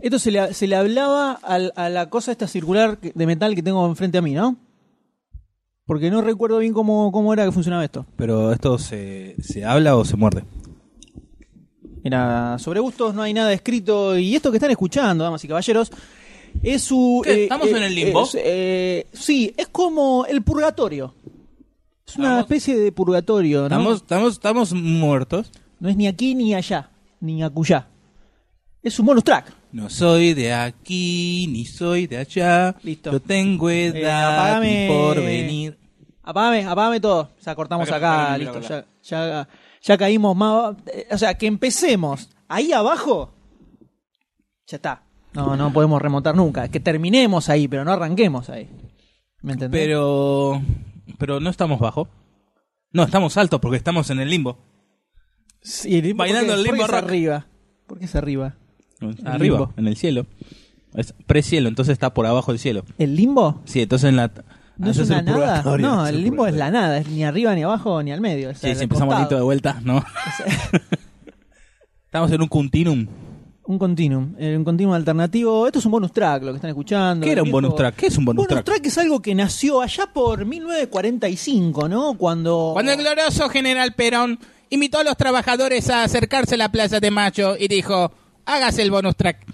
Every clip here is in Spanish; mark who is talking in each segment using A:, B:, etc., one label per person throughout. A: Esto se le, se le hablaba al- a la cosa esta circular que- de metal que tengo enfrente a mí, ¿no? Porque no recuerdo bien cómo, cómo era que funcionaba esto.
B: Pero esto se, se habla o se muerde.
A: Mira, sobre gustos no hay nada escrito. Y esto que están escuchando, damas y caballeros, es su. eh,
C: ¿Qué, estamos en el limbo?
A: es, eh, sí, es como el purgatorio. Es una
C: Estamos-
A: especie de purgatorio, ¿no?
B: Estamos, estamos, estamos muertos.
A: No es ni aquí ni allá, ni acullá. Es un bonus track.
B: No soy de aquí, ni soy de allá.
A: Listo. Eh,
B: Yo tengo edad
A: apágame.
B: y por venir.
A: Apágame, apágame todo. O sea, cortamos
C: Acá,
A: acá,
C: acá,
A: listo.
C: acá, acá.
A: Ya, ya, ya caímos más. eh, O sea, que empecemos. Ahí abajo. Ya está. No, no podemos remontar nunca. Que terminemos ahí, pero no arranquemos ahí. ¿Me entendés?
B: Pero, pero no estamos bajo. No, estamos altos porque estamos en el limbo.
A: Sí, el limbo,
B: bailando
A: ¿por qué-
B: el limbo
A: por qué es
B: rock.
A: arriba. ¿Por qué es arriba?
B: Arriba,
A: limbo.
B: en el cielo. Es precielo, entonces está por abajo el cielo.
A: ¿El limbo?
B: Sí, entonces en la...
A: ¿No es
B: eso
A: una
B: Ah, el
A: nada?
B: purgatorio,
A: No,
B: es
A: el limbo es la nada. Es ni arriba, ni abajo, ni al medio. es
B: Sí,
A: al
B: si empezamos
A: costado.
B: lento de vuelta, ¿no? Estamos en un continuum.
A: Un continuum, eh, un continuum alternativo. Esto es un bonus track, lo que están escuchando.
B: ¿Qué era un
A: Viejo-
B: bonus track? ¿Qué es un bonus track?
A: es algo que nació allá por 1945, ¿no? Cuando...
D: Cuando el glorioso general Perón invitó a los trabajadores a acercarse a la Plaza de Macho y dijo, hágase el bonus track.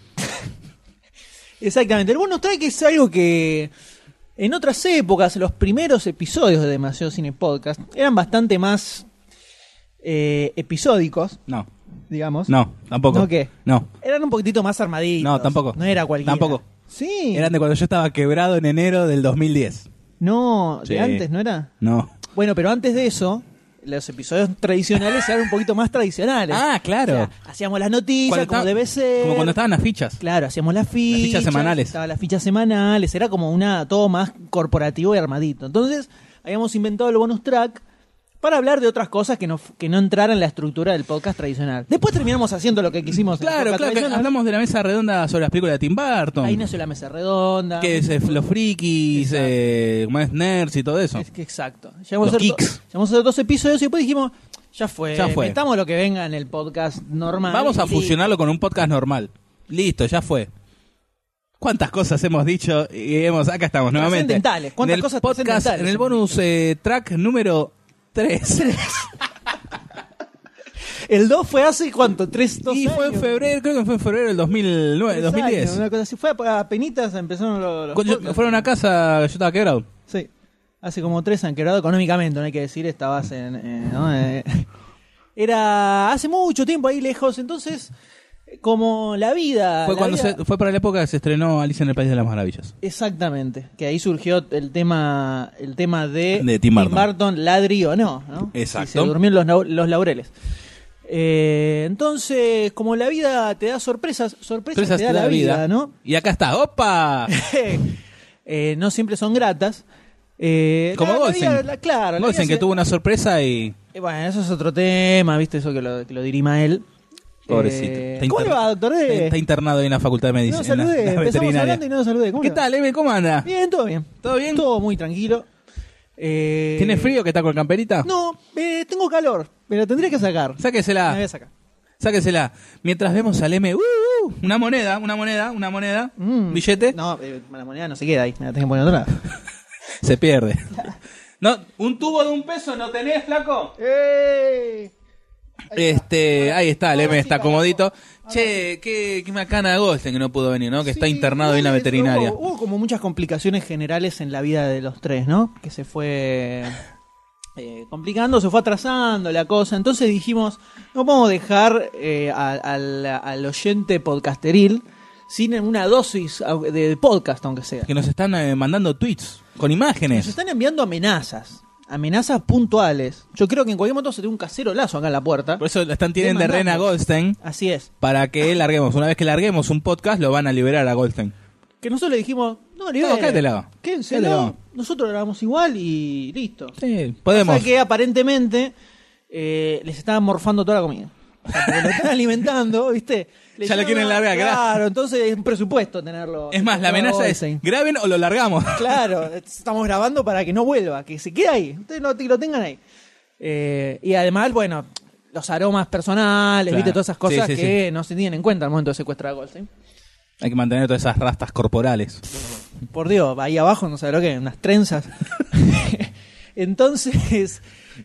A: Exactamente. El bonus track es algo que en otras épocas, los primeros episodios de Demasiado Cine Podcast eran bastante más eh, episódicos,
B: No,
A: digamos.
B: no, tampoco.
A: ¿No qué?
B: No.
A: Eran un poquitito más armaditos.
B: No, tampoco.
A: No era cualquiera.
B: Tampoco.
A: Sí.
B: Eran de cuando yo estaba quebrado en enero del 2010.
A: No,
B: Sí.
A: de antes, ¿no era?
B: No.
A: Bueno, pero antes de eso, los episodios tradicionales eran un poquito más tradicionales.
B: Ah, claro.
A: O sea, hacíamos las noticias
B: Cuando
A: como
B: estaba-
A: debe ser.
B: Como cuando estaban las fichas.
A: Claro, hacíamos las fichas.
B: fichas semanales.
A: Estaba las fichas semanales. Era como una todo más corporativo y armadito. Entonces, habíamos inventado el bonus track para hablar de otras cosas que no, que no entraran en la estructura del podcast tradicional. Después terminamos haciendo lo que quisimos. en el
B: Claro,
A: podcast
B: claro. que
A: tradicional.
B: hablamos de la mesa redonda sobre las películas de Tim Burton.
A: Ahí nació la mesa redonda.
B: que es eh, los frikis,
A: Exacto.
B: eh, más nerds y todo eso.
A: Es que exacto. Llegamos,
B: Los
A: a hacer do-
B: geeks.
A: llegamos a hacer dos episodios y después dijimos, ya fue,
B: Ya fue.
A: metamos lo que venga en el podcast normal.
B: Vamos a
A: Y-
B: fusionarlo con un podcast normal. Listo, ya fue. ¿Cuántas cosas hemos dicho y hemos acá estamos nuevamente?
A: Trascendentales. ¿Cuántas
B: en el
A: cosas
B: podcast,
A: trascendentales?
B: en el bonus eh, track número 3.
A: El 2 fue hace cuánto, tres, dos
B: y fue en
A: años?
B: febrero, creo que fue en febrero del 2009,
A: Tres
B: 2010.
A: años, una cosa así. Fue a, a penitas empezaron los, los
B: Cuando yo-
A: podcasts.
B: fueron a casa, yo estaba quebrado.
A: Sí. Hace como tres han quebrado económicamente, no hay que decir, estabas en... eh, ¿no? Eh, era hace mucho tiempo ahí lejos, entonces, como la vida...
B: Fue
A: Ah, la
B: cuando
A: vida-
B: se- fue para la época que se estrenó Alicia en el País de las Maravillas.
A: Exactamente, que ahí surgió el tema el tema de,
B: De Tim Burton.
A: ladrí o no, ¿no?
B: Exacto.
A: Si se durmió en los, nau- los laureles. Eh, entonces, como la vida te da sorpresas, sorpresas,
B: Entonces
A: te da la, vida, ¿no?
B: Y acá está, ¡opa!
A: Eh, no siempre son gratas. Eh,
B: Como
A: la- la
B: Golsen.
A: vida- la- claro, la
B: Golsen,
A: vida
B: que
A: se-
B: tuvo una sorpresa y...
A: Eh, bueno, eso es otro tema, ¿viste? Eso que lo, que lo dirima él.
B: Pobrecito.
A: Eh,
B: Está
A: ¿Cómo le
B: interna-
A: va, doctor? D?
B: Está, está internado ahí en la facultad de
A: no
B: medicina.
A: lo
B: en la-
A: saludé,
B: la
A: empezamos
B: veterinaria.
A: hablando y no lo saludé. ¿Cómo
B: ¿Qué
A: le va?
B: tal, Eve? ¿Cómo anda?
A: Bien, todo bien.
B: ¿Todo bien?
A: Todo muy tranquilo. Eh,
B: ¿Tiene frío que está con camperita?
A: No, eh, tengo calor, pero tendría que sacar. Me voy
B: Sáquesela,
A: a sacar.
B: sáquesela. Mientras vemos al M, ¡uh, uh! una moneda, una moneda, una moneda,
A: Mm.
B: billete,
A: No, eh, la moneda no se queda ahí, me la tengo que poner otra.
B: se pierde. no, un tubo de un peso no tenés, flaco.
A: ¡Ey!
B: Este, ahí está, el M está comodito. Che, qué, qué macana de Golden que no pudo venir, ¿no? Que está
A: Sí,
B: internado ahí en la
A: igual eso,
B: veterinaria.
A: Hubo, hubo como muchas complicaciones generales en la vida de los tres, ¿no? Que se fue eh, complicando, se fue atrasando la cosa. Entonces dijimos, no podemos dejar eh, a- al, al oyente podcasteril sin una dosis au- de podcast, aunque sea.
B: Que nos están eh, mandando tweets con imágenes.
A: Nos están enviando amenazas. Amenazas puntuales. Yo creo que en cualquier momento se tiene un casero lazo acá en la puerta.
B: Por eso la están tienen de
A: Demandamos.
B: rena a Goldstein
A: Así es.
B: para que larguemos. Una vez que larguemos un podcast, lo van a liberar a Goldstein.
A: que nosotros le dijimos, no, libere,
B: quédatelo.
A: quédense,
B: Quédatelo.
A: no, nosotros lo grabamos igual y listo.
B: Sí, podemos.
A: O sea que aparentemente eh, les estaban morfando toda la comida. O sea, porque lo están alimentando, ¿viste? Le
B: Ya lo quieren largar,
A: Claro,
B: gracias.
A: entonces es un presupuesto tenerlo.
B: Es más, la amenaza es,
A: Einstein.
B: graben o lo largamos.
A: Claro, estamos grabando para que no vuelva, que se quede ahí. Ustedes no, lo tengan ahí. Eh, y además, bueno, los aromas personales,
B: Claro.
A: ¿viste? Todas esas cosas
B: Sí, sí,
A: que no se tienen en cuenta al momento de secuestrar a Goldstein.
B: Hay que mantener todas esas rastas corporales.
A: Por Dios, ahí abajo, no sé lo que, unas trenzas. Entonces.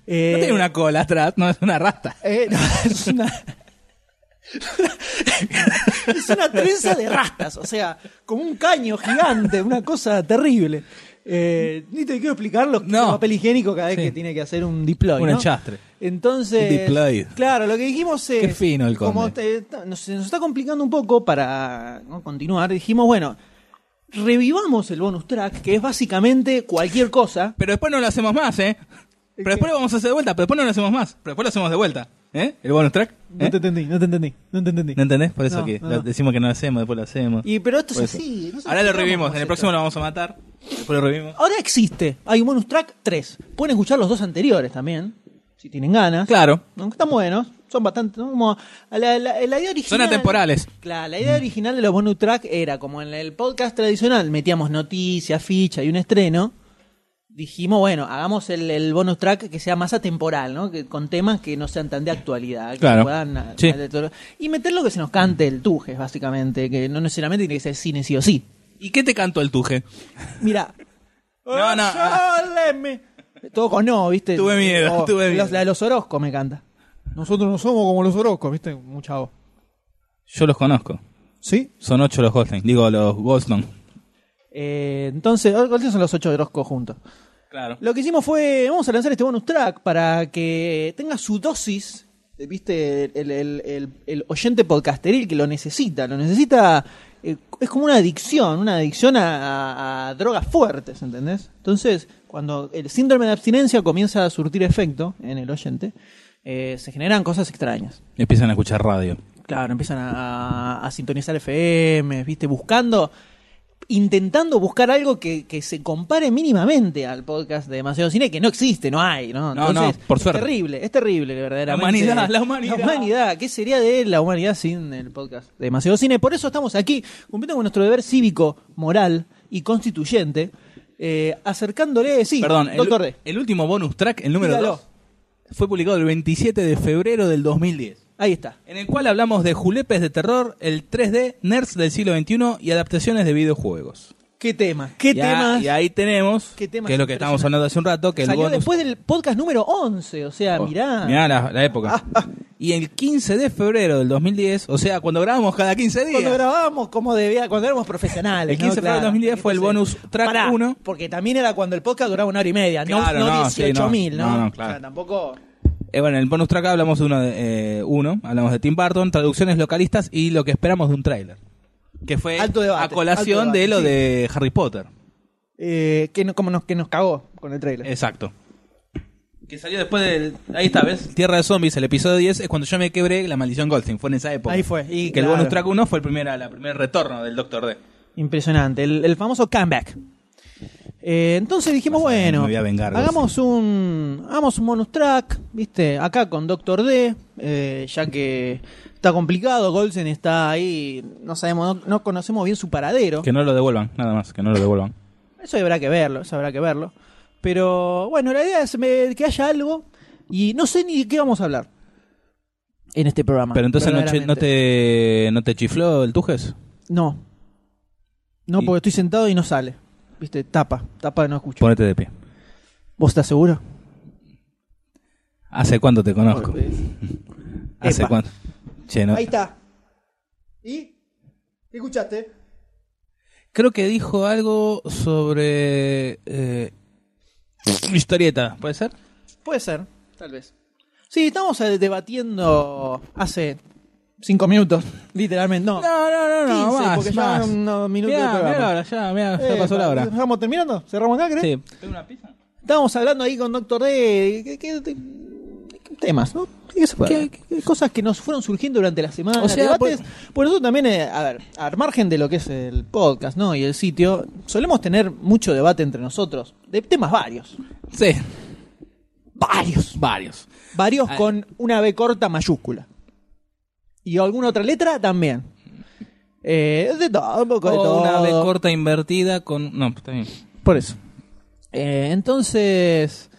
A: eh,
B: No tiene una cola atrás, no es una rasta.
A: Eh, no, es una. es una trenza de rastas, o sea, como un caño gigante, una cosa terrible. Eh, ni te quiero explicar lo que
B: No.
A: el papel higiénico cada vez
B: Sí.
A: que tiene que hacer un deploy.
B: Un
A: ¿no?
B: enchastre.
A: Entonces,
B: Un deploy.
A: claro, lo que dijimos es.
B: Qué fino el
A: Como te-
B: conde.
A: ta- nos, nos está complicando un poco para ¿no? continuar, dijimos, bueno, revivamos el bonus track, que es básicamente cualquier cosa.
B: Pero después no lo hacemos más, ¿eh? Pero después lo vamos a hacer de vuelta, pero después no lo hacemos más. Pero después lo hacemos de vuelta, ¿eh? El bonus track. ¿eh?
A: entendí, no te entendí, no te entendí.
B: ¿No entendés? Por eso
A: No,
B: que
A: no,
B: lo-
A: no.
B: decimos que no lo hacemos, después lo hacemos.
A: Y, pero esto es
B: Por eso.
A: así. no sé
B: Ahora lo
A: cómo
B: revimos, en
A: hacemos
B: el
A: esto.
B: próximo lo vamos a matar. Después lo revimos.
A: Ahora existe. Hay un bonus track 3. Pueden escuchar los dos anteriores también, si tienen ganas.
B: Claro.
A: Aunque Están buenos, son bastante. ¿no? Como la, la- la idea original,
B: Son atemporales.
A: Claro, la idea original de los bonus track era como en el podcast tradicional: metíamos noticias, ficha y un estreno. Dijimos, bueno, hagamos el, el bonus track que sea más atemporal, ¿no? Que, con temas que no sean tan de actualidad. que
B: Claro.
A: puedan-
B: Sí.
A: Y meter lo que se nos cante el tuje, básicamente, que no necesariamente tiene que ser cine sí o sí.
B: ¿Y qué te cantó el tuje?
A: Mira.
B: No, no.
A: Ah, Todo con no, ¿viste?
B: Tuve miedo,
A: Oh,
B: tuve miedo.
A: los- la de los Orozco me canta. Nosotros no somos como los Orozco, ¿viste? Mucha voz.
B: Yo los conozco.
A: ¿Sí?
B: Son ocho los Goldstein. Digo, los Goldstone.
A: Eh, entonces, oh, ¿cuáles son los ocho Orozco juntos?
B: Claro.
A: Lo que hicimos fue, vamos a lanzar este bonus track para que tenga su dosis, eh, viste, el, el- el- el oyente podcasteril que lo necesita, lo necesita, eh, es como una adicción, una adicción a, a- a drogas fuertes, ¿entendés? Entonces, cuando el síndrome de abstinencia comienza a surtir efecto en el oyente, eh, se generan cosas extrañas.
B: Empiezan a escuchar radio.
A: Claro, empiezan a, a- a sintonizar FM, ¿viste? Buscando, intentando buscar algo que, que se compare mínimamente al podcast de Demasiado Cine, que no existe, no hay, ¿no?
B: No, no, por
A: es
B: suerte.
A: terrible, es terrible, verdaderamente.
B: La humanidad, la humanidad.
A: La humanidad, ¿qué sería de la humanidad sin el podcast de Demasiado Cine? Por eso estamos aquí, cumpliendo con nuestro deber cívico, moral y constituyente, eh, acercándole, sí,
B: Perdón, el,
A: doctor D.
B: el último bonus track, el número
A: Dígalo.
B: 2, fue publicado el 27 de febrero del 2010.
A: Ahí está.
B: En el cual hablamos de julepes de terror, el 3D, nerds del siglo XXI y adaptaciones de videojuegos.
A: ¿Qué tema? ¿Qué
B: y, a-
A: tema?
B: y ahí tenemos,
A: ¿Qué temas
B: que es lo que estábamos hablando hace un rato, que el
A: Salió
B: bonus...
A: después del podcast número 11, o sea,
B: Oh,
A: mirá.
B: mirá la, la época.
A: Ah, ah.
B: Y el 15 de febrero del 2010, o sea, cuando grabamos cada 15 días.
A: Cuando grabábamos como debía, cuando éramos profesionales.
B: El 15 de
A: ¿no?
B: febrero de 2010 fue el
A: Entonces,
B: bonus track
A: pará,
B: uno.
A: Porque también era cuando el podcast duraba una hora y media, no-
B: Claro,
A: no,
B: no, sí,
A: 18.000,
B: no.
A: ¿no?
B: No, no,
A: O
B: claro.
A: sea, tampoco.
B: Eh, bueno, en el bonus track hablamos de uno, de, eh, uno, hablamos de Tim Burton, traducciones localistas y lo que esperamos de un tráiler. Que fue
A: Alto debate,
B: a colación
A: alto debate,
B: de lo
A: sí.
B: de Harry Potter.
A: eh, que, no- como nos, que nos cagó con el trailer.
B: Exacto. Que salió después del... Ahí está, ¿ves? Tierra de Zombies, el episodio 10, es cuando yo me quebré la maldición Goldstein. Fue en esa época.
A: Ahí fue, y
B: que el
A: claro.
B: bonus track 1 fue el primer, la primer retorno del Doctor D.
A: Impresionante, el, el famoso comeback. Eh, entonces dijimos,
B: Vas a ver,
A: bueno,
B: me voy a vengar,
A: hagamos un hagamos un bonus track, ¿viste? Acá con Doctor D, eh, ya que está complicado, Golsen está ahí, no sabemos, no, no conocemos bien su paradero.
B: Que no lo devuelvan, nada más, que no lo devuelvan.
A: Eso habrá que verlo, eso habrá que verlo. Pero bueno, la idea es eh, que haya algo y no sé ni de qué vamos a hablar en este programa.
B: Pero entonces no, che- no
A: verdaderamente.
B: te, no te chifló el Tujes.
A: No. No,
B: Y-
A: porque estoy sentado y no sale. Viste, tapa, tapa no escucho.
B: Ponete de pie.
A: ¿Vos estás seguro?
B: ¿Hace cuánto te conozco? ¿Hace
A: pues. Epa.
B: cuánto? Che, no-
A: Ahí está. ¿Y? ¿Qué escuchaste?
B: Creo que dijo algo sobre eh, historieta, ¿puede ser?
A: Puede ser, tal vez. Sí, estamos eh, debatiendo hace cinco minutos, literalmente. No,
B: no,
A: 15, porque ya eran unos minutos de
B: Mirá,
A: programa.
B: mirá la hora, ya, mirá, ya
A: Eh,
B: pasó la hora.
A: ¿Estamos terminando? ¿Cerramos acá, crees?
B: Sí. ¿Tengo una pizza?
A: Estábamos hablando ahí con Doctor D. ¿Qué, qué- qué- temas, ¿no? ¿Qué se puede
B: ¿Qué-
A: hablar? Cosas que nos fueron surgiendo durante la semana.
B: O sea,
A: debates. Por eso también, eh, a ver, al margen de lo que es el podcast, ¿no? Y el sitio, solemos tener mucho debate entre nosotros, de temas varios.
B: Sí.
A: Varios.
B: Varios.
A: Varios
B: Ah.
A: con una B corta mayúscula. Y alguna otra letra también. Eh, de todo, un poco de
B: O
A: todo.
B: una B corta invertida con. No, pues, está bien.
A: Por eso. Eh, entonces,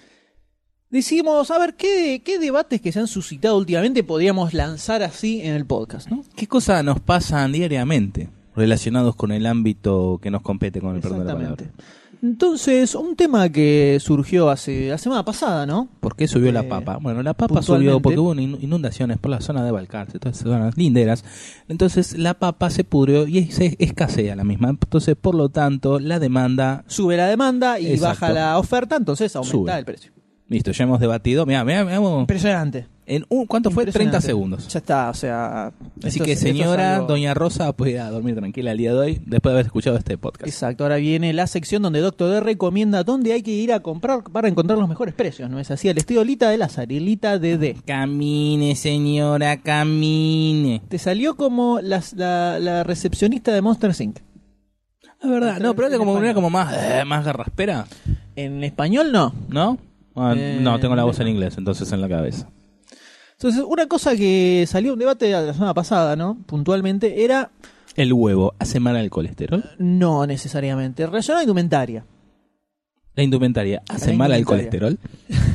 A: decimos, a ver, ¿qué, ¿qué debates que se han suscitado últimamente podíamos lanzar así en el podcast, no?
B: ¿Qué cosas nos pasan diariamente relacionados con el ámbito que nos compete con el perdón de la
A: Exactamente.
B: palabra?
A: Entonces, un tema que surgió hace la semana pasada, ¿no?
B: ¿Por qué subió
A: Eh,
B: la papa? Bueno, la papa
A: puntualmente.
B: subió porque hubo in- inundaciones por la zona de Balcarce, todas esas zonas linderas. Entonces la papa se pudrió y se escasea la misma. Entonces, por lo tanto, la demanda...
A: Sube la demanda y
B: Exacto.
A: baja la oferta, entonces aumenta
B: Sube.
A: el precio.
B: Listo, ya hemos debatido. Mira, mira,
A: Impresionante.
B: En un- ¿Cuánto fue? 30
A: Impresionante.
B: segundos.
A: Ya está, o sea.
B: Así
A: esto
B: que
A: es- esto es
B: señora
A: algo-
B: Doña Rosa puede ir a dormir tranquila el día de hoy después de haber escuchado este podcast.
A: Exacto, ahora viene la sección donde Doctor D recomienda dónde hay que ir a comprar para encontrar los mejores precios, ¿no es así? El estilo Lita de Lázaro y Lita de D.
B: Camine, señora, camine.
A: Te salió como las- la, la recepcionista de Monster Inc.
B: Es verdad, no, pero era como,
A: En
B: era
A: español.
B: como más, eh, más garraspera,
A: En español no.
B: ¿no? Ah,
A: Eh,
B: no, tengo la voz en inglés, entonces en la cabeza.
A: Entonces, una cosa que salió un debate la semana pasada, ¿no? Puntualmente, era
B: El huevo, ¿hace mal al colesterol?
A: no necesariamente. Relacionado a indumentaria.
B: La indumentaria, ¿hace
A: La
B: mal al
A: indumentaria.
B: colesterol?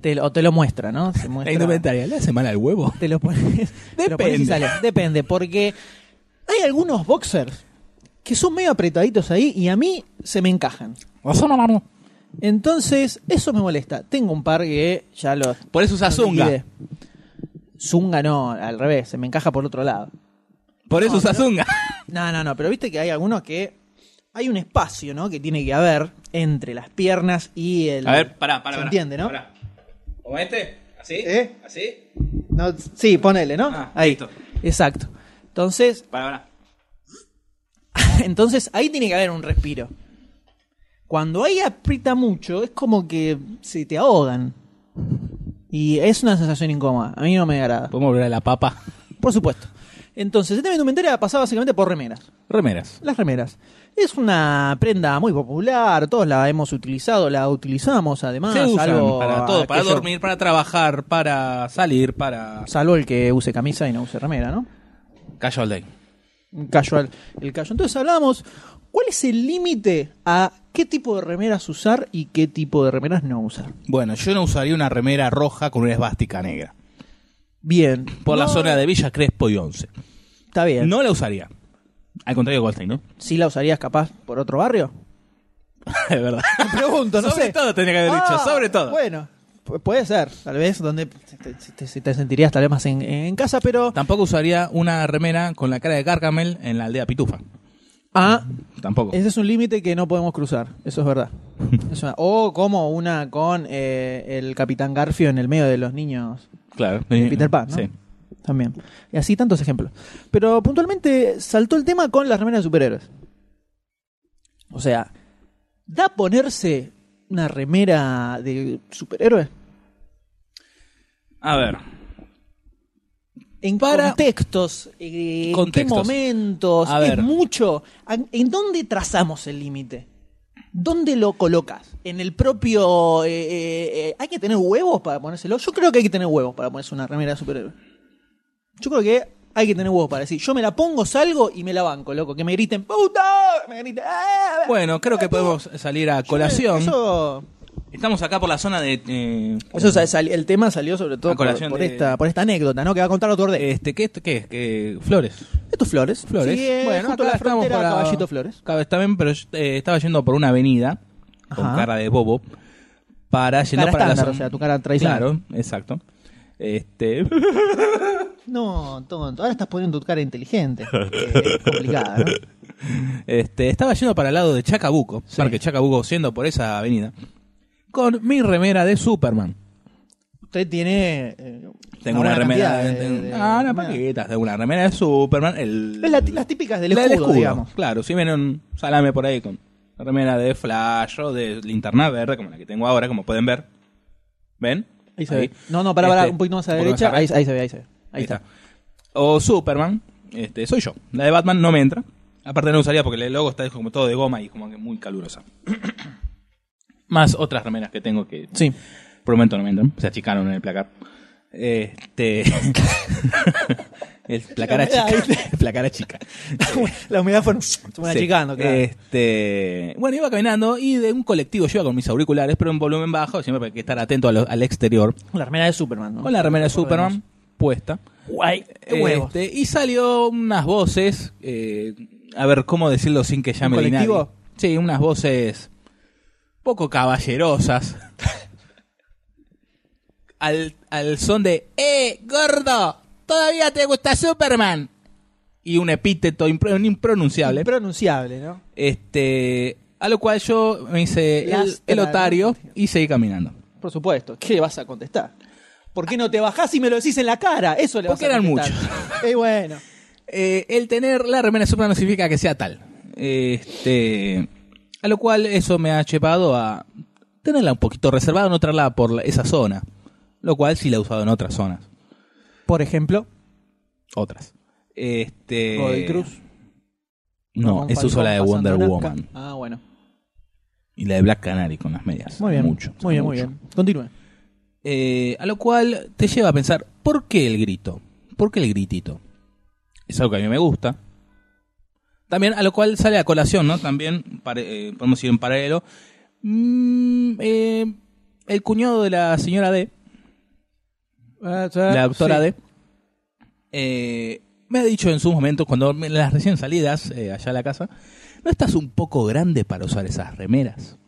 A: Te lo- o te lo muestra, ¿no? Se muestra-
B: La indumentaria, ¿le hace mal al huevo?
A: Te lo pones. te lo pones y
B: Depende.
A: sale. Depende, porque hay algunos boxers que son medio apretaditos ahí y a mí se me encajan. Entonces, eso me molesta. Tengo un par que ya los.
B: Por eso usa
A: los
B: zunga.
A: liquidé. Zunga no, al revés, se me encaja por otro lado.
B: Por eso usa zunga.
A: No, no, no, pero viste que hay algunos que. Hay un espacio, ¿no? Que tiene que haber entre las piernas y el.
B: A ver, pará, pará.
A: ¿Se
B: pará.
A: entiende, no?
B: Pará. ¿Como este? ¿Así?
A: ¿Eh?
B: ¿Así?
A: No, Sí, ponele, ¿no?
B: Ah,
A: Ahí.
B: listo.
A: Exacto. Entonces,
B: Pará, pará.
A: Entonces ahí tiene que haber un respiro. Cuando ahí aprieta mucho, es como que se te ahogan. Y es una sensación incómoda. A mí no me agrada.
B: ¿Podemos volver a la papa?
A: Por supuesto. Entonces, este indumentaria pasaba básicamente por remeras.
B: Remeras.
A: Las remeras. Es una prenda muy popular. Todos la hemos utilizado, la utilizamos además.
B: Se usan
A: salvo
B: para todo, para
A: aquello-
B: dormir, para trabajar, para salir, para...
A: Salvo el que use camisa y no use remera, ¿no?
B: Casual day.
A: Un casual, el callo. Entonces hablamos, ¿cuál es el límite a qué tipo de remeras usar y qué tipo de remeras no usar?
B: Bueno, yo no usaría una remera roja con una esvástica negra.
A: Bien.
B: Por la
A: No,
B: zona de Villa Crespo y 11.
A: Está bien.
B: No la usaría. Al contrario de Goldstein, ¿no?
A: ¿Sí la usarías capaz por otro barrio?
B: Es verdad.
A: Pregunto,
B: sobre todo tenía que haber dicho,
A: Ah,
B: sobre todo.
A: Bueno, pu- puede ser, tal vez donde te, te- te sentirías tal vez más en, en casa, pero...
B: Tampoco usaría una remera con la cara de Gargamel en la aldea Pitufa.
A: Ah,
B: Tampoco.
A: ese es un límite que no podemos cruzar, eso es verdad. Es una- o como una con eh, el Capitán Garfio en el medio de los niños
B: Claro.
A: de Peter Pan, ¿no?
B: Sí.
A: También. Y así tantos ejemplos. Pero puntualmente saltó el tema con las remeras de superhéroes. O sea, ¿da ponerse una remera de superhéroe?
B: A ver.
A: ¿En
B: Para-
A: contextos? eh,
B: Contextos.
A: ¿En qué momentos?
B: A
A: ¿Es
B: ver.
A: mucho? ¿En- ¿En dónde trazamos el límite? ¿Dónde lo colocas? ¿En el propio... eh, eh, eh, ¿Hay que tener huevos para ponérselo? Yo creo que hay que tener huevos para ponerse una remera de superhéroe. Yo creo que hay que tener huevos para decir, yo me la pongo, salgo y me la banco, loco. Que me griten, ¡puta! Me griten, "Ah".
B: Bueno, creo que podemos salir a colación.
A: Eso,
B: Estamos acá por la zona de... eh,
A: eso sal- sal- el tema salió sobre todo
B: A
A: por,
B: colación
A: por
B: de-
A: esta, por esta anécdota, ¿no? Que va a contar otro orden.
B: este, ¿qué, es- qué es? ¿Qué? Flores.
A: Estos flores.
B: Flores.
A: Sí, eh, junto a la
B: estamos
A: frontera,
B: por la-
A: Caballito Flores.
B: Cab- Está bien, pero yo, eh, estaba yendo por una avenida
A: Ajá.
B: con cara de bobo para yendo
A: Cara
B: para la
A: estándar,
B: zona-
A: o sea, tu cara tradicional.
B: Claro, exacto. Este,
A: No, tonto. Ahora estás poniendo tu cara inteligente. Eh, es complicada, ¿no?
B: este, estaba yendo para el lado de Chacabuco,
A: Sí.
B: Parque Chacabuco, siendo por esa avenida, con mi remera de Superman.
A: Usted tiene. eh,
B: Tengo una
A: buena
B: remera
A: cantidad
B: de,
A: de-
B: ah, una
A: de-
B: paquita, tengo una remera de Superman, el
A: Es la- las típicas del
B: la
A: escudo, digamos.
B: Claro, si ven un salame por ahí con remera de Flash o de linterna verde, como la que tengo ahora, como pueden ver. ¿Ven?
A: Ahí se
B: Ahí.
A: ve. No, no, pará, pará,
B: Este,
A: un poquito más a la
B: un poco más
A: derecha.
B: arriba.
A: Ahí, ahí se ve, ahí se ve. Ahí,
B: Ahí
A: está.
B: está. O Superman, este, soy yo. La de Batman no me entra. Aparte no usaría porque el logo está como todo de goma y como que muy calurosa. Más otras remeras que tengo que
A: Sí.
B: por el momento no me entran. Se achicaron en el placar. Este. el placar a chica. El placar a chica.
A: La humedad fue. Se van
B: Sí. Eh.
A: achicando, claro.
B: Este, bueno, iba caminando y de un colectivo yo iba con mis auriculares, pero en volumen bajo, siempre hay que estar atento a lo- al exterior.
A: Con la remera de Superman, ¿no?
B: Con la remera de Superman puesta.
A: Guay, qué huevos.
B: Este, y salió unas voces, eh, a ver cómo decirlo sin que llame
A: ¿Un
B: nadie.
A: colectivo?
B: Sí, unas voces poco caballerosas. al, al son de
D: ¡Eh, gordo! ¿Todavía te gusta Superman?
B: y un epíteto impro- impronunciable.
A: Impronunciable, ¿no?
B: Este, a lo cual yo me hice el,
A: Lastra,
B: el otario
A: ¿no?
B: y seguí caminando.
A: Por supuesto. ¿Qué le vas a contestar? ¿Por qué no te bajás y me lo decís en la cara? Eso le vas
B: Porque
A: a
B: eran
A: contestar. Eh, bueno.
B: Eh, el tener la remera Superman no significa que sea tal. Este, a lo cual eso me ha llevado a tenerla un poquito reservada, no traerla por la- esa zona. Lo cual sí la he usado en otras zonas.
A: Por ejemplo,
B: Otras. Este,
A: Eh, Godoy Cruz.
B: No,
A: con
B: esa usó
A: Falcón
B: la de
A: pasando
B: Wonder
A: Nazca.
B: Woman.
A: Ah, bueno.
B: Y la de Black Canary con las medias.
A: Muy bien.
B: Mucho,
A: muy bien, muy
B: mucho.
A: bien. Continúe.
B: Eh, a lo cual te lleva a pensar, ¿por qué el grito? ¿Por qué el gritito? Es algo que a mí me gusta. También, a lo cual sale a colación, ¿no? También, pare- eh, podemos ir en paralelo. Mm, eh, el cuñado de la señora D, la autora
A: Ah, Sí.
B: D, eh, me ha dicho en sus momentos, cuando me- las recién salidas eh, allá a la casa, ¿no estás un poco grande para usar esas remeras?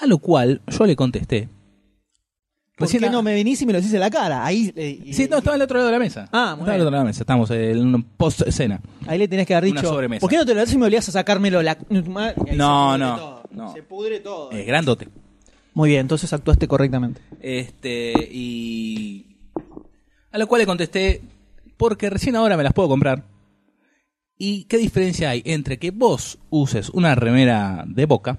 B: A lo cual yo le contesté.
A: ¿Por
B: Recién
A: qué
B: a-
A: no me venís y me lo decís en la cara? Ahí, eh, y-
B: Sí, no, estaba al otro lado de la mesa.
A: Ah, muy bien.
B: estaba al otro lado de la mesa. Estamos en un post-escena.
A: ahí le tenés que haber
B: Una
A: dicho.
B: sobremesa.
A: ¿Por qué no te lo decís y me olvidás a sacármelo la. No,
B: No, no, no.
A: Se pudre todo.
B: Es Eh, grandote.
A: Muy bien, entonces actuaste correctamente.
B: Este, y. A lo cual le contesté, porque recién ahora me las puedo comprar. ¿Y qué diferencia hay entre que vos uses una remera de boca?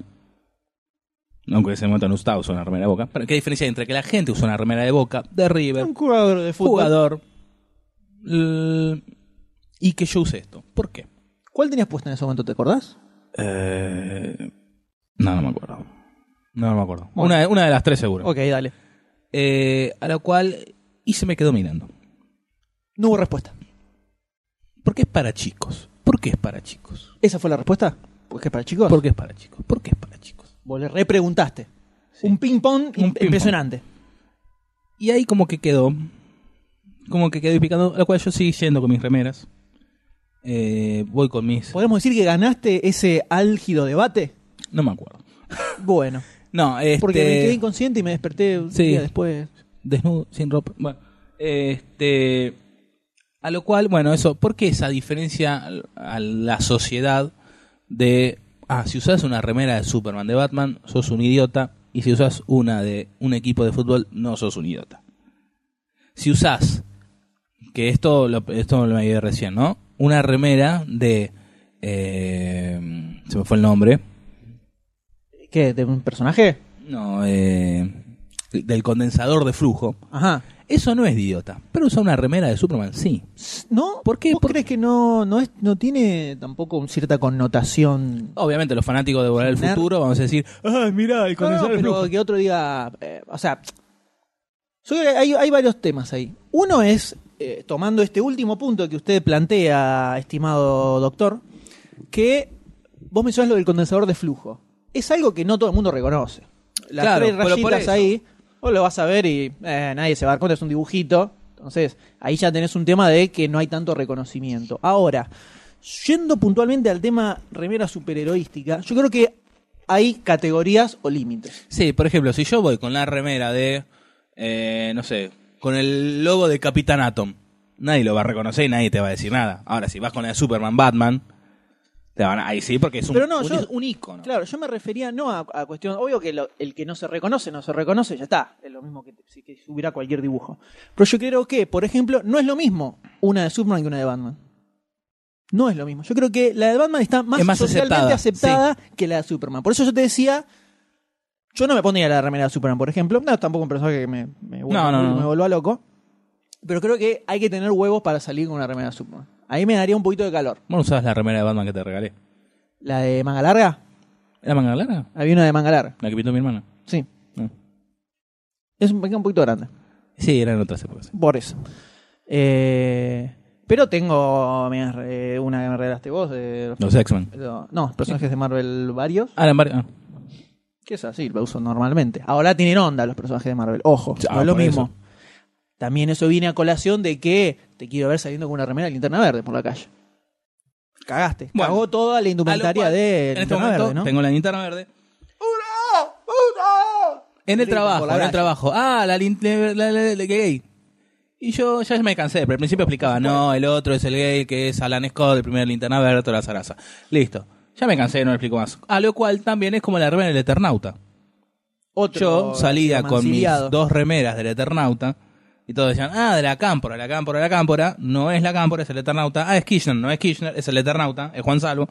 B: Aunque en ese momento no usaba usar una remera de boca. Pero ¿qué diferencia hay entre que la gente usa una remera de boca, de River,
A: Un jugador de fútbol.
B: jugador, l- y que yo use esto? ¿Por qué?
A: ¿Cuál tenías puesta en ese momento? ¿Te acordás?
B: Eh, no, no me acuerdo. No, no me acuerdo.
A: Bueno.
B: Una, de- una de las tres seguro.
A: Ok, dale.
B: Eh, a lo cual, y se me quedó mirando.
A: No hubo respuesta.
B: Porque es para chicos. ¿Por qué es para chicos?
A: ¿Esa fue la respuesta? Pues que para chicos.
B: ¿Por qué es para chicos? ¿Por qué es para chicos?
A: Vos le repreguntaste. Un ping-pong
B: Un
A: imp-
B: ping-pong.
A: impresionante.
B: Y ahí como que quedó. Como que quedó picando. A lo cual yo sigo yendo con mis remeras. Eh, voy con mis...
A: ¿Podemos decir que ganaste ese álgido debate?
B: No me acuerdo.
A: Bueno,
B: No, este...
A: porque me quedé inconsciente y me desperté un
B: Sí.
A: día después.
B: desnudo, sin ropa. Bueno, este. A lo cual, bueno, eso, ¿por qué esa diferencia al- a la sociedad de. Ah, si usas una remera de Superman, de Batman, sos un idiota. Y si usas una de un equipo de fútbol, no sos un idiota. Si usas, que esto lo, esto lo ayudé recién, ¿no? Una remera de. eh, se me fue el nombre.
A: ¿Qué? ¿De un personaje?
B: No, eh, del condensador de flujo.
A: Ajá.
B: Eso no es de idiota. Pero usar una remera de Superman, sí.
A: ¿No?
B: ¿Por qué?
A: ¿Vos
B: Por-
A: crees que no, no, es, no tiene tampoco un- cierta connotación?
B: Obviamente, los fanáticos de Volver al
A: Nerd.
B: Futuro vamos a decir: ¡Ay, mirá,
A: No,
B: el
A: no,
B: condensador de
A: pero
B: flujo!
A: que otro diga... eh, o sea, soy- hay, hay varios temas ahí. Uno es, eh, tomando este último punto que usted plantea, estimado doctor, que vos mencionás lo del condensador de flujo. Es algo que no todo el mundo reconoce. Las
B: Claro,
A: tres
B: pero por
A: rayitas
B: eso.
A: ahí, vos lo vas a ver y eh, nadie se va a dar cuenta, es un dibujito. Entonces, ahí ya tenés un tema de que no hay tanto reconocimiento. Ahora, yendo puntualmente al tema remera superheroística, yo creo que hay categorías o límites.
B: Sí, por ejemplo, si yo voy con la remera de. eh, no sé, con el logo de Capitán Atom, nadie lo va a reconocer y nadie te va a decir nada. Ahora, si vas con la de Superman, Batman, te van a. Ahí sí, porque es un,
A: Pero no,
B: un,
A: yo-
B: un ícono.
A: Claro, yo me refería no a, a cuestión. Obvio que lo- el que no se reconoce, no se reconoce, ya está. Es lo mismo que, si- que si hubiera cualquier dibujo. Pero yo creo que, por ejemplo, no es lo mismo una de Superman que una de Batman. No es lo mismo. Yo creo que la de Batman está más,
B: Es más
A: socialmente
B: aceptada,
A: aceptada, que la de Superman. Por eso yo te decía Yo no me pondría la remera de Superman, por ejemplo. No, tampoco un personaje que me, me, vuelva,
B: No, no, no.
A: me vuelva loco. Pero creo que hay que tener huevos para salir con una remera de Superman. Ahí me daría un poquito de calor.
B: Vos no usabas la remera de Batman que te regalé.
A: ¿La de manga larga?
B: ¿Era manga larga?
A: Había una de manga larga.
B: La que pintó mi hermana.
A: Sí.
B: No.
A: Es un, un poquito grande.
B: Sí, era en otras épocas.
A: Por eso. Eh, pero tengo mirá, eh, una que me regalaste vos. de los-
B: Los X-Men.
A: no, personajes de Marvel varios.
B: Ah, la embarca. ah.
A: Que es así, lo uso normalmente. Ahora tienen onda los personajes de Marvel. Ojo,
B: Ah,
A: no es lo
B: por
A: mismo.
B: eso.
A: También eso viene a colación de que te quiero ver saliendo con una remera de linterna verde por la calle. Cagaste.
B: Bueno.
A: Cagó toda la
B: A lo
A: indumentaria
B: cual,
A: de
B: En este
A: linterna
B: momento
A: verde, ¿no?
B: tengo la linterna verde. En el
A: Grita
B: trabajo,
A: por la
B: en el
A: calle.
B: trabajo. Ah, la linterna la, la- la- gay. Y yo ya me cansé, pero al principio explicaba, no, el otro es el gay, que es Alan Scott, el primer linterna verde, toda la zaraza. Listo. Ya me cansé, no lo explico más. A lo cual también es como la remera del Eternauta.
A: Otro
B: Yo salía con mis
A: mancillado.
B: dos remeras del Eternauta y todos decían, ah, de la cámpora, la cámpora, la cámpora. No es la cámpora, es el Eternauta. Ah, es Kirchner, no es Kirchner, es el Eternauta, es Juan Salvo.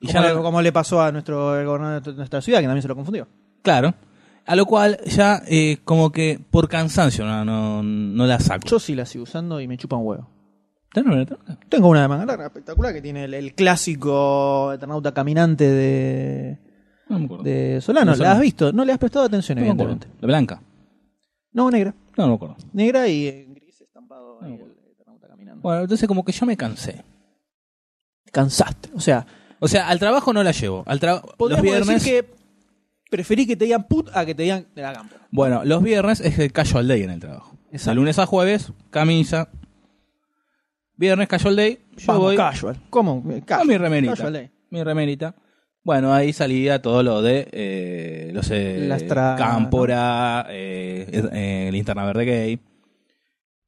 B: Y
A: Como,
B: ya
A: le,
B: no-
A: como le pasó a nuestro el gobernador de nuestra ciudad, que también se lo confundió.
B: Claro. A lo cual ya eh, como que por cansancio no, no, no la saco.
A: Yo sí la sigo usando y me chupa un huevo.
B: ¿Tenés una Eternauta?
A: Tengo una de manga larga espectacular que tiene el, el clásico Eternauta caminante de,
B: No me acuerdo.
A: de Solano.
B: De Solano.
A: ¿La has visto? No le has prestado atención,
B: No me acuerdo.
A: evidentemente.
B: La blanca.
A: No, negra.
B: No, no me acuerdo.
A: Negra y en gris estampado ahí el Eternauta caminando.
B: Bueno, entonces como que yo me cansé.
A: Cansaste. O sea,
B: O sea, al trabajo no la llevo. Al tra- los
A: podríamos
B: viernes.
A: decir que preferí que te digan put a que te digan de la campo.
B: Bueno, los viernes es el casual day en el trabajo.
A: Exacto.
B: De lunes a jueves, camisa. Viernes casual day, yo
A: Vamos,
B: voy
A: casual. ¿Cómo? Eh,
B: a
A: Casual.
B: mi remerita.
A: Casual eh. day.
B: Mi remerita. Bueno, ahí salía todo lo de eh, los eh,
A: Las tra-
B: Cámpora, eh, eh, eh, Linterna Verde Gay.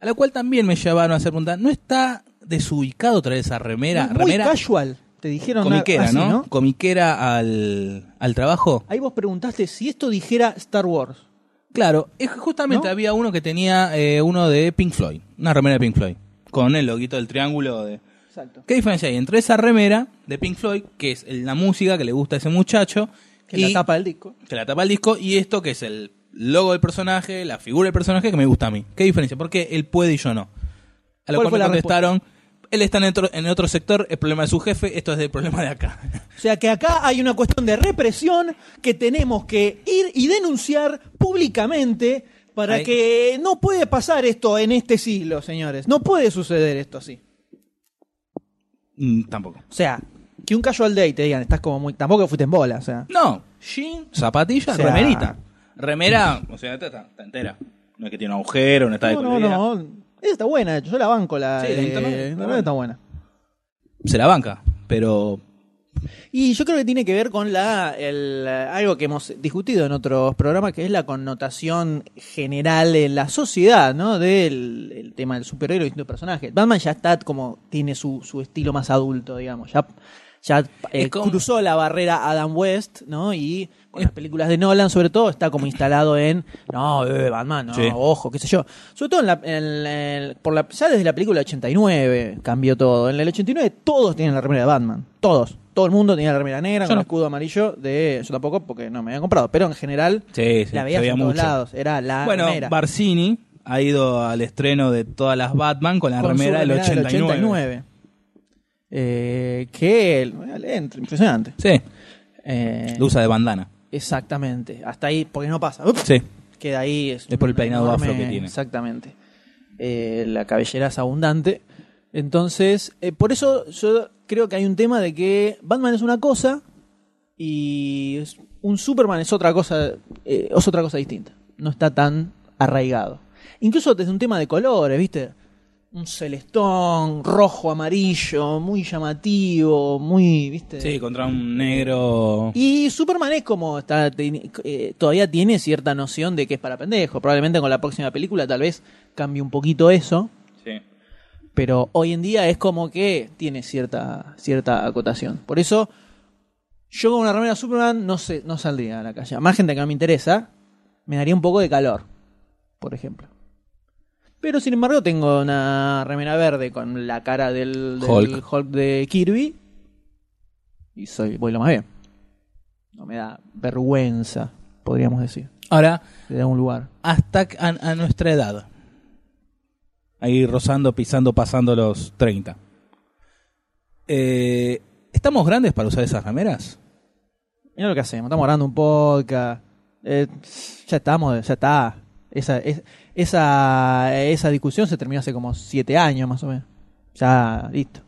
B: A la cual también me llevaron a hacer pregunta, ¿no está desubicado traer esa remera?
A: Muy
B: remera
A: casual. Te dijeron una-
B: comiquera,
A: así,
B: ¿no? Comiquera al, al trabajo.
A: Ahí vos preguntaste si esto dijera Star Wars.
B: Claro, es que justamente
A: ¿No?
B: había uno que tenía eh, uno de Pink Floyd, una remera de Pink Floyd, con el loguito del triángulo de...
A: Exacto.
B: ¿Qué diferencia hay entre esa remera de Pink Floyd, que es el- la música que le gusta a ese muchacho,
A: Que
B: y-
A: la tapa del disco.
B: que la tapa el disco, y esto que es el logo del personaje, la figura del personaje que me gusta a mí? ¿Qué diferencia? Porque él puede y yo no. A lo
A: ¿Cuál
B: cual
A: fue
B: me
A: la
B: contestaron, él está en otro, en otro sector, el problema de su jefe, esto es el problema de acá.
A: O sea que acá hay una cuestión de represión que tenemos que ir y denunciar públicamente para
B: Ahí.
A: que no puede pasar esto en este siglo, señores. No puede suceder esto así.
B: Mm, tampoco.
A: O sea, que un casual day te digan, estás como muy... Tampoco fuiste en bola, o sea.
B: No, jean, zapatilla,
A: O sea-
B: remerita. Remera, o sea, esta está, está entera. No es que tiene un agujero, no está de
A: No, no, no. Esa está buena, de hecho, yo la banco, la...
B: Sí, la
A: eh,
B: internet está buena.
A: está buena.
B: Se la banca, pero
A: Y yo creo que tiene que ver con la el, eh, algo que hemos discutido en otros programas, que es la connotación general en la sociedad, ¿no? Del el tema del superhéroe y distintos personajes. Batman ya está como tiene su, su estilo más adulto, digamos. Ya, ya eh,
B: Es como-
A: cruzó la barrera Adam West, ¿no? Y con las películas de Nolan, sobre todo, está como instalado en no, eh, Batman, no,
B: Sí.
A: ojo, qué sé yo. Sobre todo en la, en- en- por la, ya desde la película 89 cambió todo. En el 89 todos tienen la remera de Batman. Todos. Todo el mundo tenía la remera negra
B: Yo
A: con
B: no.
A: el escudo amarillo de... Yo tampoco porque no me habían comprado. Pero en general
B: sí, sí,
A: la
B: se
A: veías
B: veía
A: en todos
B: mucho.
A: lados. Era la
B: Bueno,
A: remera.
B: Barcini ha ido al estreno de todas las Batman con la
A: Con su
B: remera del 89.
A: Eh, que... Lento, impresionante.
B: Sí,
A: Eh,
B: lo usa de bandana.
A: exactamente. Hasta ahí, porque no pasa. Ups.
B: Sí,
A: queda ahí. Es,
B: Es por el
A: un
B: peinado afro que tiene.
A: Exactamente. Eh, la cabellera es abundante. Entonces, eh, por eso yo creo que hay un tema de que Batman es una cosa y es- un Superman es otra cosa, eh, es otra cosa distinta. No está tan arraigado. Incluso desde un tema de colores, ¿viste? Un celestón, rojo, amarillo, muy llamativo, muy, ¿viste?
B: sí, contra un negro.
A: Y Superman es como está, te- eh, todavía tiene cierta noción de que es para pendejos. Probablemente con la próxima película tal vez cambie un poquito eso,
B: Sí.
A: pero hoy en día es como que tiene cierta cierta acotación. Por eso yo con una remera Superman no sé, no saldría a la calle. A Más gente que no me interesa, me daría un poco de calor, por ejemplo. Pero sin embargo tengo una remera verde con la cara del, del
B: Hulk.
A: Hulk de Kirby y soy voy lo más bien. No me da vergüenza. podríamos decir,
B: Ahora,
A: de algún lugar.
B: hasta que- a, a nuestra edad. Ahí rozando, pisando, pasando los 30. Eh, ¿Estamos grandes para usar esas remeras?
A: Mira lo que hacemos, estamos grabando un podcast. eh, ya estamos, ya está. Esa, es- esa, esa discusión se terminó hace como siete años más o menos. Ya, listo.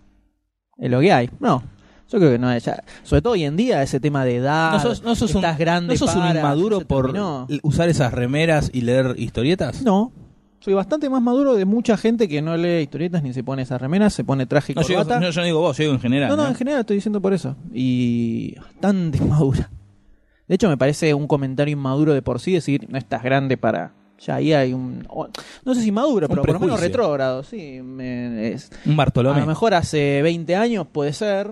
A: Es lo que hay. No, yo creo que no es. ya- sobre todo hoy en día, ese tema de edad.
B: ¿No sos, no sos un,
A: estás grande,
B: ¿no sos un
A: para, ya
B: inmaduro
A: se
B: por
A: terminó.
B: l- usar esas remeras y leer historietas?
A: No. Soy bastante más maduro de mucha gente que no lee historietas ni se pone esas remeras, se pone traje y
B: No, yo,
A: corbata.
B: digo- no, yo no digo vos, yo digo en general.
A: No, no,
B: ¿no?
A: en general estoy diciendo por eso. Y bastante inmadura. De hecho, me parece un comentario inmaduro de por sí decir, no estás grande para... Ya ahí hay un... o- No sé si maduro,
B: Un
A: pero por lo menos
B: prejuicio.
A: retrógrado, sí. me- es-
B: Un
A: a
B: Bartolomé.
A: lo mejor hace 20 años puede ser,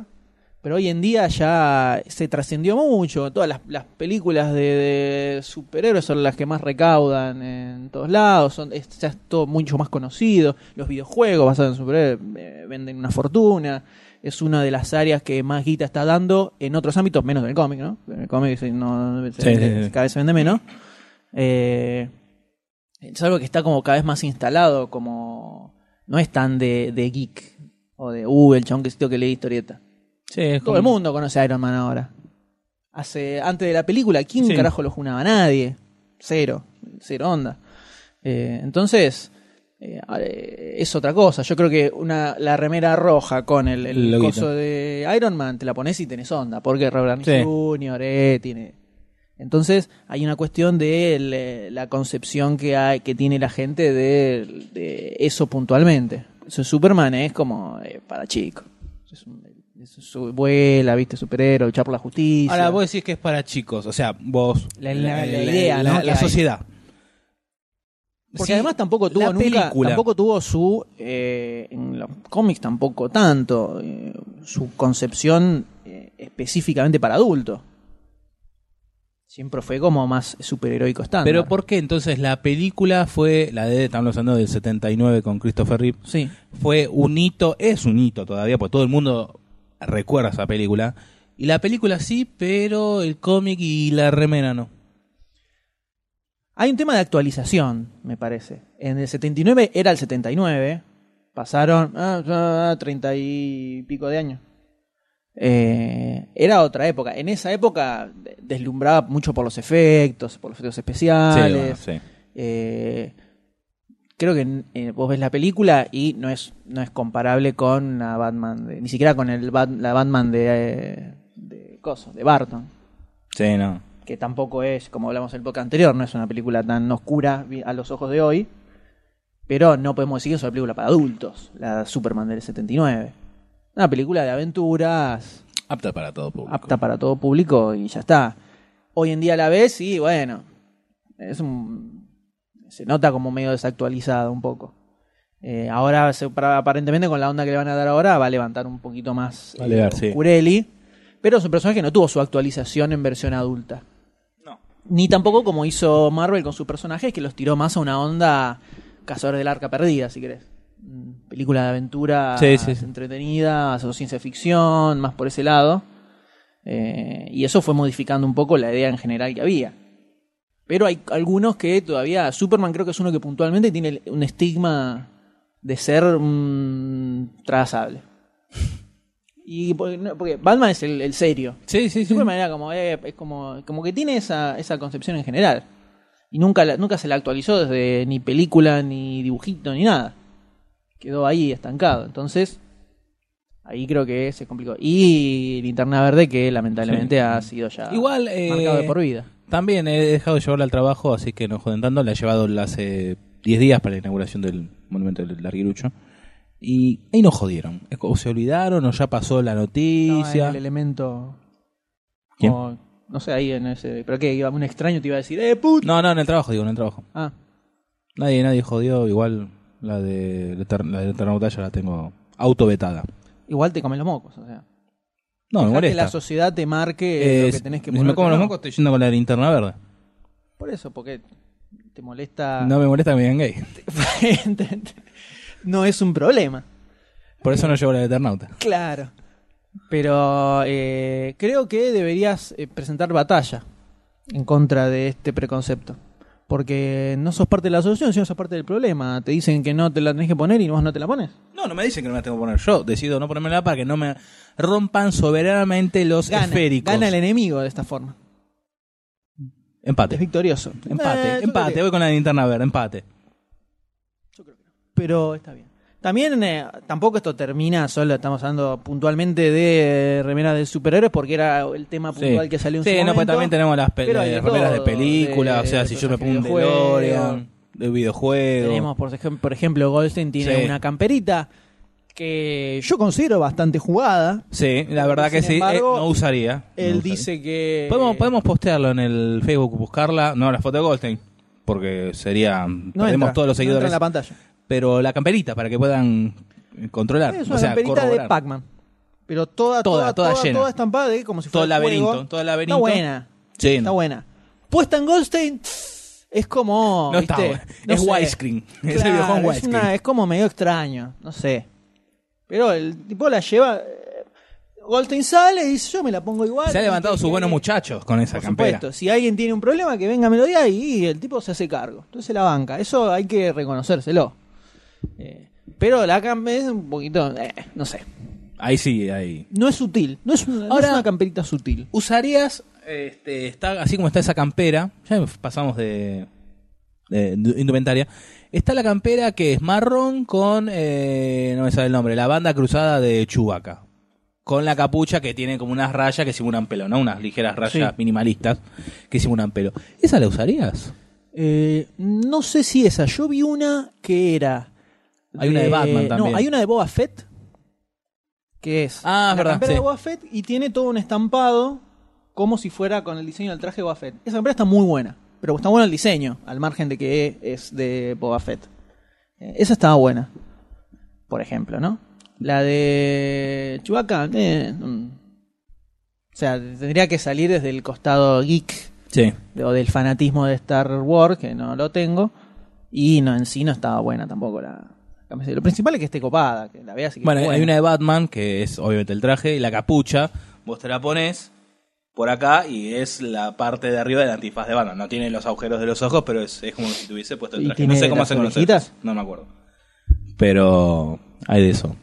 A: pero hoy en día ya se trascendió mucho. Todas las, las películas de, de superhéroes son las que más recaudan en todos lados, son, es- ya es todo mucho más conocido. Los videojuegos basados en superhéroes eh, venden una fortuna. Es una de las áreas que más guita está dando en otros ámbitos, menos en el cómic, ¿no? En el cómic se- no, se-
B: Sí, sí, sí.
A: cada vez se vende menos. Eh, es algo que está como cada vez más instalado, como no es tan de, de geek o de, uh, el chabón que que lee historieta.
B: Sí, es
A: Todo
B: como-
A: el mundo conoce a Iron Man ahora. Hace, antes de la película, ¿quién
B: Sí.
A: carajo lo junaba? Nadie. Cero. Cero onda. Eh, entonces, eh, a- eh, es otra cosa. Yo creo que una, la remera roja con el, el
B: El loguito.
A: coso de Iron Man, te la pones y tenés onda. Porque Robert Downey
B: Sí.
A: Jr., eh, tiene... Entonces, hay una cuestión de el- la concepción que, hay, que tiene la gente de, de eso puntualmente. Eso es Superman es como eh, para chicos. Es un- es su vuela, viste, superhéroe, luchar por la justicia.
B: Ahora vos decís que es para chicos, o sea, vos.
A: La- la- la idea,
B: la,
A: ¿no? que
B: la
A: hay.
B: sociedad.
A: Porque
B: Sí,
A: además tampoco tuvo
B: la
A: nunca,
B: película.
A: tampoco tuvo su, eh, en los cómics tampoco tanto, eh, su concepción eh, específicamente para adultos. Siempre fue como más superheroico estándar.
B: Pero ¿por qué entonces la película fue, la de, estamos hablando del 79 con Christopher Reeve,
A: Sí.
B: fue un hito, es un hito todavía, porque todo el mundo recuerda esa película. Y la película sí, pero el cómic y la remera no.
A: Hay un tema de actualización, me parece. En el 79 era el 79. Pasaron ah, ah, 30 y pico de años. Eh, era otra época. En esa época de- deslumbraba mucho por los efectos, por los efectos especiales.
B: Sí, bueno, sí.
A: Eh, creo que eh, vos ves la película y no es, no es comparable con la Batman, de- ni siquiera con el Bat- la Batman de, eh, de, coso, de Barton
B: Sí, no.
A: que tampoco es, como hablamos en el podcast anterior, no es una película tan oscura vi- a los ojos de hoy, pero no podemos decir que es una película para adultos, la Superman del 79. Una película de aventuras,
B: Apta para todo público.
A: apta para todo público y ya está. Hoy en día la ves y bueno, es un- se nota como medio desactualizada un poco. Eh, ahora se- para- aparentemente con la onda que le van a dar ahora va a levantar un poquito más
B: Va a elevar, sí.
A: Curelli, pero es un personaje que no tuvo su actualización en versión adulta. Ni tampoco como hizo Marvel con sus personajes, que los tiró más a una onda Cazadores del Arca Perdida, si querés. Mm, Película de aventura
B: Sí, sí, sí.
A: entretenida, o ciencia ficción, más por ese lado. Eh, y eso fue modificando un poco la idea en general que había. Pero hay algunos que todavía. Superman creo que es uno que puntualmente tiene el- un estigma de ser mm, trazable. Y porque, no, porque Batman es el- el serio.
B: Sí, sí,
A: De
B: sí.
A: alguna manera como, eh, es como, como que tiene esa, esa concepción en general. Y nunca, la- nunca se la actualizó desde ni película, ni dibujito, ni nada. Quedó ahí estancado. Entonces, ahí creo que se complicó. Y Linterna Verde, que lamentablemente
B: Sí.
A: ha sido ya
B: Igual, eh,
A: marcado de por vida.
B: También he dejado de llevarla al trabajo, así que no joden tanto. La he llevado hace 10 días para la inauguración del monumento del larguirucho. Y ahí no jodieron. Es como se olvidaron o ya pasó la noticia.
A: el elemento.
B: ¿Quién?
A: como- no sé, ahí en ese. Pero que iba un extraño te iba a decir, ¡eh, puto!
B: No, no, en el trabajo, digo, en el trabajo.
A: Ah,
B: Nadie, nadie jodió. Igual la de la Eter- la de Eternauta ya la tengo autovetada.
A: igual te comen los mocos. O sea,
B: No, me
A: Dejá que la
B: molesta.
A: sociedad te marque lo
B: Eh,
A: que tenés que
B: si me como
A: ponerte,
B: los
A: ¿no?
B: mocos, estoy yendo con la linterna verde.
A: Por eso, porque te molesta.
B: No me molesta que me digan gay.
A: no es un problema.
B: Por eso no llevo la de Eternauta.
A: Claro. Pero eh, creo que deberías eh, presentar batalla. en contra de este preconcepto. Porque no sos parte de la solución, sino sos parte del problema. Te dicen que no te la tenés que poner y vos no te la pones.
B: No, no me dicen que no me la tengo que poner. Yo decido no ponérmela para que no me rompan soberanamente los
A: Gana,
B: esféricos.
A: gana el enemigo de esta forma. Es
B: Empate.
A: victorioso. Eh,
B: Empate.
A: yo
B: empate.
A: creo
B: Voy con la linterna verde. Empate.
A: pero está bien. También, eh, tampoco esto termina solo, estamos hablando puntualmente de eh, remeras de superhéroes, porque era el tema puntual
B: Sí.
A: Ah, que salió en
B: Sí,
A: su
B: no, pues
A: momento.
B: también tenemos las pe-
A: Pero hay
B: eh,
A: de
B: remeras de
A: todo,
B: películas.
A: de
B: o sea, si yo me pongo un
A: personajes de videojuego.
B: DeLorean, de videojuego.
A: Tenemos, por ejemplo, por ejemplo, Goldstein tiene
B: Sí.
A: una camperita que yo considero bastante jugada.
B: Sí, la verdad que
A: Sin
B: sí.
A: embargo,
B: eh, no usaría. No
A: Él
B: usaría.
A: dice que...
B: ¿Podemos, podemos postearlo en el Facebook, buscarla. No, la foto de Goldstein. Porque sería.
A: No
B: perdemos
A: entra,
B: todos los
A: no entra
B: seguidores.
A: en la pantalla.
B: pero la camperita para que puedan eh, controlar.
A: Es una
B: o sea,
A: camperita de
B: corroborar.
A: Pac-Man. Pero toda, toda, toda, toda,
B: llena.
A: estampada de como si
B: Todo
A: fuera
B: el laberinto,
A: juego.
B: todo el laberinto.
A: Está buena.
B: Sí,
A: Está
B: no.
A: buena. Puesta en Goldstein es como.
B: No está
A: ¿viste?
B: buena.
A: No
B: es
A: sé.
B: widescreen. es el
A: Claro,
B: videojuego en
A: es
B: widescreen.
A: una- es como medio extraño. No sé. Pero el tipo la lleva. eh, Goldstein sale y dice: Yo me la pongo igual.
B: Se ha levantado
A: Que-
B: sus buenos
A: que-
B: muchachos con esa
A: Por
B: campera.
A: supuesto, si alguien tiene un problema, que venga Melodía y, y el tipo se hace cargo. Entonces la banca, eso hay que reconocérselo. Eh, pero la cam es un poquito, eh, no sé.
B: Ahí sí, ahí.
A: No es sutil, no es, una- no
B: Ahora-
A: es una camperita sutil.
B: ¿Usarías, este, está, así como está esa campera, ya pasamos de, de indu- indumentaria, está la campera que es marrón con, eh, no me sale el nombre, la banda cruzada de Chubaca. Con la capucha que tiene como unas rayas que simulan pelo, ¿no? Unas ligeras rayas
A: Sí.
B: minimalistas que simulan pelo. ¿Esa la usarías?
A: Eh, no sé si esa, yo vi una que era.
B: Hay una de Batman también.
A: No, hay una de Boba Fett. Que es.
B: Ah, es
A: la
B: verdad,
A: campera
B: sí.
A: de Boba Fett y tiene todo un estampado como si fuera con el diseño del traje de Boba Fett. Esa campera está muy buena, pero está bueno el diseño, al margen de que es de Boba Fett. Eh, esa estaba buena, por ejemplo, ¿no? La de Chewbacca. eh, mm. O sea, tendría que salir desde el costado geek
B: Sí.
A: de- o del fanatismo de Star Wars, que no lo tengo, y no en sí no estaba buena tampoco la camiseta. Lo principal es que esté copada, que la veas y que
B: Bueno,
A: esté
B: hay
A: buena.
B: una de Batman, que es obviamente el traje, y la capucha, vos te la pones por acá y es la parte de arriba del antifaz de Batman. No tiene los agujeros de los ojos, pero es, es como si tuviese puesto el
A: ¿Y
B: traje.
A: tiene
B: No sé cómo
A: las
B: se conoce.
A: orejitas?
B: No me acuerdo. Pero hay de eso.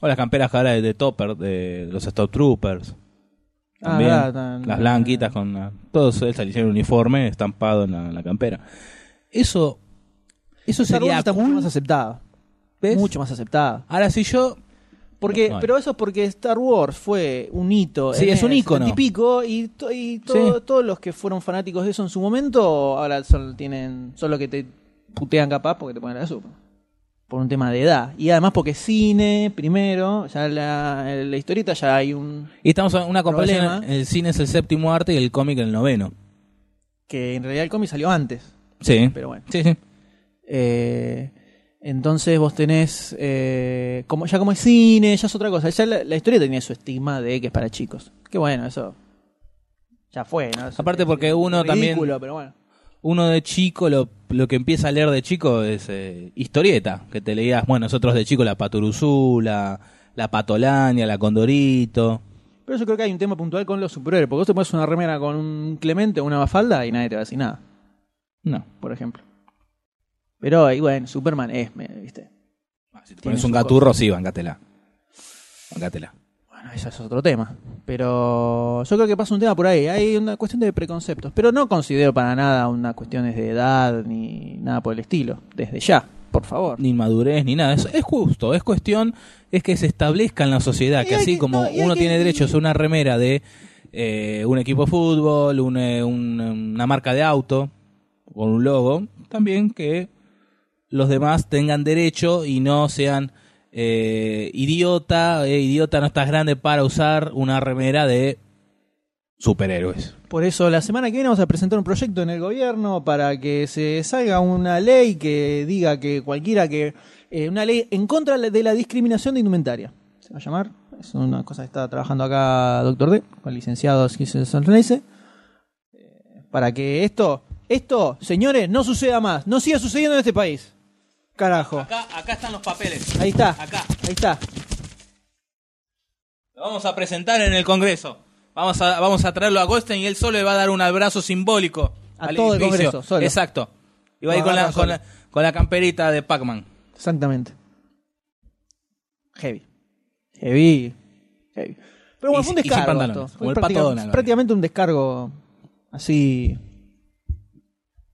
B: O las camperas que ahora de, de Topper, de, de los Stormtroopers.
A: Ah,
B: También.
A: verdad, tan-
B: las blanquitas con la- todos el el uniforme estampado en la, en la campera. Eso eso
A: Star Wars
B: sería
A: está mucho
B: cool,
A: más aceptada.
B: ¿ves?
A: Mucho más aceptada.
B: Ahora si yo
A: Porque,
B: Bueno.
A: pero eso es porque Star Wars fue un hito.
B: Sí,
A: en
B: es un
A: el
B: ícono.
A: 70 Y pico, y, to- y todo-
B: Sí.
A: todos los que fueron fanáticos de eso en su momento, ahora son, tienen, son los que te putean capaz porque te ponen la super. Por un tema de edad. Y además porque cine, primero, ya la, en la historieta ya hay un...
B: Y estamos en una comparación.
A: Problema.
B: El cine es el séptimo arte y el cómic el noveno.
A: Que en realidad el cómic salió antes,
B: Sí.
A: pero bueno.
B: Sí, sí.
A: Eh, entonces vos tenés, eh, como, ya como es cine, ya es otra cosa. Ya la, la historia tenía su estigma de que es para chicos. Que bueno, eso ya fue, ¿no? Eso
B: Aparte
A: es-
B: porque
A: es
B: uno también-
A: ridículo, pero bueno.
B: Uno de chico, lo, lo que empieza a leer de chico es eh, historieta. Que te leías, bueno, nosotros de chico la Paturuzú, la, la Patolania, la Condorito.
A: Pero yo creo que hay un tema puntual con los superhéroes. Porque vos te pones una remera con un Clemente o una bafalda y nadie te va a decir nada,
B: No.
A: por ejemplo. Pero, y bueno, Superman es, me- ¿viste?
B: Ah, Si te
A: Tiene
B: pones un
A: su
B: gaturro, sí, bancatela. Bancatela.
A: Bueno, eso es otro tema. Pero yo creo que pasa un tema por ahí. Hay una cuestión de preconceptos. Pero no considero para nada una cuestión de edad ni nada por el estilo. Desde ya, por favor.
B: Ni inmadurez, ni nada. Es, es justo. Es cuestión, es que se establezca en la sociedad.
A: Y
B: Que
A: hay
B: así
A: que-
B: como
A: no, y hay
B: uno
A: que-
B: tiene derechos a una remera de eh, un equipo de fútbol, un, eh, un- una marca de auto, con un logo, también que los demás tengan derecho y no sean eh, idiota, eh, idiota no estás grande para usar una remera de superhéroes.
A: Por eso la semana que viene vamos a presentar un proyecto en el gobierno para que se salga una ley que diga que cualquiera que... eh, una ley en contra de la discriminación de indumentaria. Se va a llamar. Es una cosa que está trabajando acá Doctor D, con el licenciado Schizo Sanrense. Eh, Para que esto, esto, señores, no suceda más. No siga sucediendo en este país. Carajo.
B: Acá, acá están los papeles.
A: Ahí está.
B: Acá.
A: Ahí está.
B: Lo vamos a presentar en el Congreso. Vamos a, vamos a traerlo a Goldstein y él solo le va a dar un abrazo simbólico.
A: A
B: al
A: todo el
B: edificio.
A: Congreso, solo.
B: Exacto. Y va a ir
A: Lo
B: con la,
A: agarra
B: con, la, con la camperita de Pac-Man.
A: Exactamente. Heavy. Heavy. Heavy. Pero bueno, fue
B: Y
A: un
B: si- y sin
A: descargo.
B: pantalones,
A: esto. Fue
B: como el
A: práctica-
B: pato Donald.
A: prácticamente un descargo así.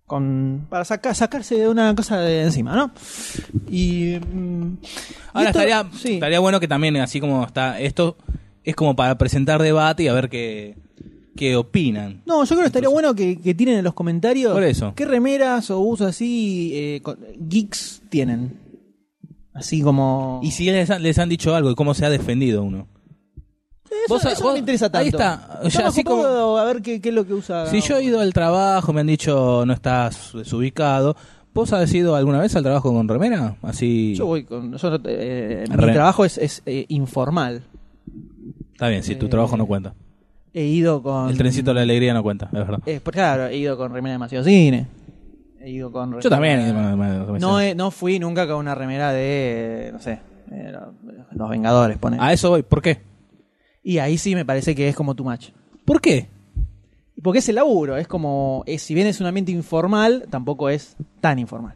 A: Con, para saca- sacarse de una cosa de encima, ¿no? Y. mm, y
B: Ahora
A: esto-
B: estaría,
A: sí.
B: estaría bueno que también, así como está esto, es como para presentar debate y a ver qué, qué opinan.
A: No, yo creo que estaría bueno que, que tiren en los comentarios.
B: Por eso.
A: ¿Qué remeras o usos así eh, con- geeks tienen? Así como.
B: Y si les, han- les han dicho algo y cómo se ha defendido uno.
A: Eso,
B: vos-
A: eso no
B: vos-
A: me interesa tanto.
B: ahí está.
A: Yo
B: Ya, así como-
A: a ver qué, qué es lo que usa.
B: Si yo he ido al trabajo, me han dicho no estás desubicado. ¿Vos has ido alguna vez al trabajo con remera? Así.
A: Yo voy con. yo no te- eh,
B: Re-
A: mi trabajo es, es, eh, informal.
B: Está bien, si tu
A: Eh,
B: trabajo no cuenta.
A: He ido con.
B: El trencito de la alegría no cuenta, es verdad.
A: Eh, por- claro, he ido con remera de Maceo Cine. He ido con.
B: Yo también.
A: remera-
B: Eh, me- me- me- me-
A: eh, No, he- no fui nunca con una remera de. eh, No sé. eh, los- los Vengadores, pone.
B: A eso voy. ¿Por qué?
A: Y ahí sí me parece que es como tu match.
B: ¿Por qué?
A: Porque es el laburo, es como, eh, si bien es un ambiente informal, tampoco es tan informal.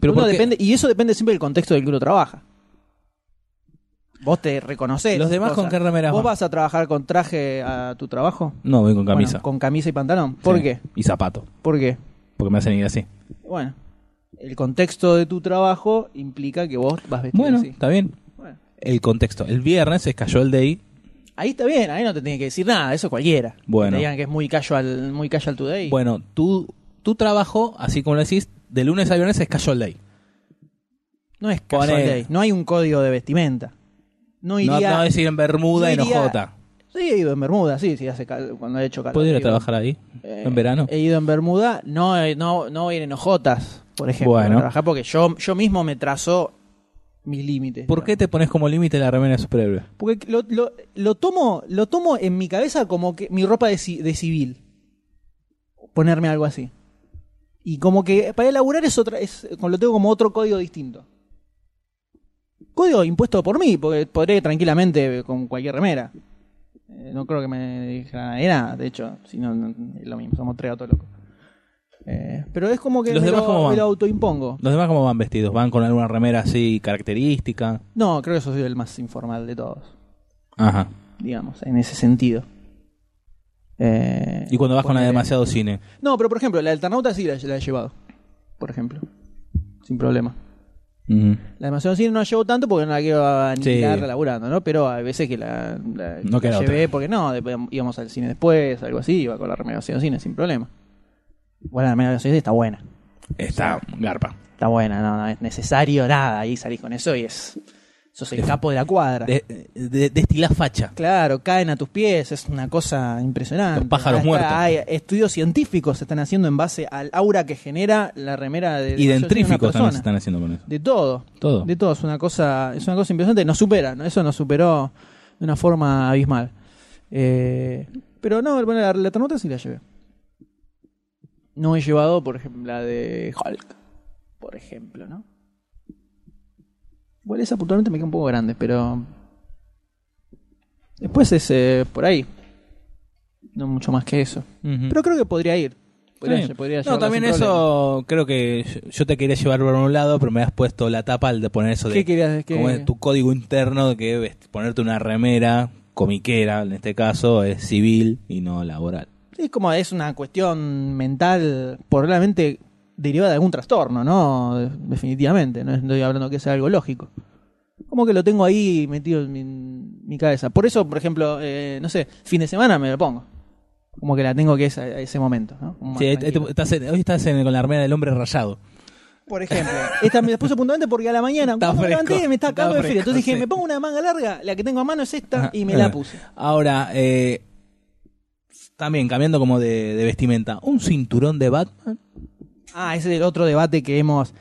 B: Pero
A: Uno
B: porque
A: depende, y eso depende siempre del contexto del que uno trabaja. Vos te reconoces.
B: ¿Los demás con qué remeras
A: ¿Vos
B: van?
A: vas a trabajar con traje a tu trabajo?
B: No, voy con camisa.
A: Bueno, con camisa y pantalón. ¿Por
B: Sí.
A: qué?
B: Y zapato.
A: ¿Por qué?
B: Porque me hacen ir así.
A: Bueno, el contexto de tu trabajo implica que vos vas vestido
B: Bueno,
A: así.
B: está bien.
A: Bueno,
B: El contexto. El viernes se cayó el DI.
A: ahí está bien, ahí no te tiene que decir nada, eso cualquiera.
B: Bueno.
A: Que te digan que es muy casual, muy casual today.
B: Bueno, tu, tu trabajo, así como lo decís, de lunes a viernes es casual day.
A: No es casual
B: Ponele.
A: day, No hay un código de vestimenta. No
B: No,
A: iría.
B: no es ir en bermuda y
A: yo
B: en
A: iría-
B: ojota.
A: Sí, he ido en Bermuda, sí, sí, hace cal- cuando he hecho calor.
B: ¿Puedo ir a
A: digo.
B: trabajar ahí?
A: Eh,
B: ¿En verano?
A: He ido en Bermuda, no, eh, no, no voy a ir en ojotas, por ejemplo.
B: Bueno.
A: a trabajar porque yo, yo mismo me trazo mis límites.
B: ¿Por qué te pones como límite la remera de superhéroe?
A: Porque lo, lo- lo tomo, lo tomo en mi cabeza como que mi ropa de, ci- de civil. Ponerme algo así. Y como que para elaborar es otra, es, lo tengo como otro código distinto. Código impuesto por mí, porque podré tranquilamente con cualquier remera. Eh, no creo que me dijera nadie nada, de hecho, si no, no, es lo mismo, somos tres gatos locos. Eh, pero es como que
B: ¿Los
A: me,
B: demás
A: lo,
B: cómo van?
A: me lo autoimpongo.
B: ¿Los demás cómo van vestidos? ¿Van con alguna remera así característica?
A: No, creo que soy el más informal de todos.
B: Ajá.
A: digamos, en ese sentido. Eh,
B: ¿Y cuando vas con la de
A: ponele-
B: demasiado cine?
A: No, pero por ejemplo, la del Eternauta sí la, la he llevado. Por ejemplo. Sin problema.
B: Ujú.
A: La demasiado cine no la llevo tanto porque no la quiero aniquilar
B: Sí.
A: laburando, ¿no? Pero hay veces que la, la-
B: No
A: la
B: queda
A: llevé porque no, después íbamos al cine después, algo así, iba con la remera de cine sin problema. Bueno, la remera de cine está buena.
B: Está garpa.
A: Está buena, no, no es necesario nada. Ahí salís con eso y es. Sos el
B: De-
A: capo de la cuadra.
B: De, de- destilás facha.
A: Claro, caen a tus pies, es una cosa impresionante.
B: Los pájaros
A: Hasta
B: muertos.
A: Hay estudios científicos se están haciendo en base al aura que genera la remera de
B: Y
A: de una
B: dentríficos
A: persona.
B: también se están haciendo con eso.
A: De todo.
B: Todo.
A: De todo, es una cosa, es una cosa impresionante, nos supera, ¿no? eso nos superó de una forma abismal. Eh, pero no, bueno, la, la Eternauta sí la llevé. No he llevado, por ejemplo, la de Hulk, por ejemplo, ¿no? Igual esa puntualmente me queda un poco grande, pero. Después es eh, por ahí. No mucho más que eso.
B: Ujú.
A: Pero creo que podría ir. Podría,
B: Está bien.
A: podría
B: Mm. no,
A: llevarla
B: también
A: sin problema.
B: eso creo que yo- yo te quería llevar por un lado, pero me has puesto la tapa al de poner eso de
A: ¿Qué querías? ¿Qué-
B: como es tu código interno de que vest- ponerte una remera comiquera, en este caso es civil y no laboral.
A: Es como es una cuestión mental, probablemente derivada de algún trastorno, ¿no? Definitivamente, no estoy hablando que sea algo lógico. Como que lo tengo ahí metido en mi, en mi cabeza. Por eso, por ejemplo, eh, no sé, fin de semana me lo pongo. Como que la tengo que es a, a ese momento, ¿no? Como más
B: Sí, este, ahí- ahí te-
A: tranquilo.
B: estás en- hoy estás en- con la remera del hombre rayado.
A: Por ejemplo, esta me la puse puntualmente porque a la mañana
B: Está
A: cuando me
B: fresco,
A: levanté me estaba
B: está
A: cagando de frío.
B: fresco,
A: Entonces dije,
B: sí.
A: me pongo una manga larga, la que tengo a mano es esta,
B: Ajá, Eh.
A: y me
B: es
A: la
B: verdad.
A: puse.
B: Ahora, eh, también cambiando como de, de vestimenta, un cinturón de Batman.
A: Ah, ese es el otro debate que hemos...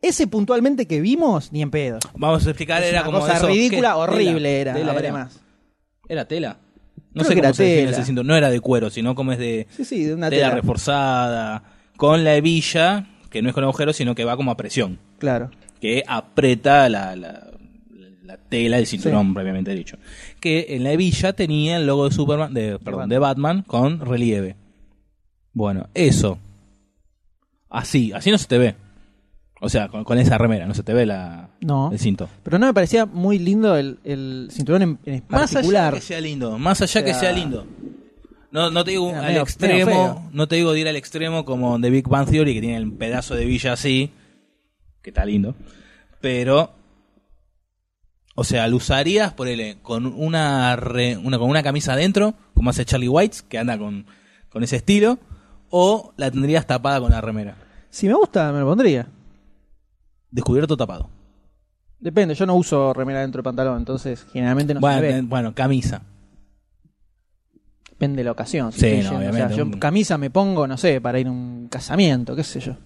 A: Ese puntualmente que vimos, ni en pedo.
B: Vamos a explicar,
A: Es
B: era
A: una
B: como
A: cosa
B: eso,
A: ridícula,
B: ¿qué?
A: horrible
B: Tela,
A: era,
B: tela,
A: además.
B: Era tela. No
A: Creo
B: sé
A: que
B: cómo
A: era
B: se define
A: tela.
B: ese cinturón. No era de cuero, sino como es de
A: Sí, sí, de una
B: tela
A: tela.
B: reforzada, con la hebilla, que no es con agujero, sino que va como a presión,
A: Claro.
B: que aprieta la, la, la tela del cinturón, previamente dicho. Que en la hebilla tenía el logo de Superman, de, perdón, de Batman con relieve. Bueno, eso. Así, así no se te ve. O sea, con, con esa remera, no se te ve la,
A: No.
B: el cinto.
A: Pero no me parecía muy lindo el, el cinturón en, en
B: Más allá
A: particular.
B: que sea lindo, más allá
A: O
B: que
A: sea,
B: sea lindo. No, no te digo
A: era
B: al
A: medio- medio
B: extremo,
A: feo.
B: no te digo de ir al extremo como de Big Bang Theory, que tiene el pedazo de villa así, que está lindo, pero, o sea, lo usarías, ponele, con una, re- una- con una camisa adentro, como hace Charlie White, que anda con, con ese estilo, o la tendrías tapada con la remera,
A: Si me gusta, me lo pondría.
B: descubierto o tapado.
A: Depende, yo no uso remera dentro del pantalón, entonces generalmente no
B: bueno,
A: se me ve.
B: eh, bueno, camisa.
A: Depende de la ocasión. si
B: Sí,
A: estoy
B: no,
A: yendo. O sea,
B: obviamente,
A: yo
B: un-
A: camisa me pongo, no sé, para ir a un casamiento, qué sé yo.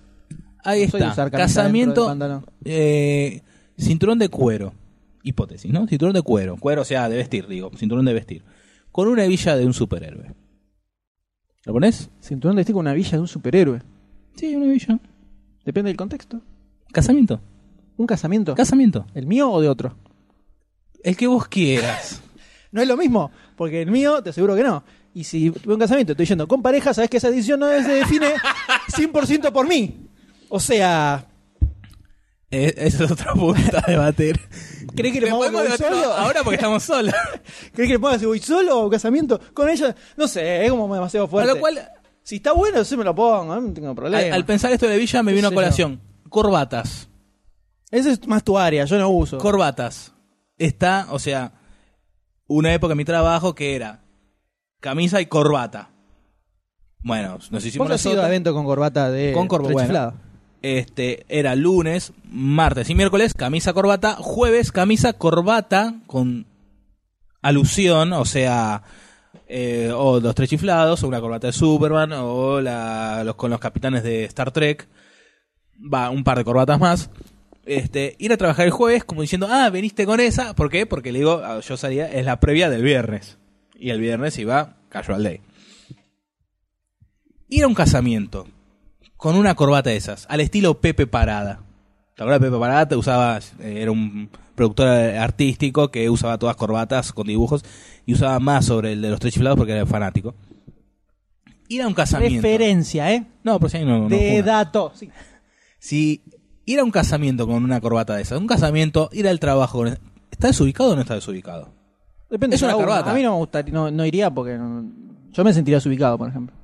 B: Ahí
A: Ah, No soy de
B: está.
A: usar camisa dentro del
B: Casamiento,
A: pantalón.
B: eh, cinturón de cuero. Hipótesis, ¿no? Cinturón de cuero. Cuero, o sea, de vestir, digo. Cinturón de vestir. Con una hebilla de un superhéroe. ¿Lo pones?
A: Cinturón de con una villa de un superhéroe.
B: Sí, una hebilla.
A: Depende del contexto.
B: Casamiento.
A: ¿Un casamiento?
B: Casamiento.
A: ¿El mío o de otro?
B: El que vos quieras.
A: No es lo mismo, porque el mío te aseguro que no. Y si voy a un casamiento estoy yendo con pareja, sabes que esa decisión no se define 100% por mí. O sea,
B: Eh, Esa es otra punta de bater.
A: ¿crees que le pongo que voy solo?
B: ahora porque estamos solos.
A: ¿Crees que le ponga si voy solo a un casamiento con ella? No sé, es como demasiado
B: Con
A: fuerte.
B: lo cual,
A: si está bueno, sí me lo pongo, ¿eh? no tengo
B: al,
A: problema.
B: al pensar esto de la hebilla me
A: ¿Qué
B: vino a
A: sé
B: colación. Corbatas.
A: Esa es más tu área, yo no uso.
B: corbatas. Está, o sea, una época en mi trabajo que era camisa y corbata. Bueno, nos hicimos
A: Vos has ido a
B: nosotros.
A: evento con corbata de
B: Con corba-
A: rechiflado.
B: Este, era lunes, martes y miércoles, camisa, corbata, jueves, camisa, corbata, con alusión, o sea, eh, o los tres chiflados, o una corbata de Superman, o la- los, con los capitanes de Star Trek, va, un par de corbatas más. Este, ir a trabajar el jueves como diciendo, ah, veniste con esa, ¿por qué? Porque le digo, ah, yo salía, es la previa del viernes. Y el viernes iba casual day. Ir a un casamiento con una corbata de esas, al estilo Pepe Parada. ¿Te acuerdas de Pepe Parada? Te usaba, eh, era un productor artístico que usaba todas corbatas con dibujos y usaba más sobre el de los tres chiflados porque era fanático. Ir a un casamiento.
A: Referencia, ¿eh?
B: No, por si ahí no. no
A: de
B: juna.
A: dato. Sí.
B: Si ir a un casamiento con una corbata de esas, un casamiento, ir al trabajo con. ¿Está desubicado o no está desubicado?
A: Depende
B: Es una
A: cada uno.
B: corbata.
A: A mí no me gustaría, no, no iría porque no- yo me sentiría desubicado, por ejemplo.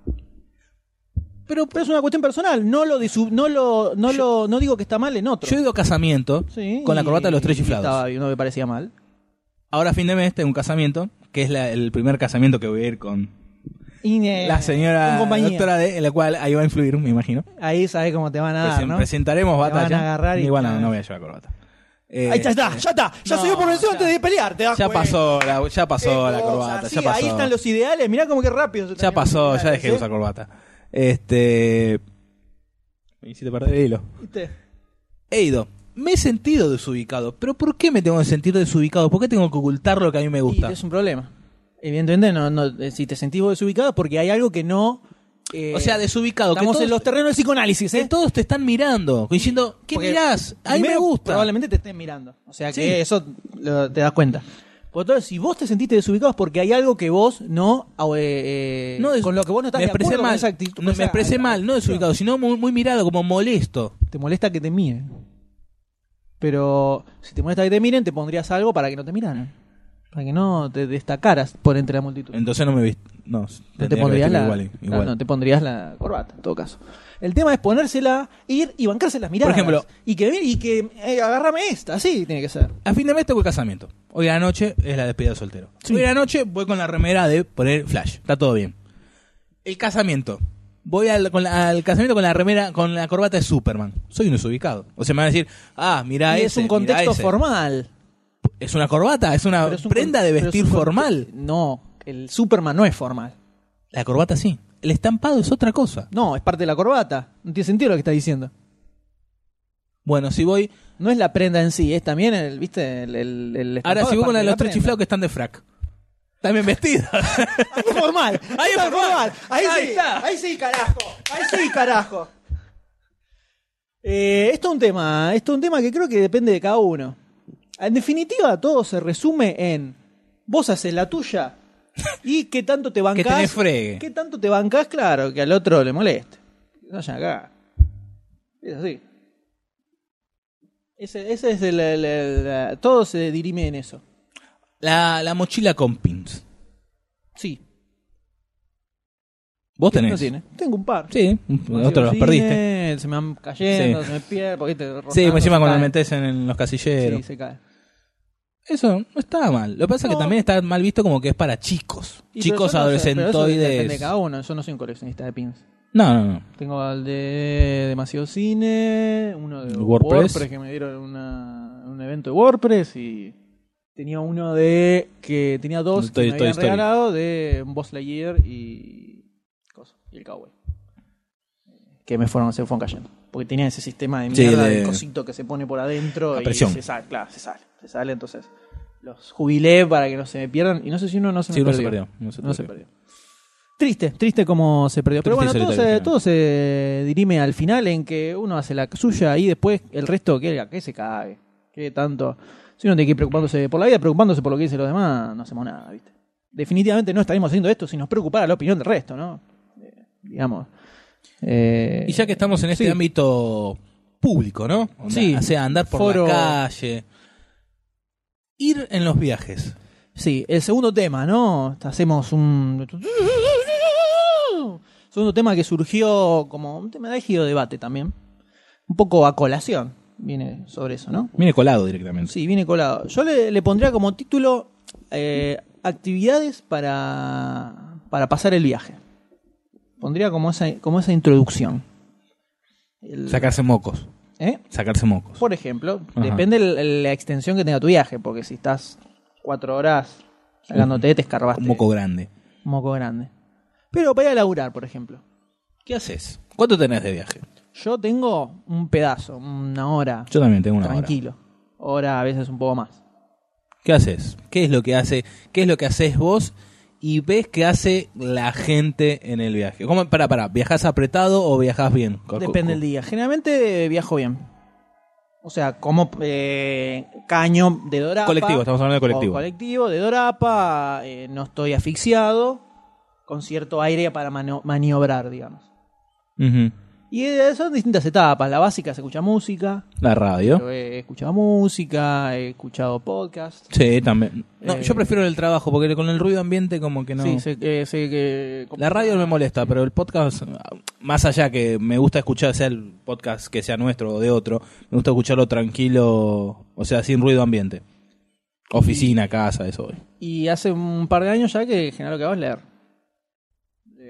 A: Pero, pero es una cuestión personal, no lo disu- no lo no lo no digo que está mal en otro.
B: Yo he ido a casamiento
A: Sí,
B: con la corbata de los tres
A: y Estaba,
B: chiflados.
A: bien, no me parecía mal.
B: Ahora, a fin de mes, tengo un casamiento, que es la- el primer casamiento que voy a ir con
A: Y, eh,
B: la
A: en
B: señora
A: compañía.
B: doctora D, en la cual ahí va a influir, me imagino.
A: Ahí sabes cómo te van a
B: Presen-
A: dar, Ah, ¿no?
B: Presentaremos
A: Te van a
B: batalla.
A: agarrar y-
B: Igual no, no voy a llevar corbata. Eh,
A: Ahí ya está, ya está, ya
B: No,
A: se dio por vencido
B: ya.
A: antes de pelear, te das
B: ya
A: cuenta.
B: pasó, la, ya
A: Qué
B: pasó la
A: cosa,
B: corbata,
A: sí,
B: ya pasó.
A: Ahí están los ideales, mirá como que rápido. se
B: Ya
A: terminaron
B: pasó,
A: los
B: ya dejé de
A: ideales,
B: usar
A: ¿eh?
B: corbata. Este. Me hiciste perder el hilo.
A: ¿Viste?
B: He ido. Me he sentido desubicado. ¿Pero por qué me tengo que sentir desubicado? ¿Por qué tengo que ocultar lo que a mí me gusta?
A: Y es un problema. Evidentemente, no, no, eh, si te sentís vos desubicado, porque hay algo que no. eh,
B: o sea, desubicado. que
A: estamos en
B: todos-
A: los terrenos del psicoanálisis,
B: que
A: ¿eh?
B: todos te están mirando. Diciendo, ¿qué
A: Porque
B: mirás? A mí me
A: primero,
B: gusta.
A: Probablemente te estén mirando. O sea, que
B: Sí.
A: eso lo- te das cuenta. Por otro lado, si vos te sentiste desubicado es porque hay algo que vos no. eh, eh,
B: No, es-
A: con lo que vos no estás
B: me
A: de
B: expresé
A: acuerdo con
B: mal.
A: esa actitud- con
B: no,
A: esa-
B: me expresé mal, no desubicado, sino muy, muy mirado, como molesto.
A: Te molesta que te miren. Pero si te molesta que te miren, te pondrías algo para que no te miraran. Para que no te destacaras por entre la multitud.
B: Entonces no me viste. No,
A: No
B: tendría
A: te
B: que
A: pondrías
B: vestirme
A: la,
B: igual, igual.
A: no, no te pondrías la corbata, en todo caso. El tema es ponérsela, ir y bancarse las miradas.
B: ejemplo-
A: y que ven- y que eh, agárrame esta, así tiene que ser.
B: A fin de mes tengo el casamiento. Hoy a la noche es la despedida de soltero.
A: Sí.
B: Hoy a la noche voy con la remera de poner flash. Está todo bien. El casamiento. Voy al, con la- al casamiento con la remera, con la corbata de Superman. Soy un desubicado. O sea, me van a decir, ah, mira
A: y es un contexto formal.
B: Es una corbata, es una
A: Pero es un
B: prenda
A: con-
B: de
A: pero es
B: vestir
A: un con-
B: formal.
A: No, el Superman no es formal.
B: La corbata sí. El estampado es otra cosa.
A: No, es parte de la corbata. No tiene sentido lo que está diciendo.
B: Bueno, si voy.
A: No es la prenda en sí, es también el, viste, el, el, el
B: Ahora,
A: estampado
B: si
A: es
B: voy con
A: parte
B: la
A: de
B: de los tres
A: prenda.
B: chiflados que están de frac. También vestidos.
A: Ahí es formal.
B: Ahí
A: Ahí
B: es
A: es
B: formal.
A: formal. Ahí,
B: Ahí
A: sí.
B: está.
A: Ahí sí, carajo. Ahí sí, carajo. Eh, esto es un tema, esto es un tema que creo que depende de cada uno. En definitiva, todo se resume en vos haces la tuya y qué tanto te bancás.
B: tenés fregue.
A: Qué tanto te bancás, claro, que al otro le moleste. Vayan acá. Es así. Ese, ese es el, el- el- la- Todo se dirime en eso.
B: La, la mochila con pins.
A: Sí.
B: Vos tenés.
A: No tiene. Tengo un par.
B: Sí, otro los
A: Cine,
B: perdiste.
A: Se me van cayendo,
B: Sí.
A: se me pierden. Porque te rozando,
B: Sí, encima
A: se
B: cuando
A: caen.
B: metés en, en los
A: Sí,
B: casilleros.
A: se cae.
B: Eso no está mal. Lo que pasa es
A: No.
B: que también está mal visto como que es para chicos.
A: Y
B: chicos
A: pero eso no sé, pero eso depende de
B: adolescentoides.
A: cada uno. Yo no soy un coleccionista de pins.
B: No, no, no.
A: Tengo al de Demasiado Cine, uno de
B: WordPress.
A: WordPress, que me dieron una- un evento de WordPress y tenía uno de que tenía dos
B: El Toy-
A: que me
B: Toy
A: habían
B: Story.
A: regalado de un Boss Lightyear y cosa, y el Cowboy. Que me fueron se fueron cayendo, porque tenía ese sistema de
B: Sí,
A: mierda
B: de-
A: de cosito que se pone por adentro
B: La
A: y
B: presión.
A: se sale, claro, se sale, se sale, entonces los jubilé para que no se me pierdan y no sé si uno no se me
B: Sí, no
A: perdió.
B: se perdió. No se
A: No se
B: perdió.
A: perdió. Triste, triste como se perdió. Pero bueno,
B: Triste y
A: todo
B: solitario
A: se,
B: final.
A: todo se dirime al final en que uno hace la suya y después el resto que, que se cae. Que tanto. Si uno tiene que ir preocupándose por la vida, preocupándose por lo que dicen los demás, no hacemos nada, ¿viste? Definitivamente no estaremos haciendo esto si nos preocupara la opinión del resto, ¿no? Eh, digamos. Eh,
B: Y ya que estamos en este
A: Sí.
B: ámbito público, ¿no? Onda,
A: Sí.
B: O sea, andar por
A: Foro-
B: la calle. Ir en los viajes.
A: Sí, el segundo tema, ¿no? Hacemos un. Segundo tema que surgió como un tema de ejido debate también. Un poco a colación viene sobre eso, ¿no?
B: Viene colado directamente.
A: Sí, viene colado. Yo le, le pondría como título eh, Actividades para, para pasar el viaje. Pondría como esa, como esa introducción. El-
B: Sacarse mocos.
A: ¿Eh?
B: Sacarse mocos.
A: Por ejemplo,
B: Ajá.
A: depende el- el- la extensión que tenga tu viaje, porque si estás cuatro horas sacándote, te escarbaste.
B: Un moco grande.
A: moco grande. Pero para ir a laburar, por ejemplo.
B: ¿Qué haces? ¿Cuánto tenés de viaje?
A: Yo tengo un pedazo, una hora,
B: Yo también tengo una hora.
A: tranquilo. Hora. a veces un poco más.
B: ¿Qué haces? ¿Qué es lo que hace? ¿Qué es lo que haces vos? Y ves qué hace la gente en el viaje. ¿Cómo? Pará, pará. ¿Viajás apretado o viajás bien? Co- co-
A: Depende del día. Generalmente eh, viajo bien. O sea, como eh, caño de Dorapa.
B: Colectivo, estamos hablando de colectivo.
A: O colectivo, de Dorapa. eh, no estoy asfixiado. Con cierto aire para mano- maniobrar, digamos.
B: Ujú.
A: Y eh, son distintas etapas. La básica se escucha música.
B: La radio.
A: Yo he escuchado música, he escuchado podcast.
B: Sí, también. No,
A: Eh,
B: yo prefiero el trabajo porque con el ruido ambiente como que no...
A: Sí, sé que, sé que-
B: La radio no me molesta, pero el podcast, más allá que me gusta escuchar, sea el podcast que sea nuestro o de otro, me gusta escucharlo tranquilo, o sea, sin ruido ambiente. Oficina, casa, eso.
A: Y hace un par de años ya que Genaro que hago es leer.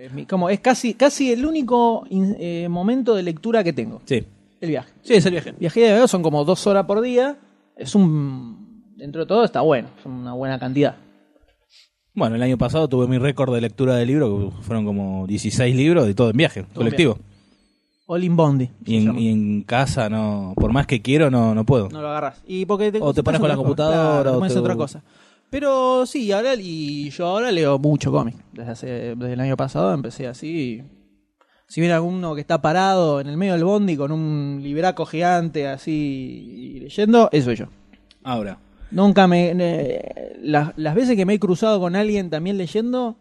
A: Es, mi- como, es casi, casi el único in- eh, momento de lectura que tengo,
B: Sí.
A: el viaje.
B: Sí, es el viaje.
A: Viaje de verdad son como dos horas por día. Es un... Dentro de todo está bueno, es una buena cantidad.
B: Bueno, el año pasado tuve mi récord de lectura de libros, que fueron como 16 libros, de todo en viaje, colectivo.
A: All in Bondi. se
B: Y en,
A: llama.
B: y en casa, no por más que quiero, no, no puedo.
A: No lo agarras. Y porque
B: O te pones con la
A: otra cosa,
B: computadora,
A: claro,
B: o
A: pones
B: te-
A: otra cosa. Pero sí, ahora y yo ahora leo mucho cómic. Desde, hace, desde el año pasado empecé así. Si viene alguno que está parado en el medio del bondi con un libraco gigante así y leyendo, eso soy yo.
B: Ahora,
A: Nunca me... eh, las, las veces que me he cruzado con alguien también leyendo...